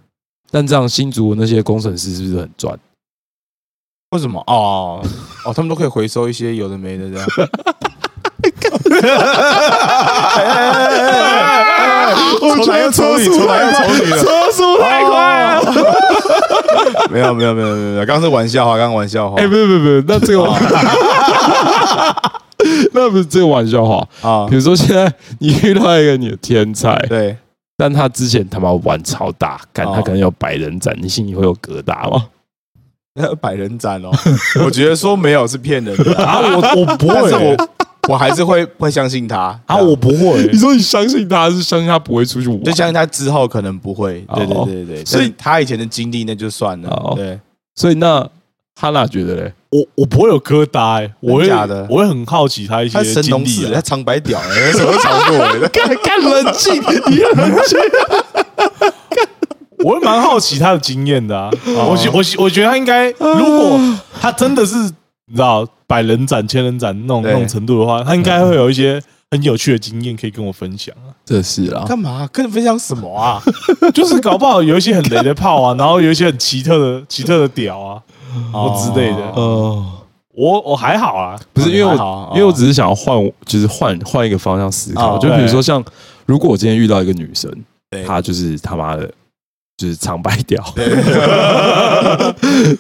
B: 但这样新竹那些工程师是不是很赚？
A: 为什么？哦哦，他们都可以回收一些有的没的这样。
C: 我
A: 出
C: 觉
A: 来
C: 得
A: 又丑女，
C: 车速
A: 出来又
C: 太
A: 丑女了。
C: 车速太快了，
A: 没有没有没有没有没有，刚刚是玩笑话，刚刚玩笑话
B: 哎、不是不是不是，那这个 那不是这个玩笑话。
A: 啊
B: 比。如说现在你遇到一个你的天才，
A: 对，
B: 但他之前他妈玩超大，干他
A: 哦
B: 可能有百人斩，你心里会有疙瘩吗？
A: 百人斩哦，我觉得说没有是骗人的啊，
C: 啊，我我不
A: 但是
C: 会
A: 我我还是会会相信他
C: 啊，我不
B: 你
C: 会，
B: 说你相信他是相信他不会出去玩，
A: 就相信他之后可能不会。对对
B: 哦
A: 对对，
B: 所
A: 所
B: 以
A: 以他以前的经历那就算了
B: 哦。
A: 对，
B: 所以那哈娜觉得嘞，
C: 我我不会有疙瘩，哎我会
A: 真假的
C: 我会很好奇他一
A: 他
C: 些
A: 神
C: 经
A: 农
C: 历
A: 氏，
C: 啊
A: 他，长白屌，哎什么都尝过哎。
B: 干干冷静，你冷 静。
C: 我会蛮好奇他的经验的啊。我觉我觉我觉得他应该，如果他真的是你知道百人斩、千人斩那种
A: 对
C: 那种程度的话，他应该会有一些很有趣的经验可以跟我分享啊？
B: 这是 啦，
A: 干嘛跟你分享什么 啊？
C: 就是搞不好有一些很雷的炮啊，然后有一些很奇特的奇 特的屌啊，
A: 哦
C: 或之类的。
B: 哦，
C: 我我还好啊，
B: 不是因为
A: 还好
B: 我
A: 啊，
B: 因为我只是想要换，就是换换一个方向思考。
A: 哦
B: 就比如
C: 对
B: 说像，如果我今天遇到一个女生，
A: 对
B: 她就是他妈的，就是长白屌，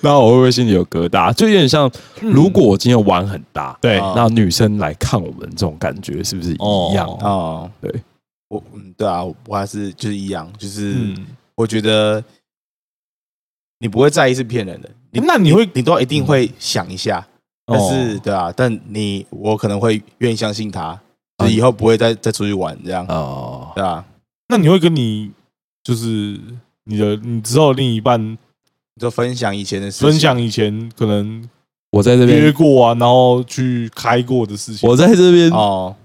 B: 然后我会不会心里有疙瘩？就有点像，
A: 嗯
B: 如果我今天玩很大，
C: 对
A: 哦
B: 那女生来看我们这种感觉是不是一样？
C: 哦
A: 哦，
B: 对，
A: 我嗯，对啊，我还是就是一样，就是、
C: 嗯，
A: 我觉得你不会在意是骗人的，你
C: 那你会
A: 你都一定会想一下，但是
C: 嗯哦
A: 对啊，但你我可能会愿意相信他，
C: 啊
A: 就是以后不会再再出去玩这样，
B: 哦，
A: 对啊，
C: 那你会跟你就是你的你之后的另一半
A: 你就分享以前的事情，
C: 分享以前可能
B: 我在这
C: 约
B: 边，
C: 过啊，然后去开过的事情。
B: 我在这边
A: 哦，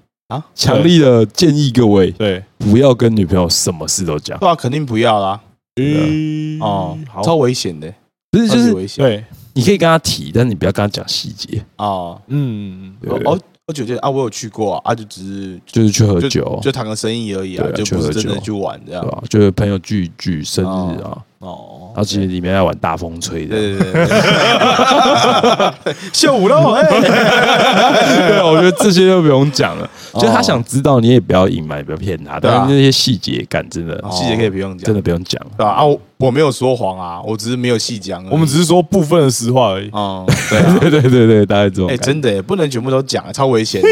B: 强力的建议各位，
C: 对，
B: 不要跟女朋友什么事都讲，
A: 对啊，肯定不要啦，
C: 诶
A: 哦，
C: 嗯好，
A: 超危险的，
B: 不是
A: 超
B: 就
A: 级
B: 是
A: 危险
C: 对，
B: 你可以跟她提，但是你不要跟她讲细节，
A: 哦，
C: 嗯，
B: 对
A: 哦，哦我觉得啊，我有去过啊，啊就只是
B: 就是去喝
A: 就
B: 酒，
A: 就谈个生意而已啊
B: 哦对啊，
A: 就不是
B: 去喝
A: 真的
B: 酒
A: 去玩这样
B: 对，吧？啊就是朋友聚一聚，生日啊，
C: 哦
B: 然，后其实里面在玩大风吹的，
A: 对对对对， 秀舞喽，哎，
B: 对，啊我觉得这些就不用讲了。
A: 哦
B: 就是他想知道，你也不要隐瞒，也不要骗他，
A: 对啊哦
B: 但是那些细节感真的
A: 细节可以不用讲，
B: 真的不 用讲。
A: 对吧？啊，我我没有说谎啊，我只是没有细讲而已，
C: 我们只是说部分的实话而已。
A: 哦，对啊，
B: 对对对对，大概这种
A: 哎，
B: 感觉。
A: 真的耶不能全部都讲，超危险的，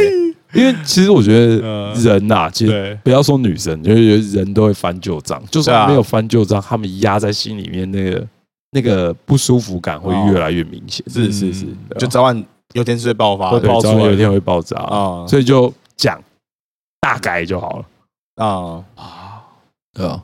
B: 因为其实我觉得
C: 呃
B: 人呐，其实
C: 对，
B: 不要说女生，就是人都会翻旧账，就
A: 嗯对啊
B: 算没有翻旧账，他们压在心里面那个那个不舒服感会越来越明显。
A: 哦
B: 啊
A: 是是是
C: 嗯，
A: 就早晚有天是会爆发
C: 会
A: 的
B: 对，
C: 爆
B: 早晚
C: 出来
B: 有一天会爆炸
A: 啊
B: 所以就讲大概就好了。
A: 啊，
B: 对啊，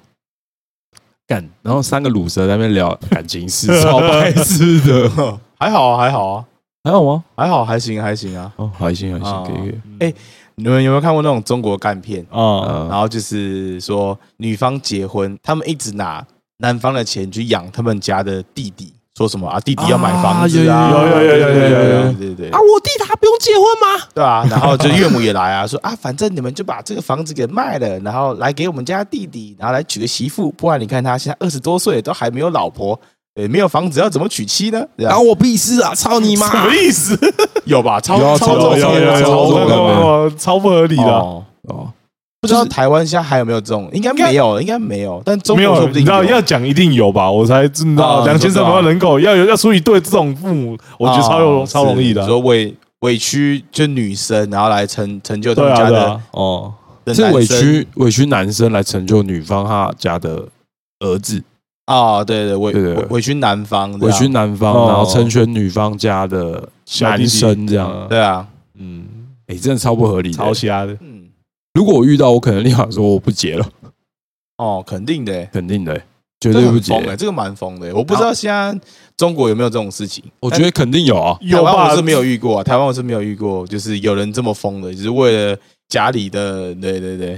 B: 干，然后三个卤蛇在那边 聊感情事，超白痴的，
A: 还好啊还好啊
B: 还好吗？
A: 还好还行还行啊，
B: 哦，还行还
A: 哦
B: 行，可以可以。
A: 哎你们有没有看过那种中国干片？
C: 啊，
A: 然
B: 呃，
A: 后就是说女方结婚，他们一直拿男方的钱去养他们家的弟弟，说什么啊弟弟要买房子啊，
B: 啊有有有有有有有有有
A: 对对对
B: 啊，我弟他不用结婚吗？
A: 对啊，然后就岳母也来啊，说啊反正你们就把这个房子给卖了，然后来给我们家弟弟，然后来娶个媳妇，不然你看他现在二十多岁都还没有老婆。对，没有房子要怎么娶妻呢？对啊
B: 然后，我屁事啊，操你妈！
C: 什么意思？
A: 有吧？超
B: 有啊
A: 超
B: 有
A: 重
B: 有有有
A: 超
B: 有有
A: 重
B: 有有
C: 超超不合理的。
A: 哦
B: 哦，
A: 不知道台湾现在还有没有这种？应该没有，应该没有。但中
C: 没
A: 国说
C: 有，
A: 不
C: 你
A: 定
C: 知道要讲一定有吧？我才知道
A: 啊
C: 两千三百万人口要有要出一对这种父母，我觉得超容
A: 哦
C: 超容易的
A: 是
C: 啊。
A: 说委委屈就女生，然后来成成就他
C: 对
A: 们
C: 啊，
A: 家
C: 对
A: 的
C: 啊，哦，
A: 的
B: 是
A: 男
B: 委
A: 生
B: 屈委屈男生来成就女方他家的儿子，
A: 啊，对对委
B: 对对
A: 委
B: 对
A: 委屈男方，
B: 委屈男方，
C: 哦
B: 然后成全女方家的
C: 小弟
B: 男
C: 弟
B: 生这样，，
A: 对啊，
C: 嗯，
B: 哎，真的超不合理的。
C: 超瞎的。
A: 嗯，
B: 如果我遇到，我可能立马说我不结了，
A: 哦，肯定的欸，
B: 肯定的，绝对不
A: 很
B: 结
A: 疯。哎，这个蛮疯的欸。我不知道现在中国有没有这种事情，
B: 我觉得肯定有啊，
A: 但台
C: 有
A: 湾
C: 吧？
A: 我是没有遇过啊，台湾我是没有遇过，就是有人这么疯的，就是为了家里的，对对对，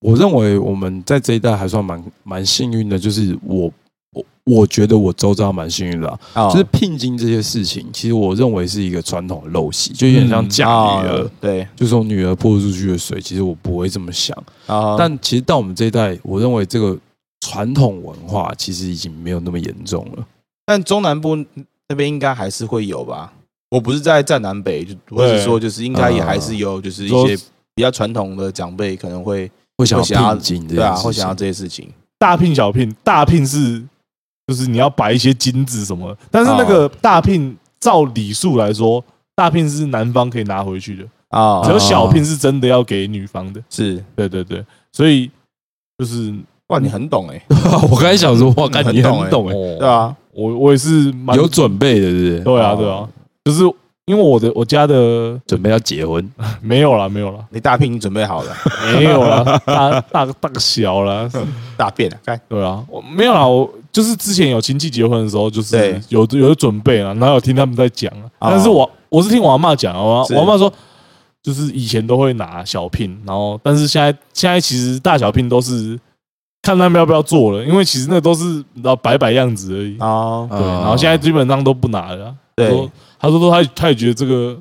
B: 我认为我们在这一代还算蛮蛮幸运的，就是我我我觉得我周遭蛮幸运的、啊，
A: 啊
B: 就是聘金这些事情，其实我认为是一个传统的陋习，就有点像嫁
A: 啊
B: 女儿，
A: 对
B: 就是我女儿泼出去的水，其实我不会这么想。
A: 啊，
B: 但其实到我们这一代，我认为这个传统文化其实已经没有那么严重了。
A: 但中南部那边应该还是会有吧？我不是在站南北，就我只是说，就是应该也还是有，就是一些比较传统的长辈可能会
B: 会想
A: 会想要
B: 要聘金这
A: 对啊，
B: 件
A: 会
B: 事
A: 想 要
B: 情，
A: 这些事情
C: 大聘小聘，大聘是就是你要摆一些金子什么的，但是那个
B: 啊
C: 大聘照礼数来说，大聘是男方可以拿回去的，
A: 啊
C: 只有小聘是真的要给女方的。
A: 是
C: 对对对，所以就是
A: 哇，你很懂哎、
B: 我刚才想说，哇，看你
A: 很懂
B: 很懂哎、
A: 对啊，
C: 我我也是蛮
B: 有准备的，是不是？
C: 对啊对啊，就是因为我的我家的
B: 准备要结婚，
C: 没有啦没有啦
A: 你大聘你准备好了，
C: 没 有啦，大大大小啦，
A: 大便了，该
C: 对啊，我没有啦，我就是之前有亲戚结婚的时候，就是
A: 对
C: 有有准备啊，然后有听他们在讲啊，
A: 哦
C: 但是我我是听我阿妈讲啊，我阿
A: 是
C: 我阿妈说，就是以前都会拿小聘，然后但是现在现在其实大小聘都是看他们要不要做了，因为其实那都是你知道摆摆样子而已，
A: 哦，
C: 对，然后现在基本上都不拿了啊、
A: 对
C: 他说他说他他也觉得这个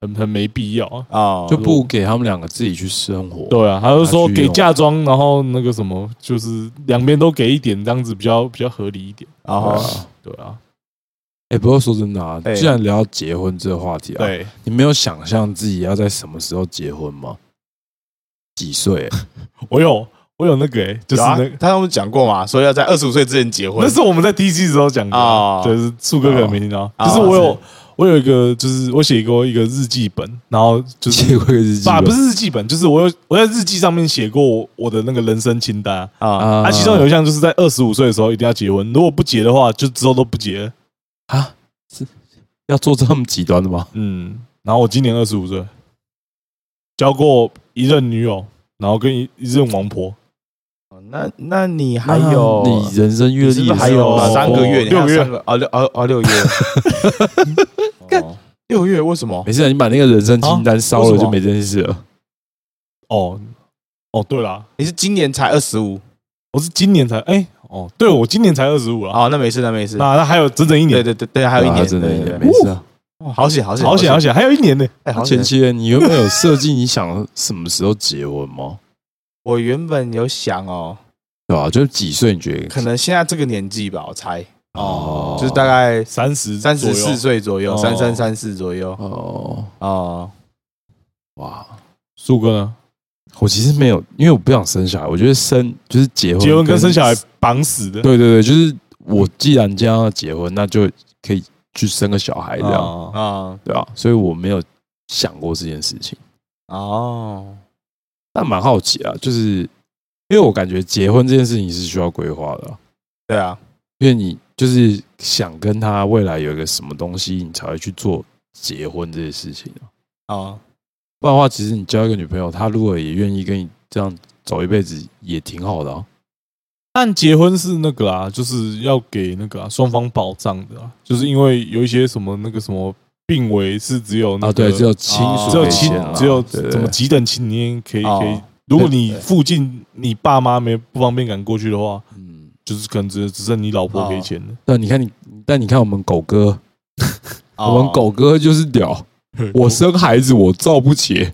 C: 很很没必要啊。
A: 哦，
B: 就不给他们两个自己去生活。
C: 对啊，他就说
B: 拿去
C: 给
B: 用
C: 嫁妆，然后那个什么，就是两边都给一点，这样子比较比较合理一点。
A: 哦，
C: 对啊，
B: 哎、不过说真的啊，
A: 哎
B: 既然聊到结婚这个话题啊，
C: 对，
B: 你没有想象自己要在什么时候结婚吗？几岁、
C: 我有我有那个、欸，就是
A: 有啊
C: 那个，
A: 他们讲过嘛，说要在二十五岁之前结婚
C: 那。是我们在第一季的时候讲的
A: 哦
C: 啊，对，是树哥可能没听到，
A: 哦
C: 啊就是我
A: 是
C: 有我有一个，就是我写过一个日记本，然后就
B: 就是结婚日记
C: 啊，
B: 本
C: 不是日记本，就是我有我在日记上面写过我我的那个人生清单啊，
A: 啊
B: 啊
C: 啊，其中有一项就是在二十五岁的时候一定要结婚，如果不结的话，就之后都不结了。
B: 啊，是要做这么极端的吗？
C: 嗯，然后我今年二十五岁，交过一任女友，然后跟一一任王婆，
A: 那那你还有
B: 那你人生
A: 你
B: 阅历
A: 是不
B: 也
A: 是
B: 是
A: 还有啊
B: 哦
A: 三个月？你还有
C: 六个月
A: 三个哦六哦哦六月，干
B: 哦
A: 六月为什么？
B: 没事啊，你把那个人生清单烧
A: 啊
B: 了
A: 为什么
B: 就没这件事了。
C: 哦哦，对啦，
A: 你是今年才二十五？
C: 我是今年才哎、哦，对我今年才二十五了，
A: 哦，那没事，那没事。
C: 那那还有整整一
A: 嗯对
C: 年，
A: 对对对，还有一
B: 对
A: 年，
B: 啊真的一
A: 对
B: 年，
A: 对
B: 没事啊。
A: 对好险好险
C: 好险好
A: 险！
C: 险，还有一年呢、
A: 哎，好险
B: 前！期你原本有设计你想什么时候结婚吗？
A: 我原本有想哦，
B: 对吧、就是几岁你觉得
A: 可能现在这个年纪吧，我猜
B: 哦
A: 就是大概
C: 三十
A: 三十四，岁左右，
C: 哦
A: 三三三四左右
B: 哦
A: 哦。
B: 哇，
C: 树哥呢？
B: 我其实没有，因为我不想生小孩。我觉得生就是结婚，
C: 结婚跟生小孩，绑死的，
B: 对对对，就是我既然这样要结婚，那就可以去生个小孩这样，
C: 哦
A: 啊
B: 对啊，所以我没有想过这件事情，
A: 哦，
B: 但蛮好奇啊，就是因为我感觉结婚这件事情是需要规划的啊、
A: 对啊，
B: 因为你就是想跟他未来有一个什么东西，你才会去做结婚这些事情啊。
A: 哦，
B: 不然的话，其实你交一个女朋友，她如果也愿意跟你这样走一辈子，也挺好的啊。
C: 但结婚是那个啦，就是要给那个啊双、方保障的啊，就是因为有一些什么那个什么病危是只有那个、
B: 啊，对，只有亲
A: 哦
B: 属
C: 只有
B: 可以
C: 亲
B: 签啊，
C: 只有
B: 对对
C: 怎么几等亲你也可以
A: 哦
C: 可以，如果你
A: 对对
C: 附近你爸妈没不方便赶过去的话，
B: 嗯，
C: 就是可能只只剩你老婆可以签了。
B: 但你看你，但你看我们狗哥，
A: 哦
B: 我们狗哥就是 屌，我生孩子我照不起。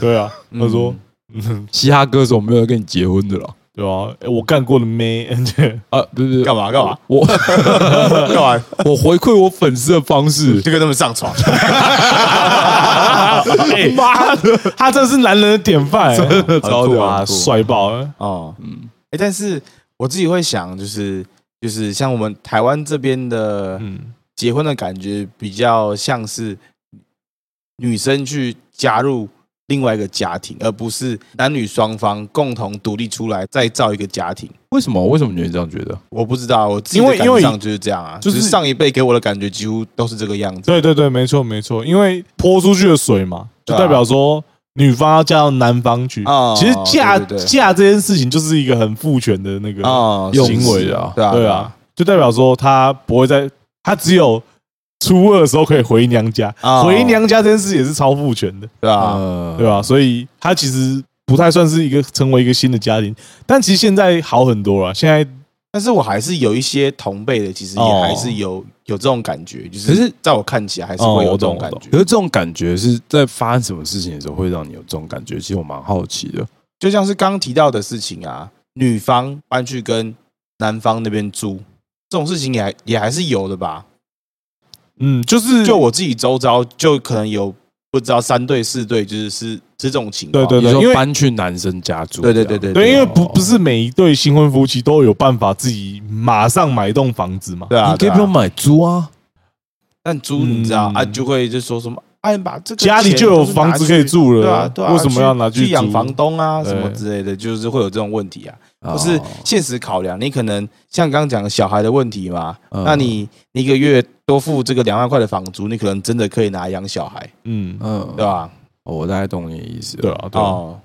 C: 对啊，
A: 嗯
C: 他说，嗯
B: 嘻哈歌手没有人跟你结婚的了
C: 对啊，诶我干过了 没？对
B: 啊，不是不是，
A: 干嘛干嘛？
B: 我
A: 干嘛？
B: 我回馈我粉丝的方式，
A: 就跟他们上床，
C: 哎妈的，他真的是男人的典范，
A: 超
C: 对
A: 屌
C: 啊，
A: 很酷
C: 帅爆了！
A: 哦，
B: 嗯，
A: 哎，但是我自己会想，就是就是像我们台湾这边的
C: 嗯，
A: 结婚的感觉，比较像是女生去加入另外一个家庭，而不是男女双方共同独立出来再造一个家庭。
B: 为什么为什么你会这样觉得？
A: 我不知道，我自己
C: 因
A: 的
C: 为
A: 感
C: 因
A: 觉
C: 为
A: 上就是这样啊，
C: 就
A: 就是是上一辈给我的感觉几乎都是这个样子。
C: 对对对，没错没错，因为泼出去的水嘛，就
A: 对啊
C: 代表说女方要嫁到男方去。
A: 哦
C: 其实嫁
A: 对对对
C: 嫁这件事情就是一个很父权的那个
A: 哦，
B: 用
A: 是
C: 行为
B: 词
C: 的
B: 啊
A: 对啊，
C: 对啊，，就代表说他不会在，他只有初二的时候可以回娘家，
A: 哦
C: 回娘家这件事也是超父权的，
A: 对啊，
B: 啊
C: 对吧、所以他其实不太算是一个成为一个新的家庭，但其实现在好很多了，现在
A: 但是我还是有一些同辈的，其实也
C: 哦
A: 还是有有这种感觉，就是
B: 可是
A: 在我看起来还是会有这种感觉
B: 可。是这种感觉是在发生什么事情的时候会让你有这种感觉？其实我蛮好奇的。
A: 就像是刚刚提到的事情啊，女方搬去跟男方那边住，这种事情也还也还是有的吧？
C: 嗯，就是
A: 就我自己周遭，就可能有不知道三对四对，就是是是这种情况。
C: 对对
B: 你说
C: 因为
B: 搬去男生家住这
A: 对
B: 样，
A: 对对对
C: 对，因为不
B: 哦
C: 不是每一对新婚夫妻都有办法自己马上买一栋房子嘛，
A: 对啊，
B: 你可
A: 对
B: 以
A: 啊
B: 不用买租啊。
A: 但租你知道、
C: 嗯
A: 啊，就会就说什么，哎、把这个
C: 家里就有房子可以
A: 钱都是拿去，
C: 住
A: 对
C: 了
A: 啊，，对啊，
C: 为什么要拿
A: 去
C: 租
A: 养房？东啊，
C: 对哦
A: 什么之类的，就是会有这种问题啊，
B: 不
A: 或是现实考量，你可能像刚刚讲的小孩的问题嘛，
B: 嗯
A: 那你你一个月多付这个两万块的房租，你可能真的可以拿来养小孩，
C: 嗯，
B: 嗯，
A: 对吧？
B: 哦我大概懂你的意思了。
C: 对啊，对啊，
A: 哦，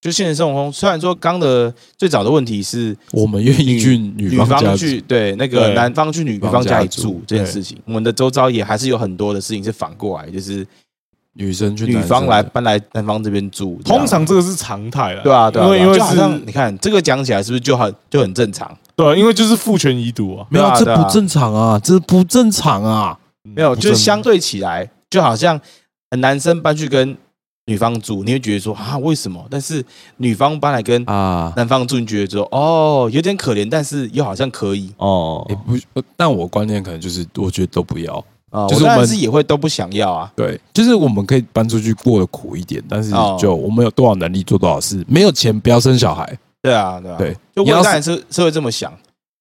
A: 就现实生活中，虽然说刚的最早的问题是
B: 我们愿意去女
A: 女
B: 方家
A: 方
B: 住
A: 去对那个
C: 对
A: 男方去女
B: 方
A: 方家里住
B: 家住
A: 这件
C: 对
A: 事情，我们的周遭也还是有很多的事情是反过来，就是
B: 女生去
A: 女
B: 男生
A: 方来
B: 家
A: 搬来男方这边住，这样
C: 通常这个是常态了，
A: 对啊，对啊，
C: 因为因为
A: 对啊就好像
C: 是，
A: 你看这个讲起来是不是就很就很正常？
C: 对啊，因为就是父权遗毒啊，
B: 没有
A: 对啊对
B: 这
A: 啊
B: 不正常啊，这不正常啊。
A: 没有，
C: 不
A: 就是
C: 正
A: 相对起来，就好像呃男生搬去跟女方住，你会觉得说啊为什么？但是女方搬来跟
B: 啊，
A: 男方住，你觉得说哦有点可怜，但是又好像可以
C: 哦
B: 也，不，呃但我观念可能就是，我觉得都不要。
A: 啊。
B: 就是
A: 我当
B: 我
A: 然
B: 们
A: 是也会都不想要啊。
B: 对，就是我们可以搬出去过得苦一点，但是
A: 哦
B: 就我们有多少能力做多少事，没有钱不要生小孩。
A: 对啊，对啊，
B: 对
A: 就
B: 你
A: 我
B: 要
A: 当然是是会这么想，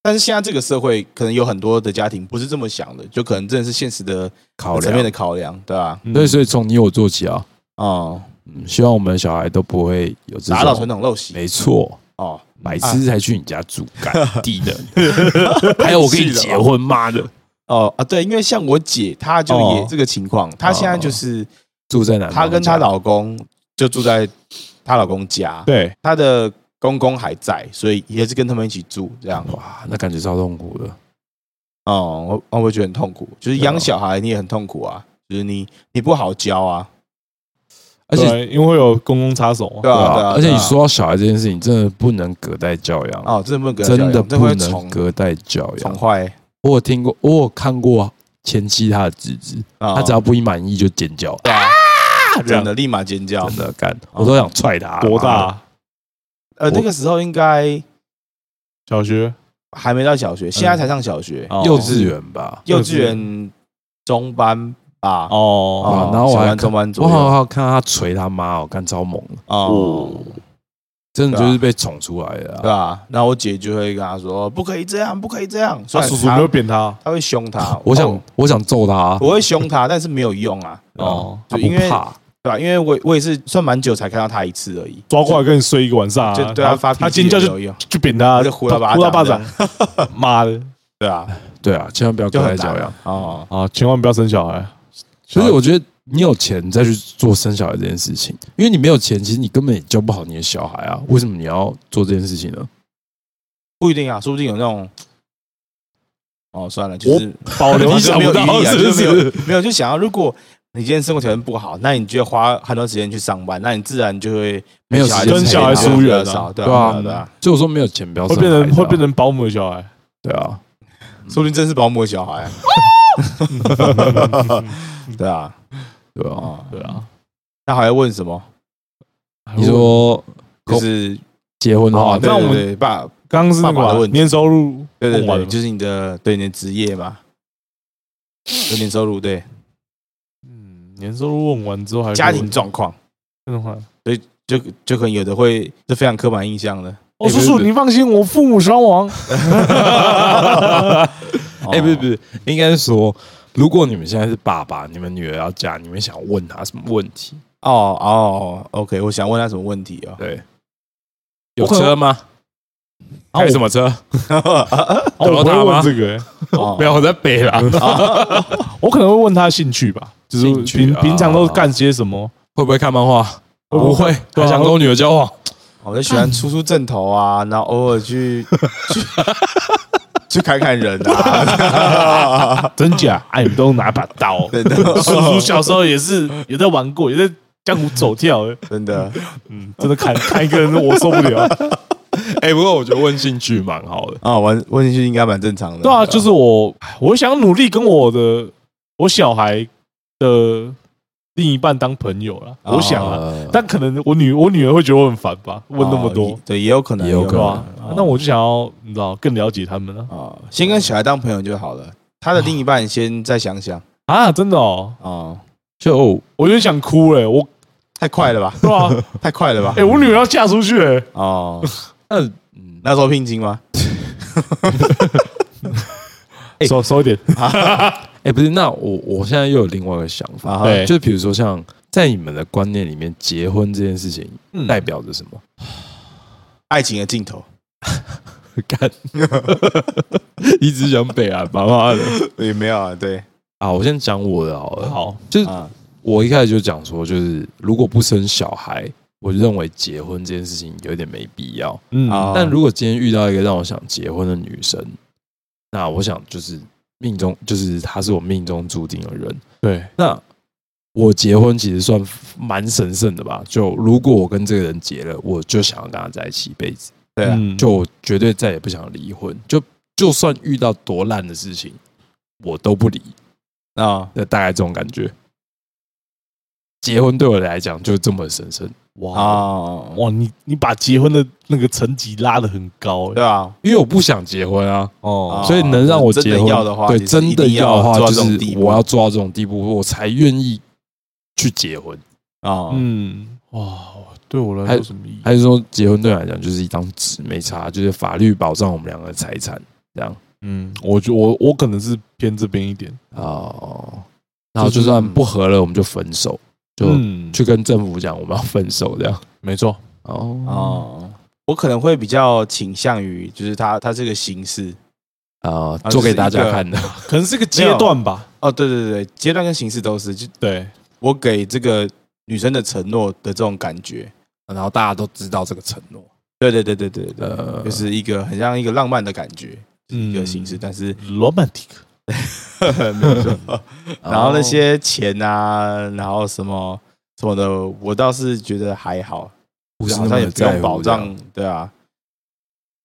A: 但是现在这个社会可能有很多的家庭不是这么想的，就可能真的是现实的
B: 考
A: 层面
B: 量
A: 的。考量，对吧、
C: 嗯
B: 对，所以从你我做起啊，
A: 哦，
B: 嗯，希望我们的小孩都不会有这
A: 打倒传
B: 种。
A: 统陋习
B: 没错，
A: 哦，
B: 白痴才去你家住，干地的。 还有我跟你结婚，妈的，
A: 哦啊，对，因为像我姐，她就也
C: 哦
A: 这个情况，她现在就是
B: 住在哪？
A: 她跟她老公就住在她老公家，
C: 对，
A: 她的公公还在，所以也是跟他们一起住这样。
B: 哇，那感觉超痛苦的。
A: 哦，我我会觉得很痛苦，就是
B: 对啊
A: 养小孩你也很痛苦啊，就是你你不好教啊，
B: 而且，
C: 对因为会有公共插手嘛
A: 对，啊，对啊，
B: 而且
A: 对
B: 你
A: 啊
B: 说到小孩这件事情，真的不能隔代教养，
A: 哦，真的不能隔代教
B: 真
A: 养
B: 的
A: 这
B: 不
A: 会
B: 能
A: 宠
B: 隔代教啊
A: 宠
B: 养。
A: 坏
B: 我有听过，我有看过前妻她的侄子，
A: 啊
B: 他只要不一满意就尖叫，
A: 对啊，
C: 这
A: 真
C: 样
A: 的立马尖叫
B: 真。的干，
A: 哦
B: 我都想踹他。
C: 多大
B: 妈的？
C: 啊？
A: 呃，那个时候应该
C: 小学、
A: 还没到小学，现在才上小学，
B: 嗯哦幼稚园吧。
A: 幼稚园中班吧。
C: 哦，
B: 啊
A: 哦，
B: 然后我
A: 小
B: 还
A: 班中班左
B: 我好
A: 右
B: 好看到他捶他妈，我看超猛的，
A: 哦，
C: 啊
B: 真的就是被宠出来的
A: 啊对
B: 啊。
A: 吧？然后我姐就会跟他说：“不可以这样，不可以这
B: 啊，
A: 样。”
C: 他
A: 所以
C: 叔叔没有扁他啊
A: 他会凶他
B: 我想
A: 哦
B: 我想揍他，
A: 我会凶他，但是没有用啊，
C: 哦，
B: 他
A: 就
B: 不
A: 因为
B: 怕。
A: 对吧？因为我我也是算蛮久才看到他一次而已，
C: 抓过来跟你睡一个晚上啊，
A: 就对他发
C: 他
A: 脾气
C: 尖
A: 也
C: 叫
A: 没
C: 就
A: 有用，
C: 就扁他，
A: 就呼他巴掌
C: 呼他巴掌，妈的
A: 对啊，
B: 对啊，千万不要
A: 就
B: 隔代
A: 很
B: 教
A: 难
B: 养
A: 啊。哦，
C: 啊！千万不要生小孩，
B: 所以我觉得你有钱再去做生小孩这件事情，因为你没有钱，其实你根本也教不好你的小孩啊。为什么你要做这件事情呢？
A: 不一定啊，说不定有那种。哦，算了， 就是
C: 保留
A: 你
C: 你
A: 想
C: 想
A: 不
C: 不
A: 到
C: 到
A: 是
C: 啊是
A: 不
C: 不
A: 是？
C: 是？
A: 没有，啊就想要如果你今天生活条件不好，那你就要花很多时间去上班，那你自然就会
B: 没有时间
A: 跟
B: 陪
A: 小孩
B: 他
A: 疏
C: 对
A: 远
C: 啊
A: 少，对
B: 对
A: 啊，
B: 啊
A: 对啊，
B: 所以我说没有钱不要
C: 会
B: 生
C: 变
B: 孩
C: 成
B: 子啊
C: 会变成保姆的小孩，
B: 对啊，
A: 说不定真是保姆的小孩，啊对啊，
B: 对啊。
A: 哦，
C: 对啊。哎
A: 那还要问什么？
B: 你说
A: 就是
B: 结婚的话
A: 哦，，对
C: 啊那我们
A: 对对爸，
C: 刚刚是那
A: 爸爸的
C: 个
A: 问
C: 嘛
A: 题
C: 年收入
A: 对对
C: 问完
A: 对，
C: 了
A: 就是你的对你的职业 嘛，有点收入，对
C: 嗯，年收入问完之后还
A: 家庭状况，
C: 真的话，
A: 就就可能有的会是非常刻板印象的。
C: 哦，
B: 哎
C: 叔
B: 不是
C: 叔
B: 不是
C: 您放心，我父母双亡。
B: 哎，不是不
A: 是，
B: 是，应该是说，如果你们现在是爸爸，你们女儿要嫁，你们想问她什么问题？
A: 哦哦，OK，我想问他什么问题哦？
B: 对，有
C: 我可能
B: 车吗？
C: 啊
B: 开什么车？
C: 哦我不
B: 等到
C: 会
B: 他吗
C: 问这个，欸
A: 哦
B: 不要我在背了，
C: 啊我可能会问他兴趣吧，就是
B: 兴趣
C: 平
B: 啊
C: 平常都干些 什么。
B: 会不会看漫画？
C: 哦
B: 不会，
C: 对
B: 还
C: 啊
B: 想跟我女儿交往？
A: 我就喜欢出出正头啊，然后偶尔 去去去砍砍人 啊，
C: 真假？哎，你们都拿把刀。
A: 真的
C: 叔叔 小时候也是有在玩过，也在江湖走跳欸的。
A: 真的
C: 嗯，真的 砍砍一个人，我受不了。
B: 哎，不过我觉得问兴趣蛮好的。
A: 啊，玩问进去应该蛮正常的。
C: 对啊，就是我，我想努力跟我的我小孩的另一半当朋友啦。
A: 哦
C: 我想啊，
B: 呃，
C: 但可能我女我女儿会觉得我很烦吧，问那么
A: 哦
C: 多，
A: 对，也有可能，哦
B: 也有
A: 也
B: 可
C: 对
B: 能
C: 吧？那我就想要你知道更了解他们啊。
A: 啊，先跟小孩当朋友就好了。他的另一半先再想想
C: 啊，真的哦，
A: 哦，
B: 就
C: 我有点想哭哎，我
A: 太快了吧，
C: 对 啊，
A: 太快了吧
C: 哎，？我女儿要嫁出去哎，
A: 哦，
B: 那嗯，
A: 那时候聘金吗？
C: 收收一点，
B: 哎，不是，那我我现在又有另外一个想法，
A: 啊哈，
C: 对
B: 就比如说像在你们的观念里面，结婚这件事情
C: 嗯
B: 代表着什么？
A: 爱情的尽头
B: 干，一直想北啊，妈妈 的
A: 也没有啊，对
B: 啊！我先讲我的好了，
C: 嗯好，
B: 就是
A: 啊，
B: 我一开始就讲说，就是如果不生小孩，我认为结婚这件事情有点没必要。
C: 嗯
A: 好
B: 但如果今天遇到一个让我想结婚的女生，那我想就是命中，就是她是我命中注定的人。
C: 对，
B: 那我结婚其实算蛮神圣的吧？就如果我跟这个人结了，我就想要跟他在一起一辈子。
A: 对啊，
C: 嗯
B: 就我绝对再也不想离婚，就就算遇到多烂的事情，我都不离。
A: 啊，
B: 那大概这种感觉，结婚对我来讲就这么神圣，
C: 哇
A: 哦，
C: 哇，你你把结婚的那个层级拉得很高欸
A: 对啊，
B: 因为我不想结婚啊，
A: 啊
C: 哦
B: 所以能让我
A: 真的
B: 结婚
A: 要的话
B: 对，
A: 其实
B: 真的
A: 一定要
B: 要的话，
A: 做
B: 就
A: 到这种
B: 是
A: 地步
B: 我要做到这种地步，我才愿意去结婚。
A: 哦，
C: 嗯，哇，对我来
B: 还
C: 说有什么意义？
B: 还是说，结婚对我来讲就是一张纸，没差，就是法律保障我们两个的财产这样。
C: 嗯，我觉我我可能是偏这边一点，
B: 哦，然后就算不合了，我们就分手，就
C: 嗯，
B: 去跟政府讲我们要分手这样。
C: 没错，
B: 哦
A: 哦，我可能会比较倾向于就是它它这个形式
B: 啊，
A: 啊
B: 做
A: 就
B: 给
A: 是
B: 大
A: 一
B: 家
A: 个
B: 看的。
C: 可能是个阶段吧。
A: 哦，对对对，阶段跟形式都是，就
C: 对，
A: 我给这个女生的承诺的这种感觉，
B: 然后大家都知道这个承诺，
A: 对对对对对对，
B: 呃，
A: 就是一个很像一个浪漫的感觉，
C: 嗯
A: 一个形式，但是
C: romantic，
A: 没有错。
B: 哦
A: 然后那些钱啊，然后什么什么的，我倒是觉得还好，
B: 不是
A: 好
B: 那
A: 像
B: 么
A: 也
B: 的
A: 不
B: 在
A: 用
B: 乎
A: 保
B: 这样
A: 障，对啊。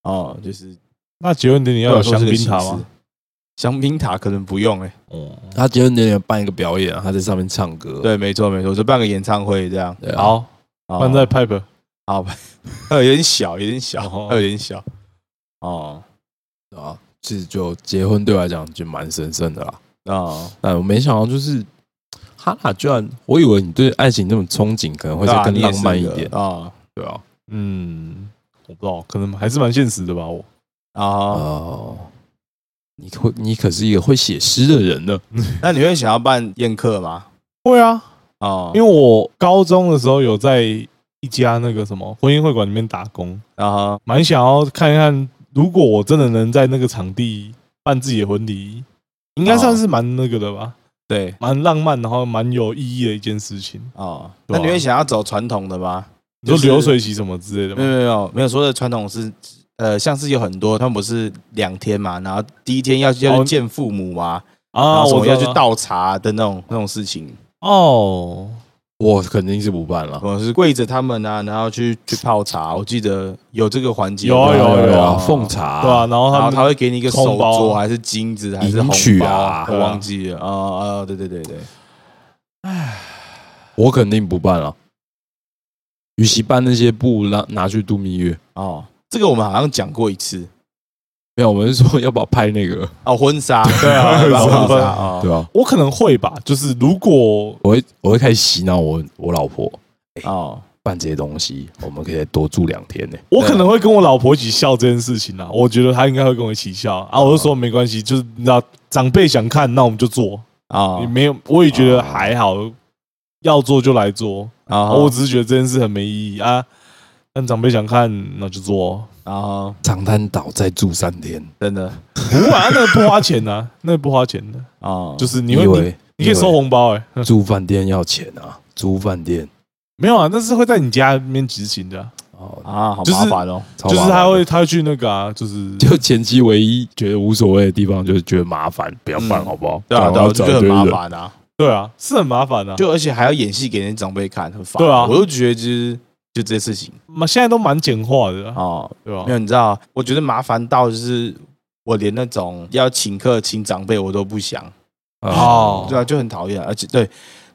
A: 哦，就是
C: 那结婚典礼要有
A: 对我
C: 香
A: 说是个
C: 槟塔
A: 形式
C: 吗？？
A: 香槟塔可能不用哎、
C: 哦，
B: 他结婚典礼办一个表演啊，他在上面唱歌。
A: 对，没错没错，就办个演唱会这样。
B: 对啊，
C: 好，
A: 哦
C: 放在 pipe，
A: 好吧，有点小，有点小
C: 哦，
A: 有点小。哦，
B: 对啊，其实就结婚对我来讲就蛮神圣的啦。
A: 哦，
B: 但我没想到就是哈娜居然，我以为你对爱情那种憧憬可能会
A: 对
B: 再
A: 啊
B: 更
A: 你也
B: 浪
A: 是
B: 漫一
A: 个
B: 点，
A: 哦
B: 对啊。
C: 嗯，我不知道，可能还是蛮现实的吧。我
A: 哦，
B: 哦，你会你可是一个会写诗的人呢。
A: 那你会想要办宴客吗？
C: 会啊，
A: 哦，
C: 因为我高中的时候有在一家那个什么婚姻会馆里面打工，
A: 然后
C: 蛮想要看一看，如果我真的能在那个场地办自己的婚礼，应该算是蛮那个的
A: 哦
C: 吧，
A: 对
C: 蛮浪漫，然后蛮有意义的一件事情。
A: 哦，
C: 对
A: 那
C: 啊
A: 你会想要走传统的吗？
C: 你说
A: 就是
C: 流水席什么之类的
A: 没有
C: 吗？
A: 没有没有说的传统是，呃，像是有很多他们不是两天嘛，然后第一天要要
C: 哦
A: 去见父母嘛，然
C: 啊，
A: 后什
C: 我
A: 么要
C: 知
A: 去
C: 道了
A: 倒茶的那种那种事情，
C: 哦，
B: 我肯定是不办了。
A: 我哦是跪着他们啊，然后去去泡茶，我记得有这个环节，
C: 有啊
B: 对
C: 有
B: 啊
C: 啊
B: 对
C: 有
A: 哎
B: 啊，
C: 啊
B: 奉茶，
C: 对啊，，然后
A: 然后
C: 他
A: 他
C: 们
A: 会给你一个手
C: 红包
A: 镯，还是金子，还是
B: 迎
A: 红
B: 娶
A: 包
B: 啊
A: 我
C: 对啊
A: 忘记了啊啊！对对对对，
B: 我肯定不办了。与其办那些布拿拿去度蜜月，
A: 哦，这个我们好像讲过一次
B: 没有，我们是说要不要拍那个，
A: 哦，婚纱对啊
C: 对啊
A: 婚纱
C: 婚纱
A: 啊，
B: 对吧？
C: 我可能会吧，就是如果
B: 我会我会开始洗脑我我老婆
A: 哦
B: 办这些东西，我们可以再多住两天呢。
C: 我可能会跟我老婆一起笑这件事情啊，我觉得她应该会跟我一起笑啊。我就说没关系，就是你知道长辈想看，那我们就做。
A: 哦
C: 也没有，我也觉得还好，要做就来做。
A: 然
C: 哦我只是觉得这件事很没意义啊。但长辈想看，那就做。哦
A: 然后
B: 长滩岛再住三天，
A: 真的
C: 不会啊，那个不花钱呐，那个不花钱的，
A: 哦，
C: 就是是你
B: 以
C: 会你
B: 为
C: 你可以收红包哎，
B: 以为
C: 哼
B: 住饭店要钱啊？租饭店
C: 没有啊，那是会在你家里面执行的啊，
B: 哦，
A: 啊，好
C: 就是
A: 麻烦哦，
B: 超
C: 就是
B: 麻烦
C: 他
B: 的
C: 会他会去那个啊，就是
B: 就前期唯一觉得无所谓的地方，就是觉得麻烦，不要办
A: 嗯
B: 好不好？
A: 对啊对
B: 干嘛
A: 啊，
B: 要
A: 我就
B: 找
A: 觉得很
B: 一堆
A: 麻
B: 人
A: 烦啊，
C: 对啊，是很麻烦的。就
A: 就而且还要演戏给人长辈看，很烦。
C: 对啊
A: 我就觉得就是就这些事情
C: 嘛，现在都蛮简化的啊，
A: 哦，
C: 对
A: 没
C: 吧？
A: 有你知道，我觉得麻烦到就是我连那种要请客请长辈我都不想。
B: 哦，
A: 对啊，就很讨厌啊。而且对，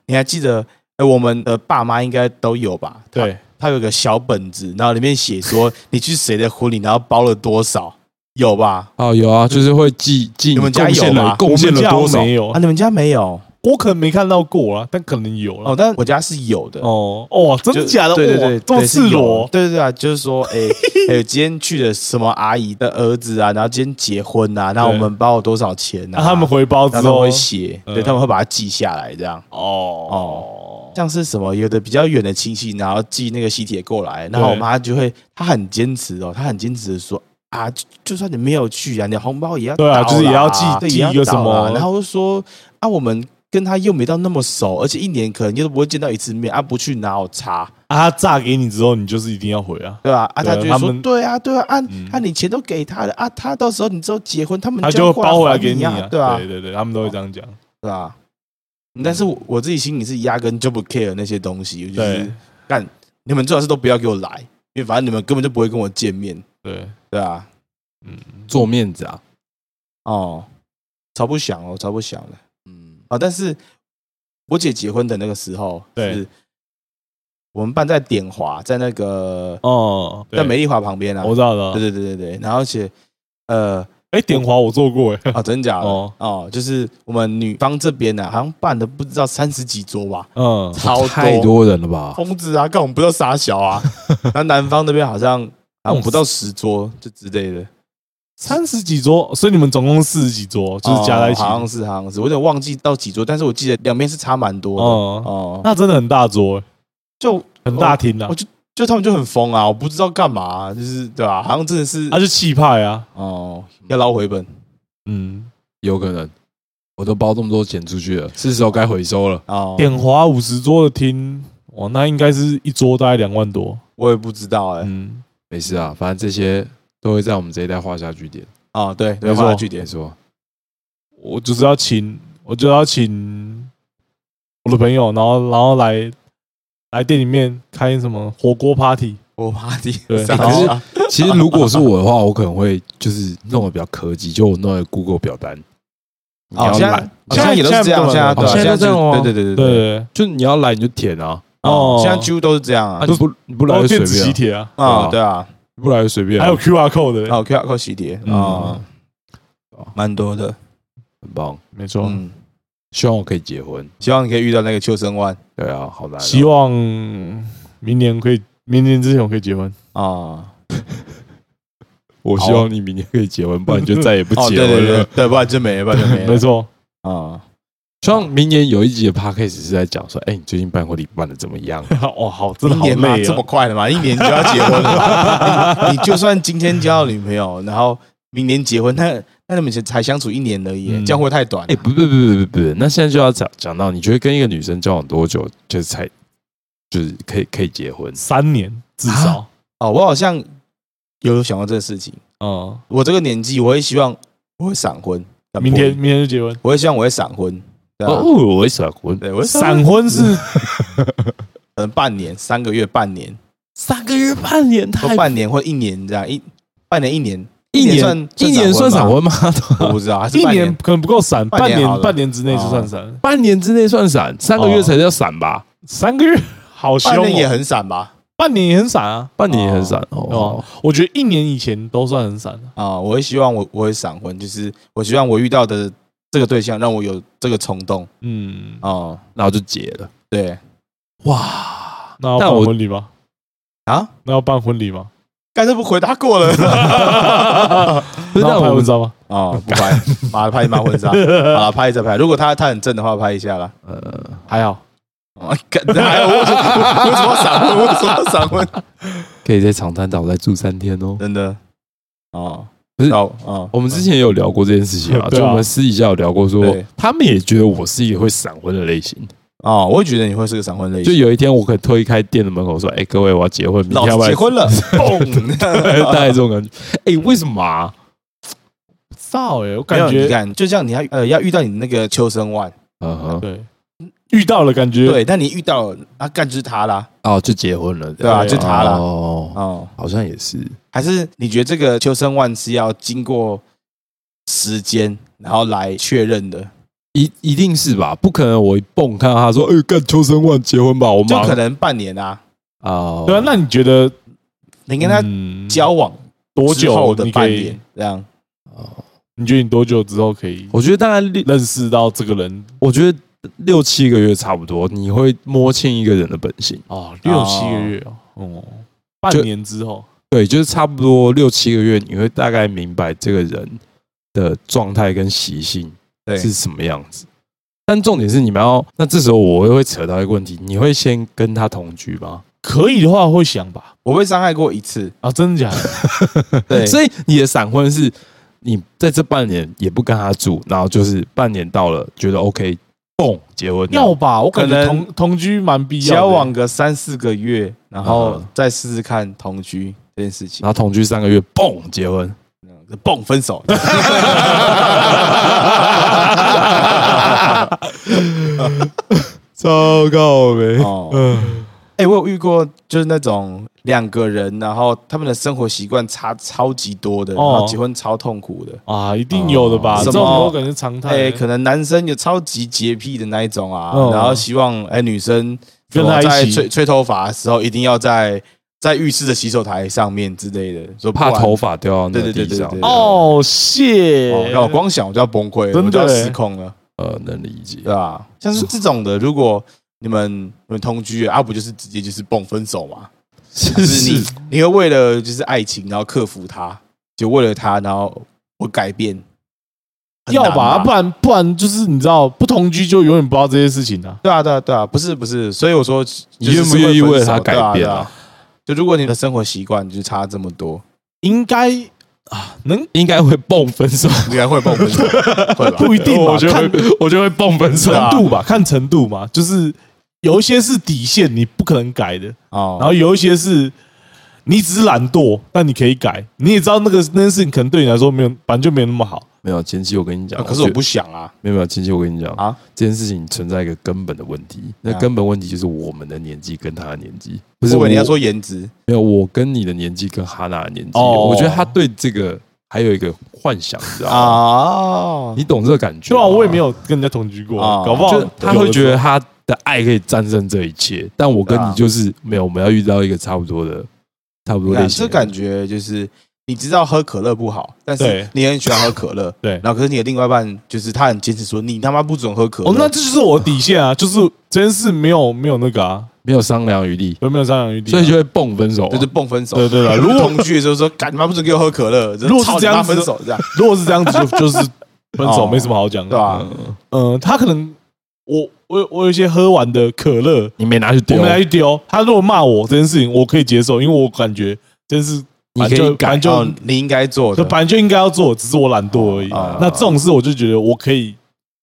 A: 你还记得，哎、我们的爸妈应该都有吧？他，
C: 对，
A: 他有个小本子，然后里面写说你去谁的婚礼，然后包了多少，有吧？
B: 哦，有啊，就是会记记
A: 你们家
B: 贡献
A: 有
B: 了
A: 吗
B: 贡献
C: 我们
B: 了
C: 家
B: 多少？
C: 没有
A: 啊，？你们家没有
C: 我可能没看到过啊，但可能有了
A: 哦，。但我家是有的。
C: 哦哦，真的
A: 就
C: 假的？
A: 对对
C: 哇
A: 对，
C: 这么
A: 对是
C: 赤
A: 有
C: 裸
A: 的，对对对啊，就是说，哎、 还有今天去了什么阿姨的儿子啊，然后今天结婚啊，那我们包了多少钱
C: 那
A: 啊？
C: 他们回包之
A: 然后他们
C: 后
A: 会写，
C: 嗯
A: 对，他们会把它记下来，这样。
C: 哦
A: 像是什么有的比较远的亲戚，然后寄那个喜帖过来，然后我妈就会，她很坚持哦，她很坚持的说啊，就就算你没有去啊，你的红包也要
C: 对
A: 到
C: 啊
A: 啦
C: 就是也要寄
A: 对
C: 寄
A: 也要
C: 一个什么
A: 到啦然后我就说啊，我们跟他又没到那么熟，而且一年可能又不会见到一次面啊，不去哪有差，
C: 啊，他炸给你之后，你就是一定要回啊，
A: 对吧、啊？
C: 对
A: 他
C: 啊
A: 就
C: 他
A: 会说
C: 们
A: 对啊，对啊，啊
C: 嗯
A: 啊，你钱都给他了啊，他到时候你之后结婚，他们
C: 他
A: 要
C: 就会
A: 过来
C: 包回来
A: 还
C: 给你
A: 啊
C: 啊，，
A: 对啊，
C: 对对对，他们都会这样讲，
A: 对啊。但是我我自己心里是压根就不 care 那些东西，我就是
C: 对。
A: 干，你们最好是都不要给我来，因为反正你们根本就不会跟我见面，
C: 对，
A: 对啊，
C: 嗯，
B: 做面子啊，
A: 哦，超不想哦，超不想的
B: 嗯，
A: 啊、哦！但是我姐结婚的那个时候，
C: 对
A: 是我们办在典华，在那个
C: 哦，对哦
A: 在美丽华旁边啊。
C: 我知道的。
A: 对对对对对，然后而且呃
C: 哎，点华我做过，哎，
A: 啊，真假的
C: 哦
A: 哦就是我们女方这边啊呢、好像办的不知道三十几桌吧，
C: 嗯，
A: 超
B: 太多人了吧？
A: 疯子啊，干我们不知道傻小啊。然后南方那边好像好像不到十桌就之类的，
C: 三十几桌，所以你们总共四十几桌，就是加在一起
A: 哦，好像是好像是，我有点忘记到几桌，但是我记得两边是差蛮多的。
C: 哦，
A: 哦，
C: 那真的很大桌，哎
A: 就
C: 很大厅啊
A: 我，就他们就很疯啊，我不知道干嘛、就是对吧、好像真的是
C: 他是气派啊，
A: 哦，要捞回本
C: 嗯，
B: 有可能，我都包这么多钱出去了，是时候该回收了。
A: 哦。
C: 点华五十桌的厅，哇，那应该是一桌大概两万多，
A: 我也不知道哎、
C: 嗯，
B: 没事啊，反正这些都会在我们这一代画下句点。
A: 哦，对，
C: 没
A: 对，
C: 错
A: 画句点
B: 没错，
C: 我就是要请，我就要请我的朋友，然后然后来来店里面开什么火锅 party，
A: 我 party
C: 对
A: 傻
C: 可是
A: 笑
B: 其实如果是我的话，我可能会就是弄得比较科技，就我弄个 Google 表单。你
A: 哦，
B: 要
A: 现在
B: 来，
A: 现在也都是这样，
C: 现
A: 现在对啊，
C: 在不能
A: 就
B: 哦现在都这样吗
A: 对对对
C: 对
A: 对对，
C: 对，
B: 就你要来你就填啊，
C: 哦
A: 哦，现在几乎都是这样啊
B: 啊，你不你不
C: 然
B: 来就
C: 后
B: 随
C: 电子
B: 便
C: 喜
B: 啊，
C: 帖啊，
A: 啊，对啊，
B: 你不来就随便啊，
C: 还有 QR code 的，
A: 哦，QR code 洗碟啊
B: 哦
C: 嗯，
A: 蛮多的，
B: 很棒。
C: 没错，
A: 嗯，
B: 希望我可以结婚。
A: 希望你可以遇到那个秋生万
B: 对啊，好难哦。
C: 希望明年可以，明年之前我可以结婚。
A: 啊，
B: 我希望你明年可以结婚，不然你就再也不
A: 哦，对对
B: 结婚
A: 对
B: 了。
A: 对，不然就没了，不然就没
C: 没
A: 了
C: 错，
A: 啊，
B: 希望明年有一集的 podcast 是在讲说，哎，你最近办婚礼办的怎么样？
C: 哦，好，真的
A: 一
C: 好
A: 年嘛，
C: 累
A: 这
C: 啊
A: 么。快的嘛，一年就要结婚了 嘛你。你就算今天交了女朋友，然后明年结婚，那那你们才相处一年而已，
C: 嗯
A: 这样会不会太短啊
B: 哎，。不不不不不不，那现在就要讲讲到，你觉得跟一个女生交往多久，就是才就是可以可以结婚？
C: 三年至少，
A: 哦，我好像有想过这个事情。
C: 嗯，
A: 我这个年纪，我会希望我会闪婚。
C: 明天，明天就结婚。
A: 我会希望我会闪婚。对啊
B: 哦，我会闪婚，
A: 对，我会嗯闪，
C: 闪婚是
A: 可能半年、三个月、半年、
B: 三个月半年
A: 或
B: 太
A: 半年或一年这样，一半年一年，
B: 一
A: 年
B: 年
A: 算
B: 一年算闪
A: 闪吗？
B: 婚吗？
A: 我不知道，还是
C: 一
A: 半
C: 年可能不够闪，
A: 半
C: 半
A: 年好
C: 年
A: 了哦
C: 半年之内就算闪，
B: 半年之内算闪，三个月才叫闪吧？
C: 三个月 好凶
A: 半年也
C: 哦，
A: 很闪吧？
C: 半年也很闪啊。
B: 半年也很闪
C: 哦
B: 哦。，
C: 我觉得一年以前都算很闪啊。
A: 啊、我会希望我我会闪婚，就是我希望我遇到的这个对象让我有这个冲动
C: 嗯，
A: 哦、
B: 然后就结了，
A: 对
B: 哇！
C: 那要
B: 但
C: 办
B: 我
C: 婚礼吗？
A: 啊，
C: 那要办婚礼吗？
A: 刚才不回答过 了
B: 不是，
C: 那
B: 但
C: 要拍
B: 我
C: 婚纱吗？
A: 哦，不拍，妈的拍一妈婚纱，好了，拍一张拍。如果他他很正的话，拍一下啦。
B: 呃，
C: 还好，
A: 哦，干还有我为什么我为什么要闪婚？我为什么要闪婚？
B: 可以在长滩岛再住三天哦。
A: 真的哦，
B: 不是
A: 哦哦，
B: 我们之前也有聊过这件事情啊，
C: 对啊
B: 就我们私底下有聊过说，
A: 对
B: 他们也觉得我是一个会闪婚的类型。
A: 哦，我也觉得你会是个闪婚类
B: 就
A: 型，
B: 有一天我可以推开店的门口说：“哎、各位，我要结婚，明
A: 老
B: 天要不
A: 子结
B: 要
A: 婚了，
B: 来？” 大
A: 嘣。
B: 概这种感觉。哎、为什么 啊？
C: 不知道哎，我
A: 没有
C: 感
A: 你
C: 觉
A: 看，就像你要呃要遇到你那个秋生万，
B: 嗯哼，
C: 对，遇到了感觉
A: 对，但你遇到了啊，干就是他啦，
B: 哦，就结婚了，
A: 对啊，
C: 对
A: 就他啦，
B: 哦，
A: 哦，
B: 好像也是，
A: 还是你觉得这个秋生万是要经过时间然后来确认的？
B: 一一定是吧？不可能，我一蹦看到他说：“哎、干秋生万结婚吧！”我
A: 就
B: 马
A: 可
B: 上
A: 能半年啊，
B: 哦，
C: 对啊。那你觉得
A: 你跟他
C: 嗯
A: 交往
C: 多
A: 之后
C: 久
A: 的
C: 你可
A: 半
C: 以
A: 年？这样？
B: 哦
C: 你觉得你多久之后可以
B: 我觉得大概六，
C: 认识到这个人？
B: 我觉得六七个月差不多，你会摸清一个人的本性。
C: 哦，
A: 哦
C: 六七个月哦，哦，半
B: 就
C: 年之后，
B: 对，就是差不多六七个月，你会大概明白这个人的状态跟习性
A: 对
B: 是什么样子。但重点是你们要，那这时候我又会扯到一个问题，你会先跟他同居吗？
C: 可以的话会想吧？
A: 我被伤害过一次，
C: 啊，真的假的？
A: 对，
B: 所以你的闪婚是，你在这半年也不跟他住，然后就是半年到了觉得 OK，嘣，结婚了
C: 要吧？我感
A: 可
C: 觉
A: 能
C: 同同居蛮必要的。
A: 交往个三四个月，然后
B: 嗯
A: 再试试看同居这件事情
B: 然，后同居三个月，嘣，结婚。
A: 蹦分手。
B: 糟糕呗
C: 嗯
A: 哦，哎、我有遇过，就是那种两个人，然后他们的生活习惯差超级多的，然后
C: 哦
A: 结婚超痛苦的。
C: 啊，一定有的吧？
A: 哦
C: 这
A: 什么
C: 种我感觉常态、
A: 哎、可能男生有超级洁癖的那一种啊，
C: 哦
A: 然后希望哎、女生
C: 跟他一
A: 在
C: 起
A: 吹吹头发的时候，一定要在在浴室的洗手台上面之类的，说不
B: 怕
A: 然
B: 头发掉到那个
A: 对对
B: 地
A: 对
B: 上
A: 对，对
C: 哦，谢、
A: 哦让我光想我就要崩溃了，
C: 真的
A: 我就要
C: 欸
A: 失控了，
B: 呃，能理解
A: 对。吧？像是这种的，如果你们你们同居了啊，不就是直接就是蹦分手嘛？
B: 是
A: 就是你你会为了就是爱情，然后克服它，就为了它，然后我改变，很
C: 要
A: 难
B: 啊
C: 吧，不然不然就是你知道，不同居就永远不知道这些事情啊。
A: 对啊，对啊，对啊，不是不是，所以我说，
B: 你愿不愿意为了他改
A: 就是会分手对
B: 变啊
A: 啊？对啊就如果你的生活习惯就差这么多，
C: 应该啊， 能
B: 应该会蹦分手，
A: 你还会蹦分手，会 吧？
C: 不一定吧？
B: 我觉得
C: 看
B: 会我觉得会蹦分手
A: 对。啊
C: 程度吧，看程度嘛，就是有一些是底线，你不可能改的，
A: 哦，
C: 然后有一些是你只是懒惰，但你可以改。你也知道那个那件事情可能对你来说没有，反正就没有那么好。
B: 没有，前期我跟你讲
A: 啊，可是我
B: 觉得
A: 不想啊
B: 没有没有，前期我跟你讲
A: 啊，
B: 这件事情存在一个根本的问题，那
A: 啊
B: 根本问题就是我们的年纪跟他的年纪，不
A: 不
B: 是
A: 是
B: 我
A: 你要说颜值
B: 没有我跟你的年纪跟哈娜的年纪，
C: 哦
B: 我觉得他对这个还有一个幻想，你知道吗？
A: 啊，
B: 你懂这个感觉
C: 就
B: 吗？
C: 好，我也没有跟人家同居过，
A: 啊
C: 搞不好
B: 就他会觉得他的爱可以战胜这一切，但我跟
A: 对
B: 你
A: 啊
B: 就是没有，我们要遇到一个差不多的，差不多
A: 你看
B: 类
A: 啊
B: 型
A: 这
B: 的。
A: 感觉就是你知道喝可乐不好，但
C: 对，
A: 是你很喜欢喝可乐
C: 对。
A: 然后可是你的另外一半就是他很坚持说你他妈不准喝可乐，
C: 哦，那这就是我的底线啊，就是这件事没有没有那个啊，
B: 没有商量余地，
C: 有没有商量余地啊、
B: 所以就会蹦分手啊、
A: 就是蹦分手。
C: 对对 对
A: 如果同居的时候说干你妈不准给我喝可乐，
C: 如果是
A: 操你
C: 这
A: 妈
C: 样子
A: 分手这样，
C: 如果是这样子就，就是分 手，
A: 哦
C: 没什么好讲的
A: 对。吧？
B: 嗯
C: 嗯，他可能我我有我有一些喝完的可乐，
B: 你没拿去丢，
C: 我没来去丢。他如果骂我这件事情，我可以接受，因为我感觉真是
B: 你可
C: 反
B: 以
C: 正
B: 改
C: 反。
A: 就
C: 正
A: 你应该做
C: 就哦就
A: 的，
C: 本来就应该要做，只是我懒惰而已。
A: 哦
C: 那这种事我就觉得我可以，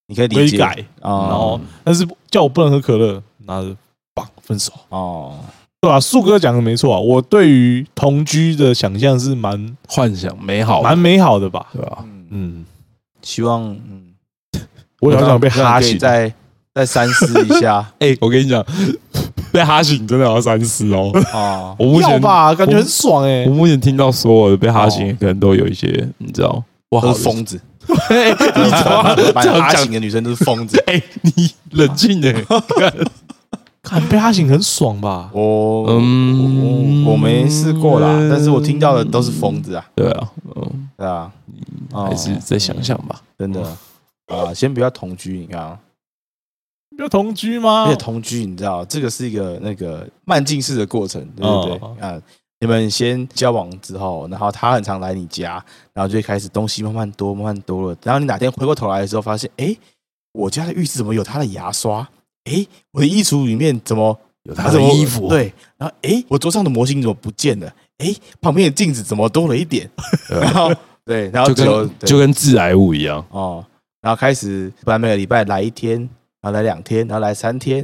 A: 你可以
C: 可
A: 理
C: 以
A: 解
C: 改，然
A: 哦
C: 后但是叫我不能喝可乐，拿着棒分手，
A: 哦，
C: 对吧、树哥讲的没错啊，我对于同居的想象是蛮
B: 幻想美好，
C: 蛮美好的吧。
B: 对吧？
A: 嗯，
C: 嗯，
A: 希望嗯，
C: 我好想被
A: 希望
C: 哈
A: 可以
C: 醒。
A: 再再三思一 下
B: 哎，我跟你讲，被哈醒真的要三思哦。
A: 哦，
B: 我目
C: 要
B: 前
C: 吧，感觉很爽哎、
B: 我目前听到所有的被哈醒，可能都有一些，你知道，我
A: 都
B: 好
A: 是哦疯子，
B: 哎，你 知道吗？
A: 把
B: 这样
A: 哈
B: 讲。
A: 醒，的女生都是疯子
B: 哎，你冷 静哎，
C: 看被哈醒很爽吧？
A: 我
B: 嗯
A: 嗯，我没试过啦，但是我听到的都是疯子啊，
B: 对啊，嗯，
A: 对啊，哦
B: 还是再想想吧。
A: 真的啊，先不要同居，你看啊，
C: 要同居吗？
A: 而且同居，你知道这个是一个那个慢进式的过程，对不
C: 哦
A: 对？啊，你们先交往之后，然后他很常来你家，然后就开始东西慢慢多，慢慢多了。然后你哪天回过头来的时候，发现，哎，我家的浴室怎么有他的牙刷？哎，我的衣橱里面怎么
B: 有
A: 他怎么对，然后哎，我桌上的模型怎么不见了？哎，旁边的镜子怎么多了一点？
B: 对
A: 然后对，然后
B: 就跟
A: 对
B: 就跟致癌物一样，
A: 哦，然后开始本来每个礼拜来一天，然后来两天，然后来三天，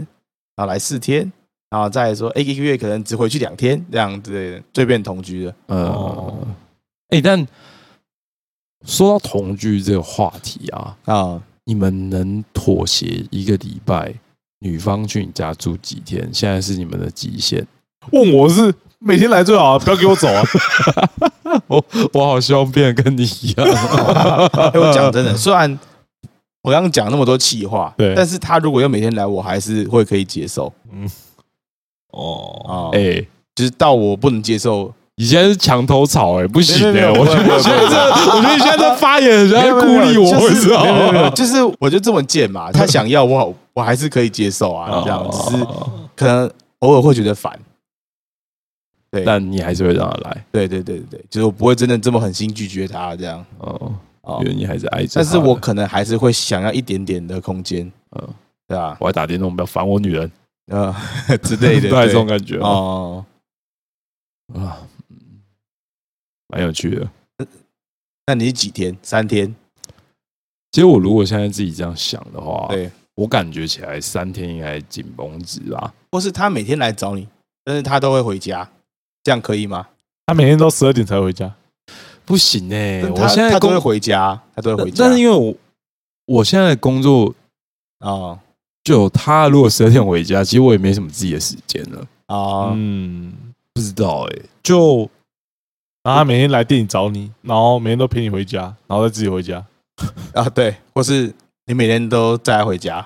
A: 然后来四天，然后再说，哎，一个月可能只回去两天这样之类的，最变同居的。
B: 呃
C: 哦，
B: 哎，但说到同居这个话题啊，
A: 啊，
B: 你们能妥协一个礼拜，女方去你家住几天？现在是你们的极限。
C: 问我是每天来最好、啊，不要给我走啊！
B: 我我好希望变得跟你一 样。啊
A: 哎我讲真的，虽然我刚刚讲那么多气话，
C: 对
A: 但是他如果要每天来，我还是会可以接受
B: 嗯
C: 哦，
A: 啊，
B: 哎、
A: 就是到我不能接受，
B: 你现在是墙头草哎、不行哎、
A: 没有没有
B: 我
A: 不
B: 觉
A: 会不
B: 得
A: 会
B: 我觉得
A: 不会
B: 这，我觉得你现在在发言，哎人家在孤立我，
A: 就
B: 你
A: 是
B: 知
A: 没有
B: 道
A: 没有没有，
B: 吗？
A: 就是我就这么贱 嘛，他想要我，我还是可以接受啊，这样只是
B: 哦
A: 可能偶尔会觉得烦。对，
B: 哦但你还是会让他来
A: 对对对对对，就是我不会真的这么狠心拒绝他这样
B: 哦，
A: 啊、哦
B: 因为你还是爱着他
A: 但
B: 的。
A: 是我可能还是会想要一点点的空间，
B: 嗯
A: 对吧？
B: 我还打电动，不要烦我女人，
A: 呃 之类的，
B: 大 概这种
A: 对
B: 感觉哦
A: 哦，
B: 啊，嗯蛮有趣的。啊
A: 那你几天？三天？
B: 其实我如果现在自己这样想的话，
A: 对，
B: 我感觉起来三天应该紧绷值啦。
A: 或是他每天来找你，但是他都会回家，这样可以吗？
C: 他每天都十二点才回家，
B: 不行呢、
A: 但他
B: 哎我现在
A: 他都
B: 工
A: 会回家，他都会回
B: 但
A: 家。
B: 但是因为我我现在的工作
A: 哦
B: 就有他如果十二点回家，其实我也没什么自己的时间了。
A: 啊，
C: 嗯，
B: 不知道
A: 欸
B: 哎、就
C: 然后他每天来店里找你，然后每天都陪你回家，然后再自己回家。
A: 啊，对，或是你每天都载他回家，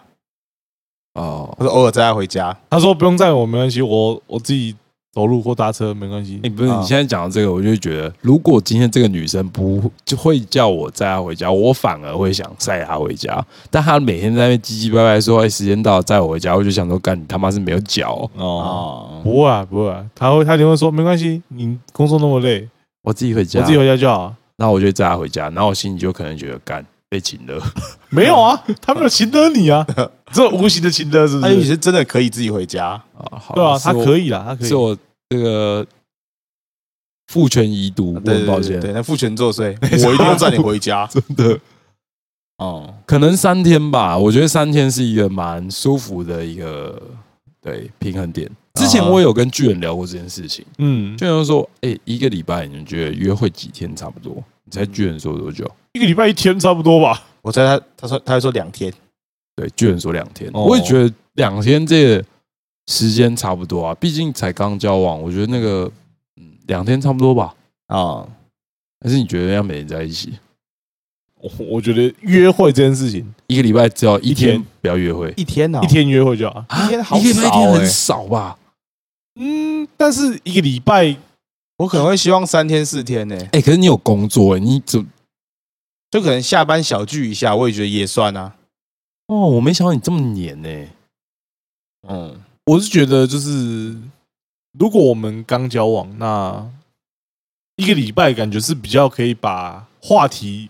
B: 哦
A: 或，者偶尔载他回家，
C: 他说不用载我没关系，我我自己走路或搭车没关系
B: 你、。欸不是
A: 啊
B: 你现在讲的这个，我就觉得，如果今天这个女生不就会叫我载她回家，我反而会想载她回家。但她每天在那边唧唧歪歪说：“哎、时间到了，载我回家。”我就想说，干你他妈是没有脚哦、
C: 哦，
A: 哦，
C: 不会啊，不会啊，他会他一定会说没关系，你工作那么累，
B: 我自己回家，
C: 我自己回家就好啊。
B: 然后我就载她回家，然后我心里就可能觉得干被请了，
C: 没有啊，他没有擒得你啊，这无形的擒得是不
A: 他也许
C: 是？
A: 是真的可以自己回家，
B: 啊，好
C: 对啊，
B: 是
C: 他
B: 我
C: 可以啦，他可以
B: 是。我这个父权遗毒，我
A: 对对
B: 很
A: 对
B: 抱歉，
A: 对，那父权作祟，我一定要载你回家，
B: 真的
A: 哦，
B: 可能三天吧。我觉得三天是一个蛮舒服的一个对平衡点。之前
A: 啊
B: 我有跟巨人聊过这件事情，
C: 嗯，
B: 巨人说：“哎、一个礼拜你们觉得约会几天差不多？”你猜巨人说多久？
C: 一个礼拜一天差不多吧。
A: 我猜他他说他会说两天，
B: 对，巨人说两天。
C: 哦
B: 我也觉得两天这个时间差不多啊，毕竟才刚交往，我觉得那个嗯两天差不多吧。
A: 哦，
B: 还是你觉得要每天在一起？
C: 我我觉得约会这件事情，
B: 一个礼拜只要一
C: 一
B: 天
C: 天，
B: 不要约会。啊
A: 一天啊呢，
C: 一天约会就好。
A: 一天好
B: 一个礼拜一
A: 少
B: 天
A: 欸
B: 很少吧？
C: 嗯，但是一个礼拜
A: 我可能会希望三天四天呢，
B: 哎、可是你有工作哎、你怎
A: 就可能下班小聚一下，我也觉得也算啊，
B: 哦？我没想到你这么黏呢、
A: 嗯，
C: 欸我是觉得就是，如果我们刚交往，那一个礼拜感觉是比较可以把话题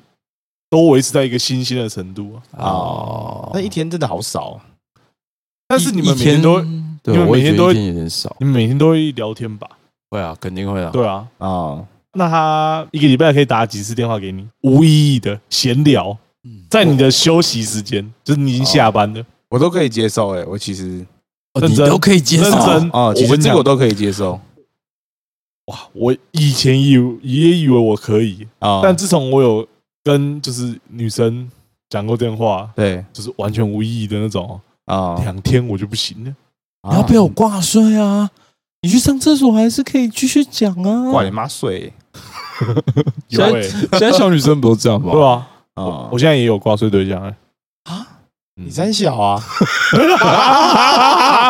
C: 都维持在一个新鲜的程度啊。
B: 哦，
A: 那一天真的好少啊，
C: 但是你们
B: 一
C: 每天都会，
B: 一对，
C: 你们
B: 我
C: 每
B: 也
C: 天
B: 觉
C: 都
B: 得
C: 会
B: 一天有点少。
C: 你们每天都会聊天吧？
B: 会啊，肯定会啊。
C: 对啊，
A: 哦，
C: 那他一个礼拜可以打几次电话给你？无意义的闲聊，
B: 嗯
C: 在你的休息时间，就是你已经下班了。
A: 我都可以接受，哎，我其实
B: 哦、
C: 认
B: 你
C: 真
B: 都可以接受
C: 认
B: 啊。
C: 真
A: 哦，其
C: 我
A: 实
C: 跟你
A: 这
C: 讲
A: 个我都可以接受
C: 哇，我以前以为也以为我可以，
A: 啊，
C: 但自从我有跟就是女生讲过电话，
A: 对
C: 就是完全无意义的那种哦，
A: 啊，
C: 两天我就不行了。
B: 你要被我挂睡啊？你去上厕所还是可以继续讲啊。
A: 挂你妈睡
C: 有欸
B: 现在小女生不都这样吗？
C: 对啊，
A: 啊
C: 我！现在也有挂睡对象哎、
A: 啊，
C: 嗯
A: 你三小 啊！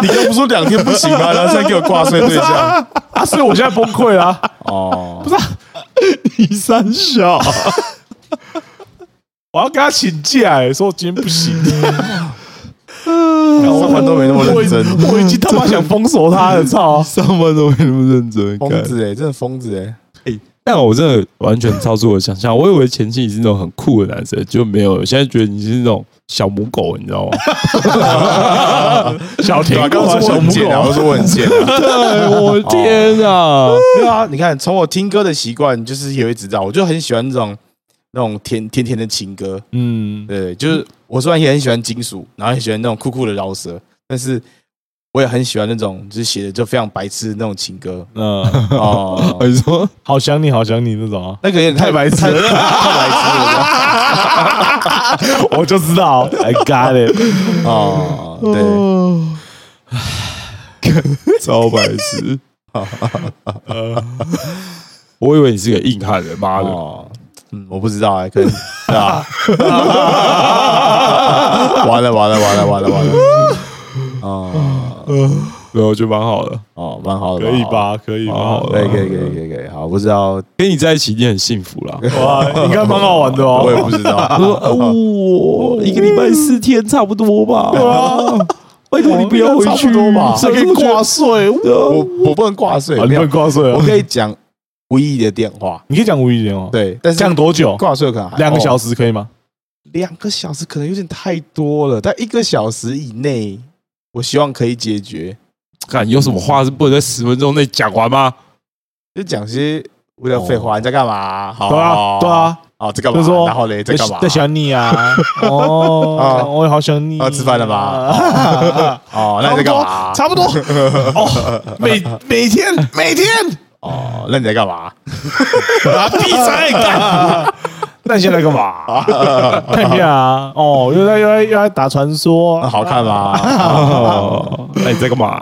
A: 你刚不说两天不行吗？然后现在给我挂睡对 象
C: 啊，所以我现在崩溃啦、
A: 哦，
C: 啊
A: 不
C: 你三小， 我要跟他请假哎、说我今天不行，欸
A: 上班都没那么认真，
C: 我已经他妈想封锁他了，操！
B: 上班都没那么认真，
A: 疯子哎，真的疯子哎！
B: 但我真的完全超出我的想象，我以为前妻你是那种很酷的男生，就没有。我现在觉得你是那种小母狗，你知道吗？
C: 小
A: 对
C: 田
A: 啊，刚
C: 狗啊，
A: 刚说
C: 小
A: 我很
C: 母
A: 贱啊，
C: 狗
A: 我，说我很贱啊。
B: 对， 我天啊！
A: 对啊，你看，从我听歌的习惯，就是也会知道，我就很喜欢这种那种甜甜甜的情歌。
C: 嗯，
A: 对，就是我虽然也很喜欢金属，然后也喜欢那种酷酷的饶舌，但是我也很喜欢那种就是写的就非常白痴的那种情歌
C: 嗯，
A: 哦。
B: 你说
C: 好想你，好想你那种 啊，
A: 那个有点太白痴了，太白
C: 我就知道，I got it，
A: 痴了哦。对，
B: 对，超白痴。我以为你是个硬汉呢，妈的！
A: 哦，嗯，我不知道哎、可能对啊，完了完了完了完了完了，哦
B: 对，我觉得蛮好的，
A: 哦，蛮好的，
C: 可以吧？可以
B: 蛮
C: 吧
B: 好？的
A: 蛮好的？可以可以可以可以可以，好，不知道，
B: 跟你在一起一定很幸福啦。
C: 哇，应该蛮好玩的哦。
A: 我也不知
B: 他
A: 道，
B: 说：“呃我一个礼拜四 天差不多吧。”
C: 啊
B: 拜托你不要回
A: 差
B: 去
A: 不多吧
B: 这
C: 还可
B: 个
C: 以挂睡，
A: 我我不能挂睡
C: 啊，，
A: 没
C: 你
A: 有
C: 会，挂睡
A: 我
C: 啊？
A: 可以讲无意义的电话，
C: 你可以讲无语点哦。，
A: 对，但是
C: 讲多久？
A: 挂睡可能还
C: 两个小
A: 时，
C: 时可以吗？
A: 两个小时可能有点太多了，但一个小时以内，我希望可以解决，
B: 看有什么话是不能在十分钟内讲完吗？
A: 就讲些无聊废话，你在干嘛？好
C: 对啊，对啊，
A: 哦，这干
C: 就
A: 嘛
C: 是？说
A: 然后嘞，在干嘛？
C: 在想你啊！
A: 啊
C: 哦，我也好想你。
A: 啊吃饭了吗
C: 吧？
A: 哦，那你在干嘛？
C: 差不多。差不多 哦，每每天每天
A: 哦，那你在干嘛？
C: 啊，闭嘴！干那你现在来干嘛？
A: 啊
C: 看一下啊，哦，又在又在又在打传说，
A: 好看吗？
B: 哦，那你在 干嘛？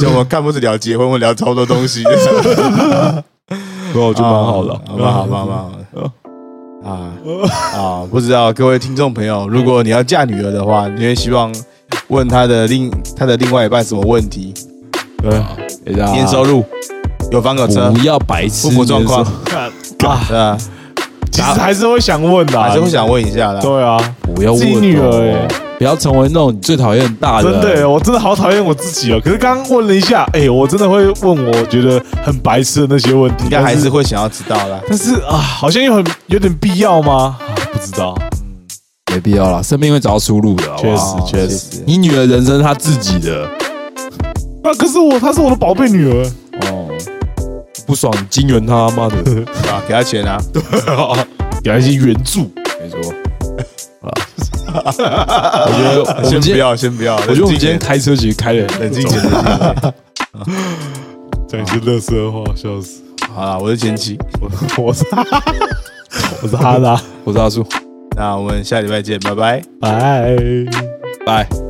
A: 就我们看不是聊结婚，我们聊超多东西，哦
B: 我就蛮好的，
C: 哦
A: 好吧，好吧，好吧。啊啊！不知道各位听众朋友，如果你要嫁女儿的话，你会希望问她的另她的另外一半什么问题？
B: 对，大家
A: 年收入，有房有车，
B: 哎不要白痴，
A: 父母状况，
C: 看啊，
A: 对啊，
C: 其实还是会想问的啊，
A: 还是会想问一下啦。
C: 对啊，
B: 不要
C: 自己
B: 问
C: 女儿哎
B: 哦不要成为那种你最讨厌的大
C: 真
B: 人，
C: 的哦耶，我真的好讨厌我自己哦。可是刚刚问了一下，哎，我真的会问我觉得很白痴的那些问题，
A: 应该还
C: 但
A: 是，会想要知道啦。
C: 但是啊，好像又很有点必要吗？啊不知道，
B: 没必要啦，生命会找到出路的，好不
C: 确
B: 好
C: 实
A: 哦
C: 确实
A: 实，
B: 你女儿人生是她自己的，
C: 那啊可是我，她是我的宝贝女儿，
B: 哦，不爽金元他妈的，
A: 啊，给他钱啊，
C: 给她一些援助。
B: 没错， 好啦我觉得我
A: 先
B: 们今
A: 不
B: 天，
A: 要，先不要。我
B: 我觉得我们今天开车其实开的
A: 冷静点，
C: 讲一些乐色话，笑死！
A: 好了，我是前妻，
C: 我我是我是哈达，
B: 我是阿叔，
A: 那我们下礼拜见，拜拜。
C: 拜。
B: 拜。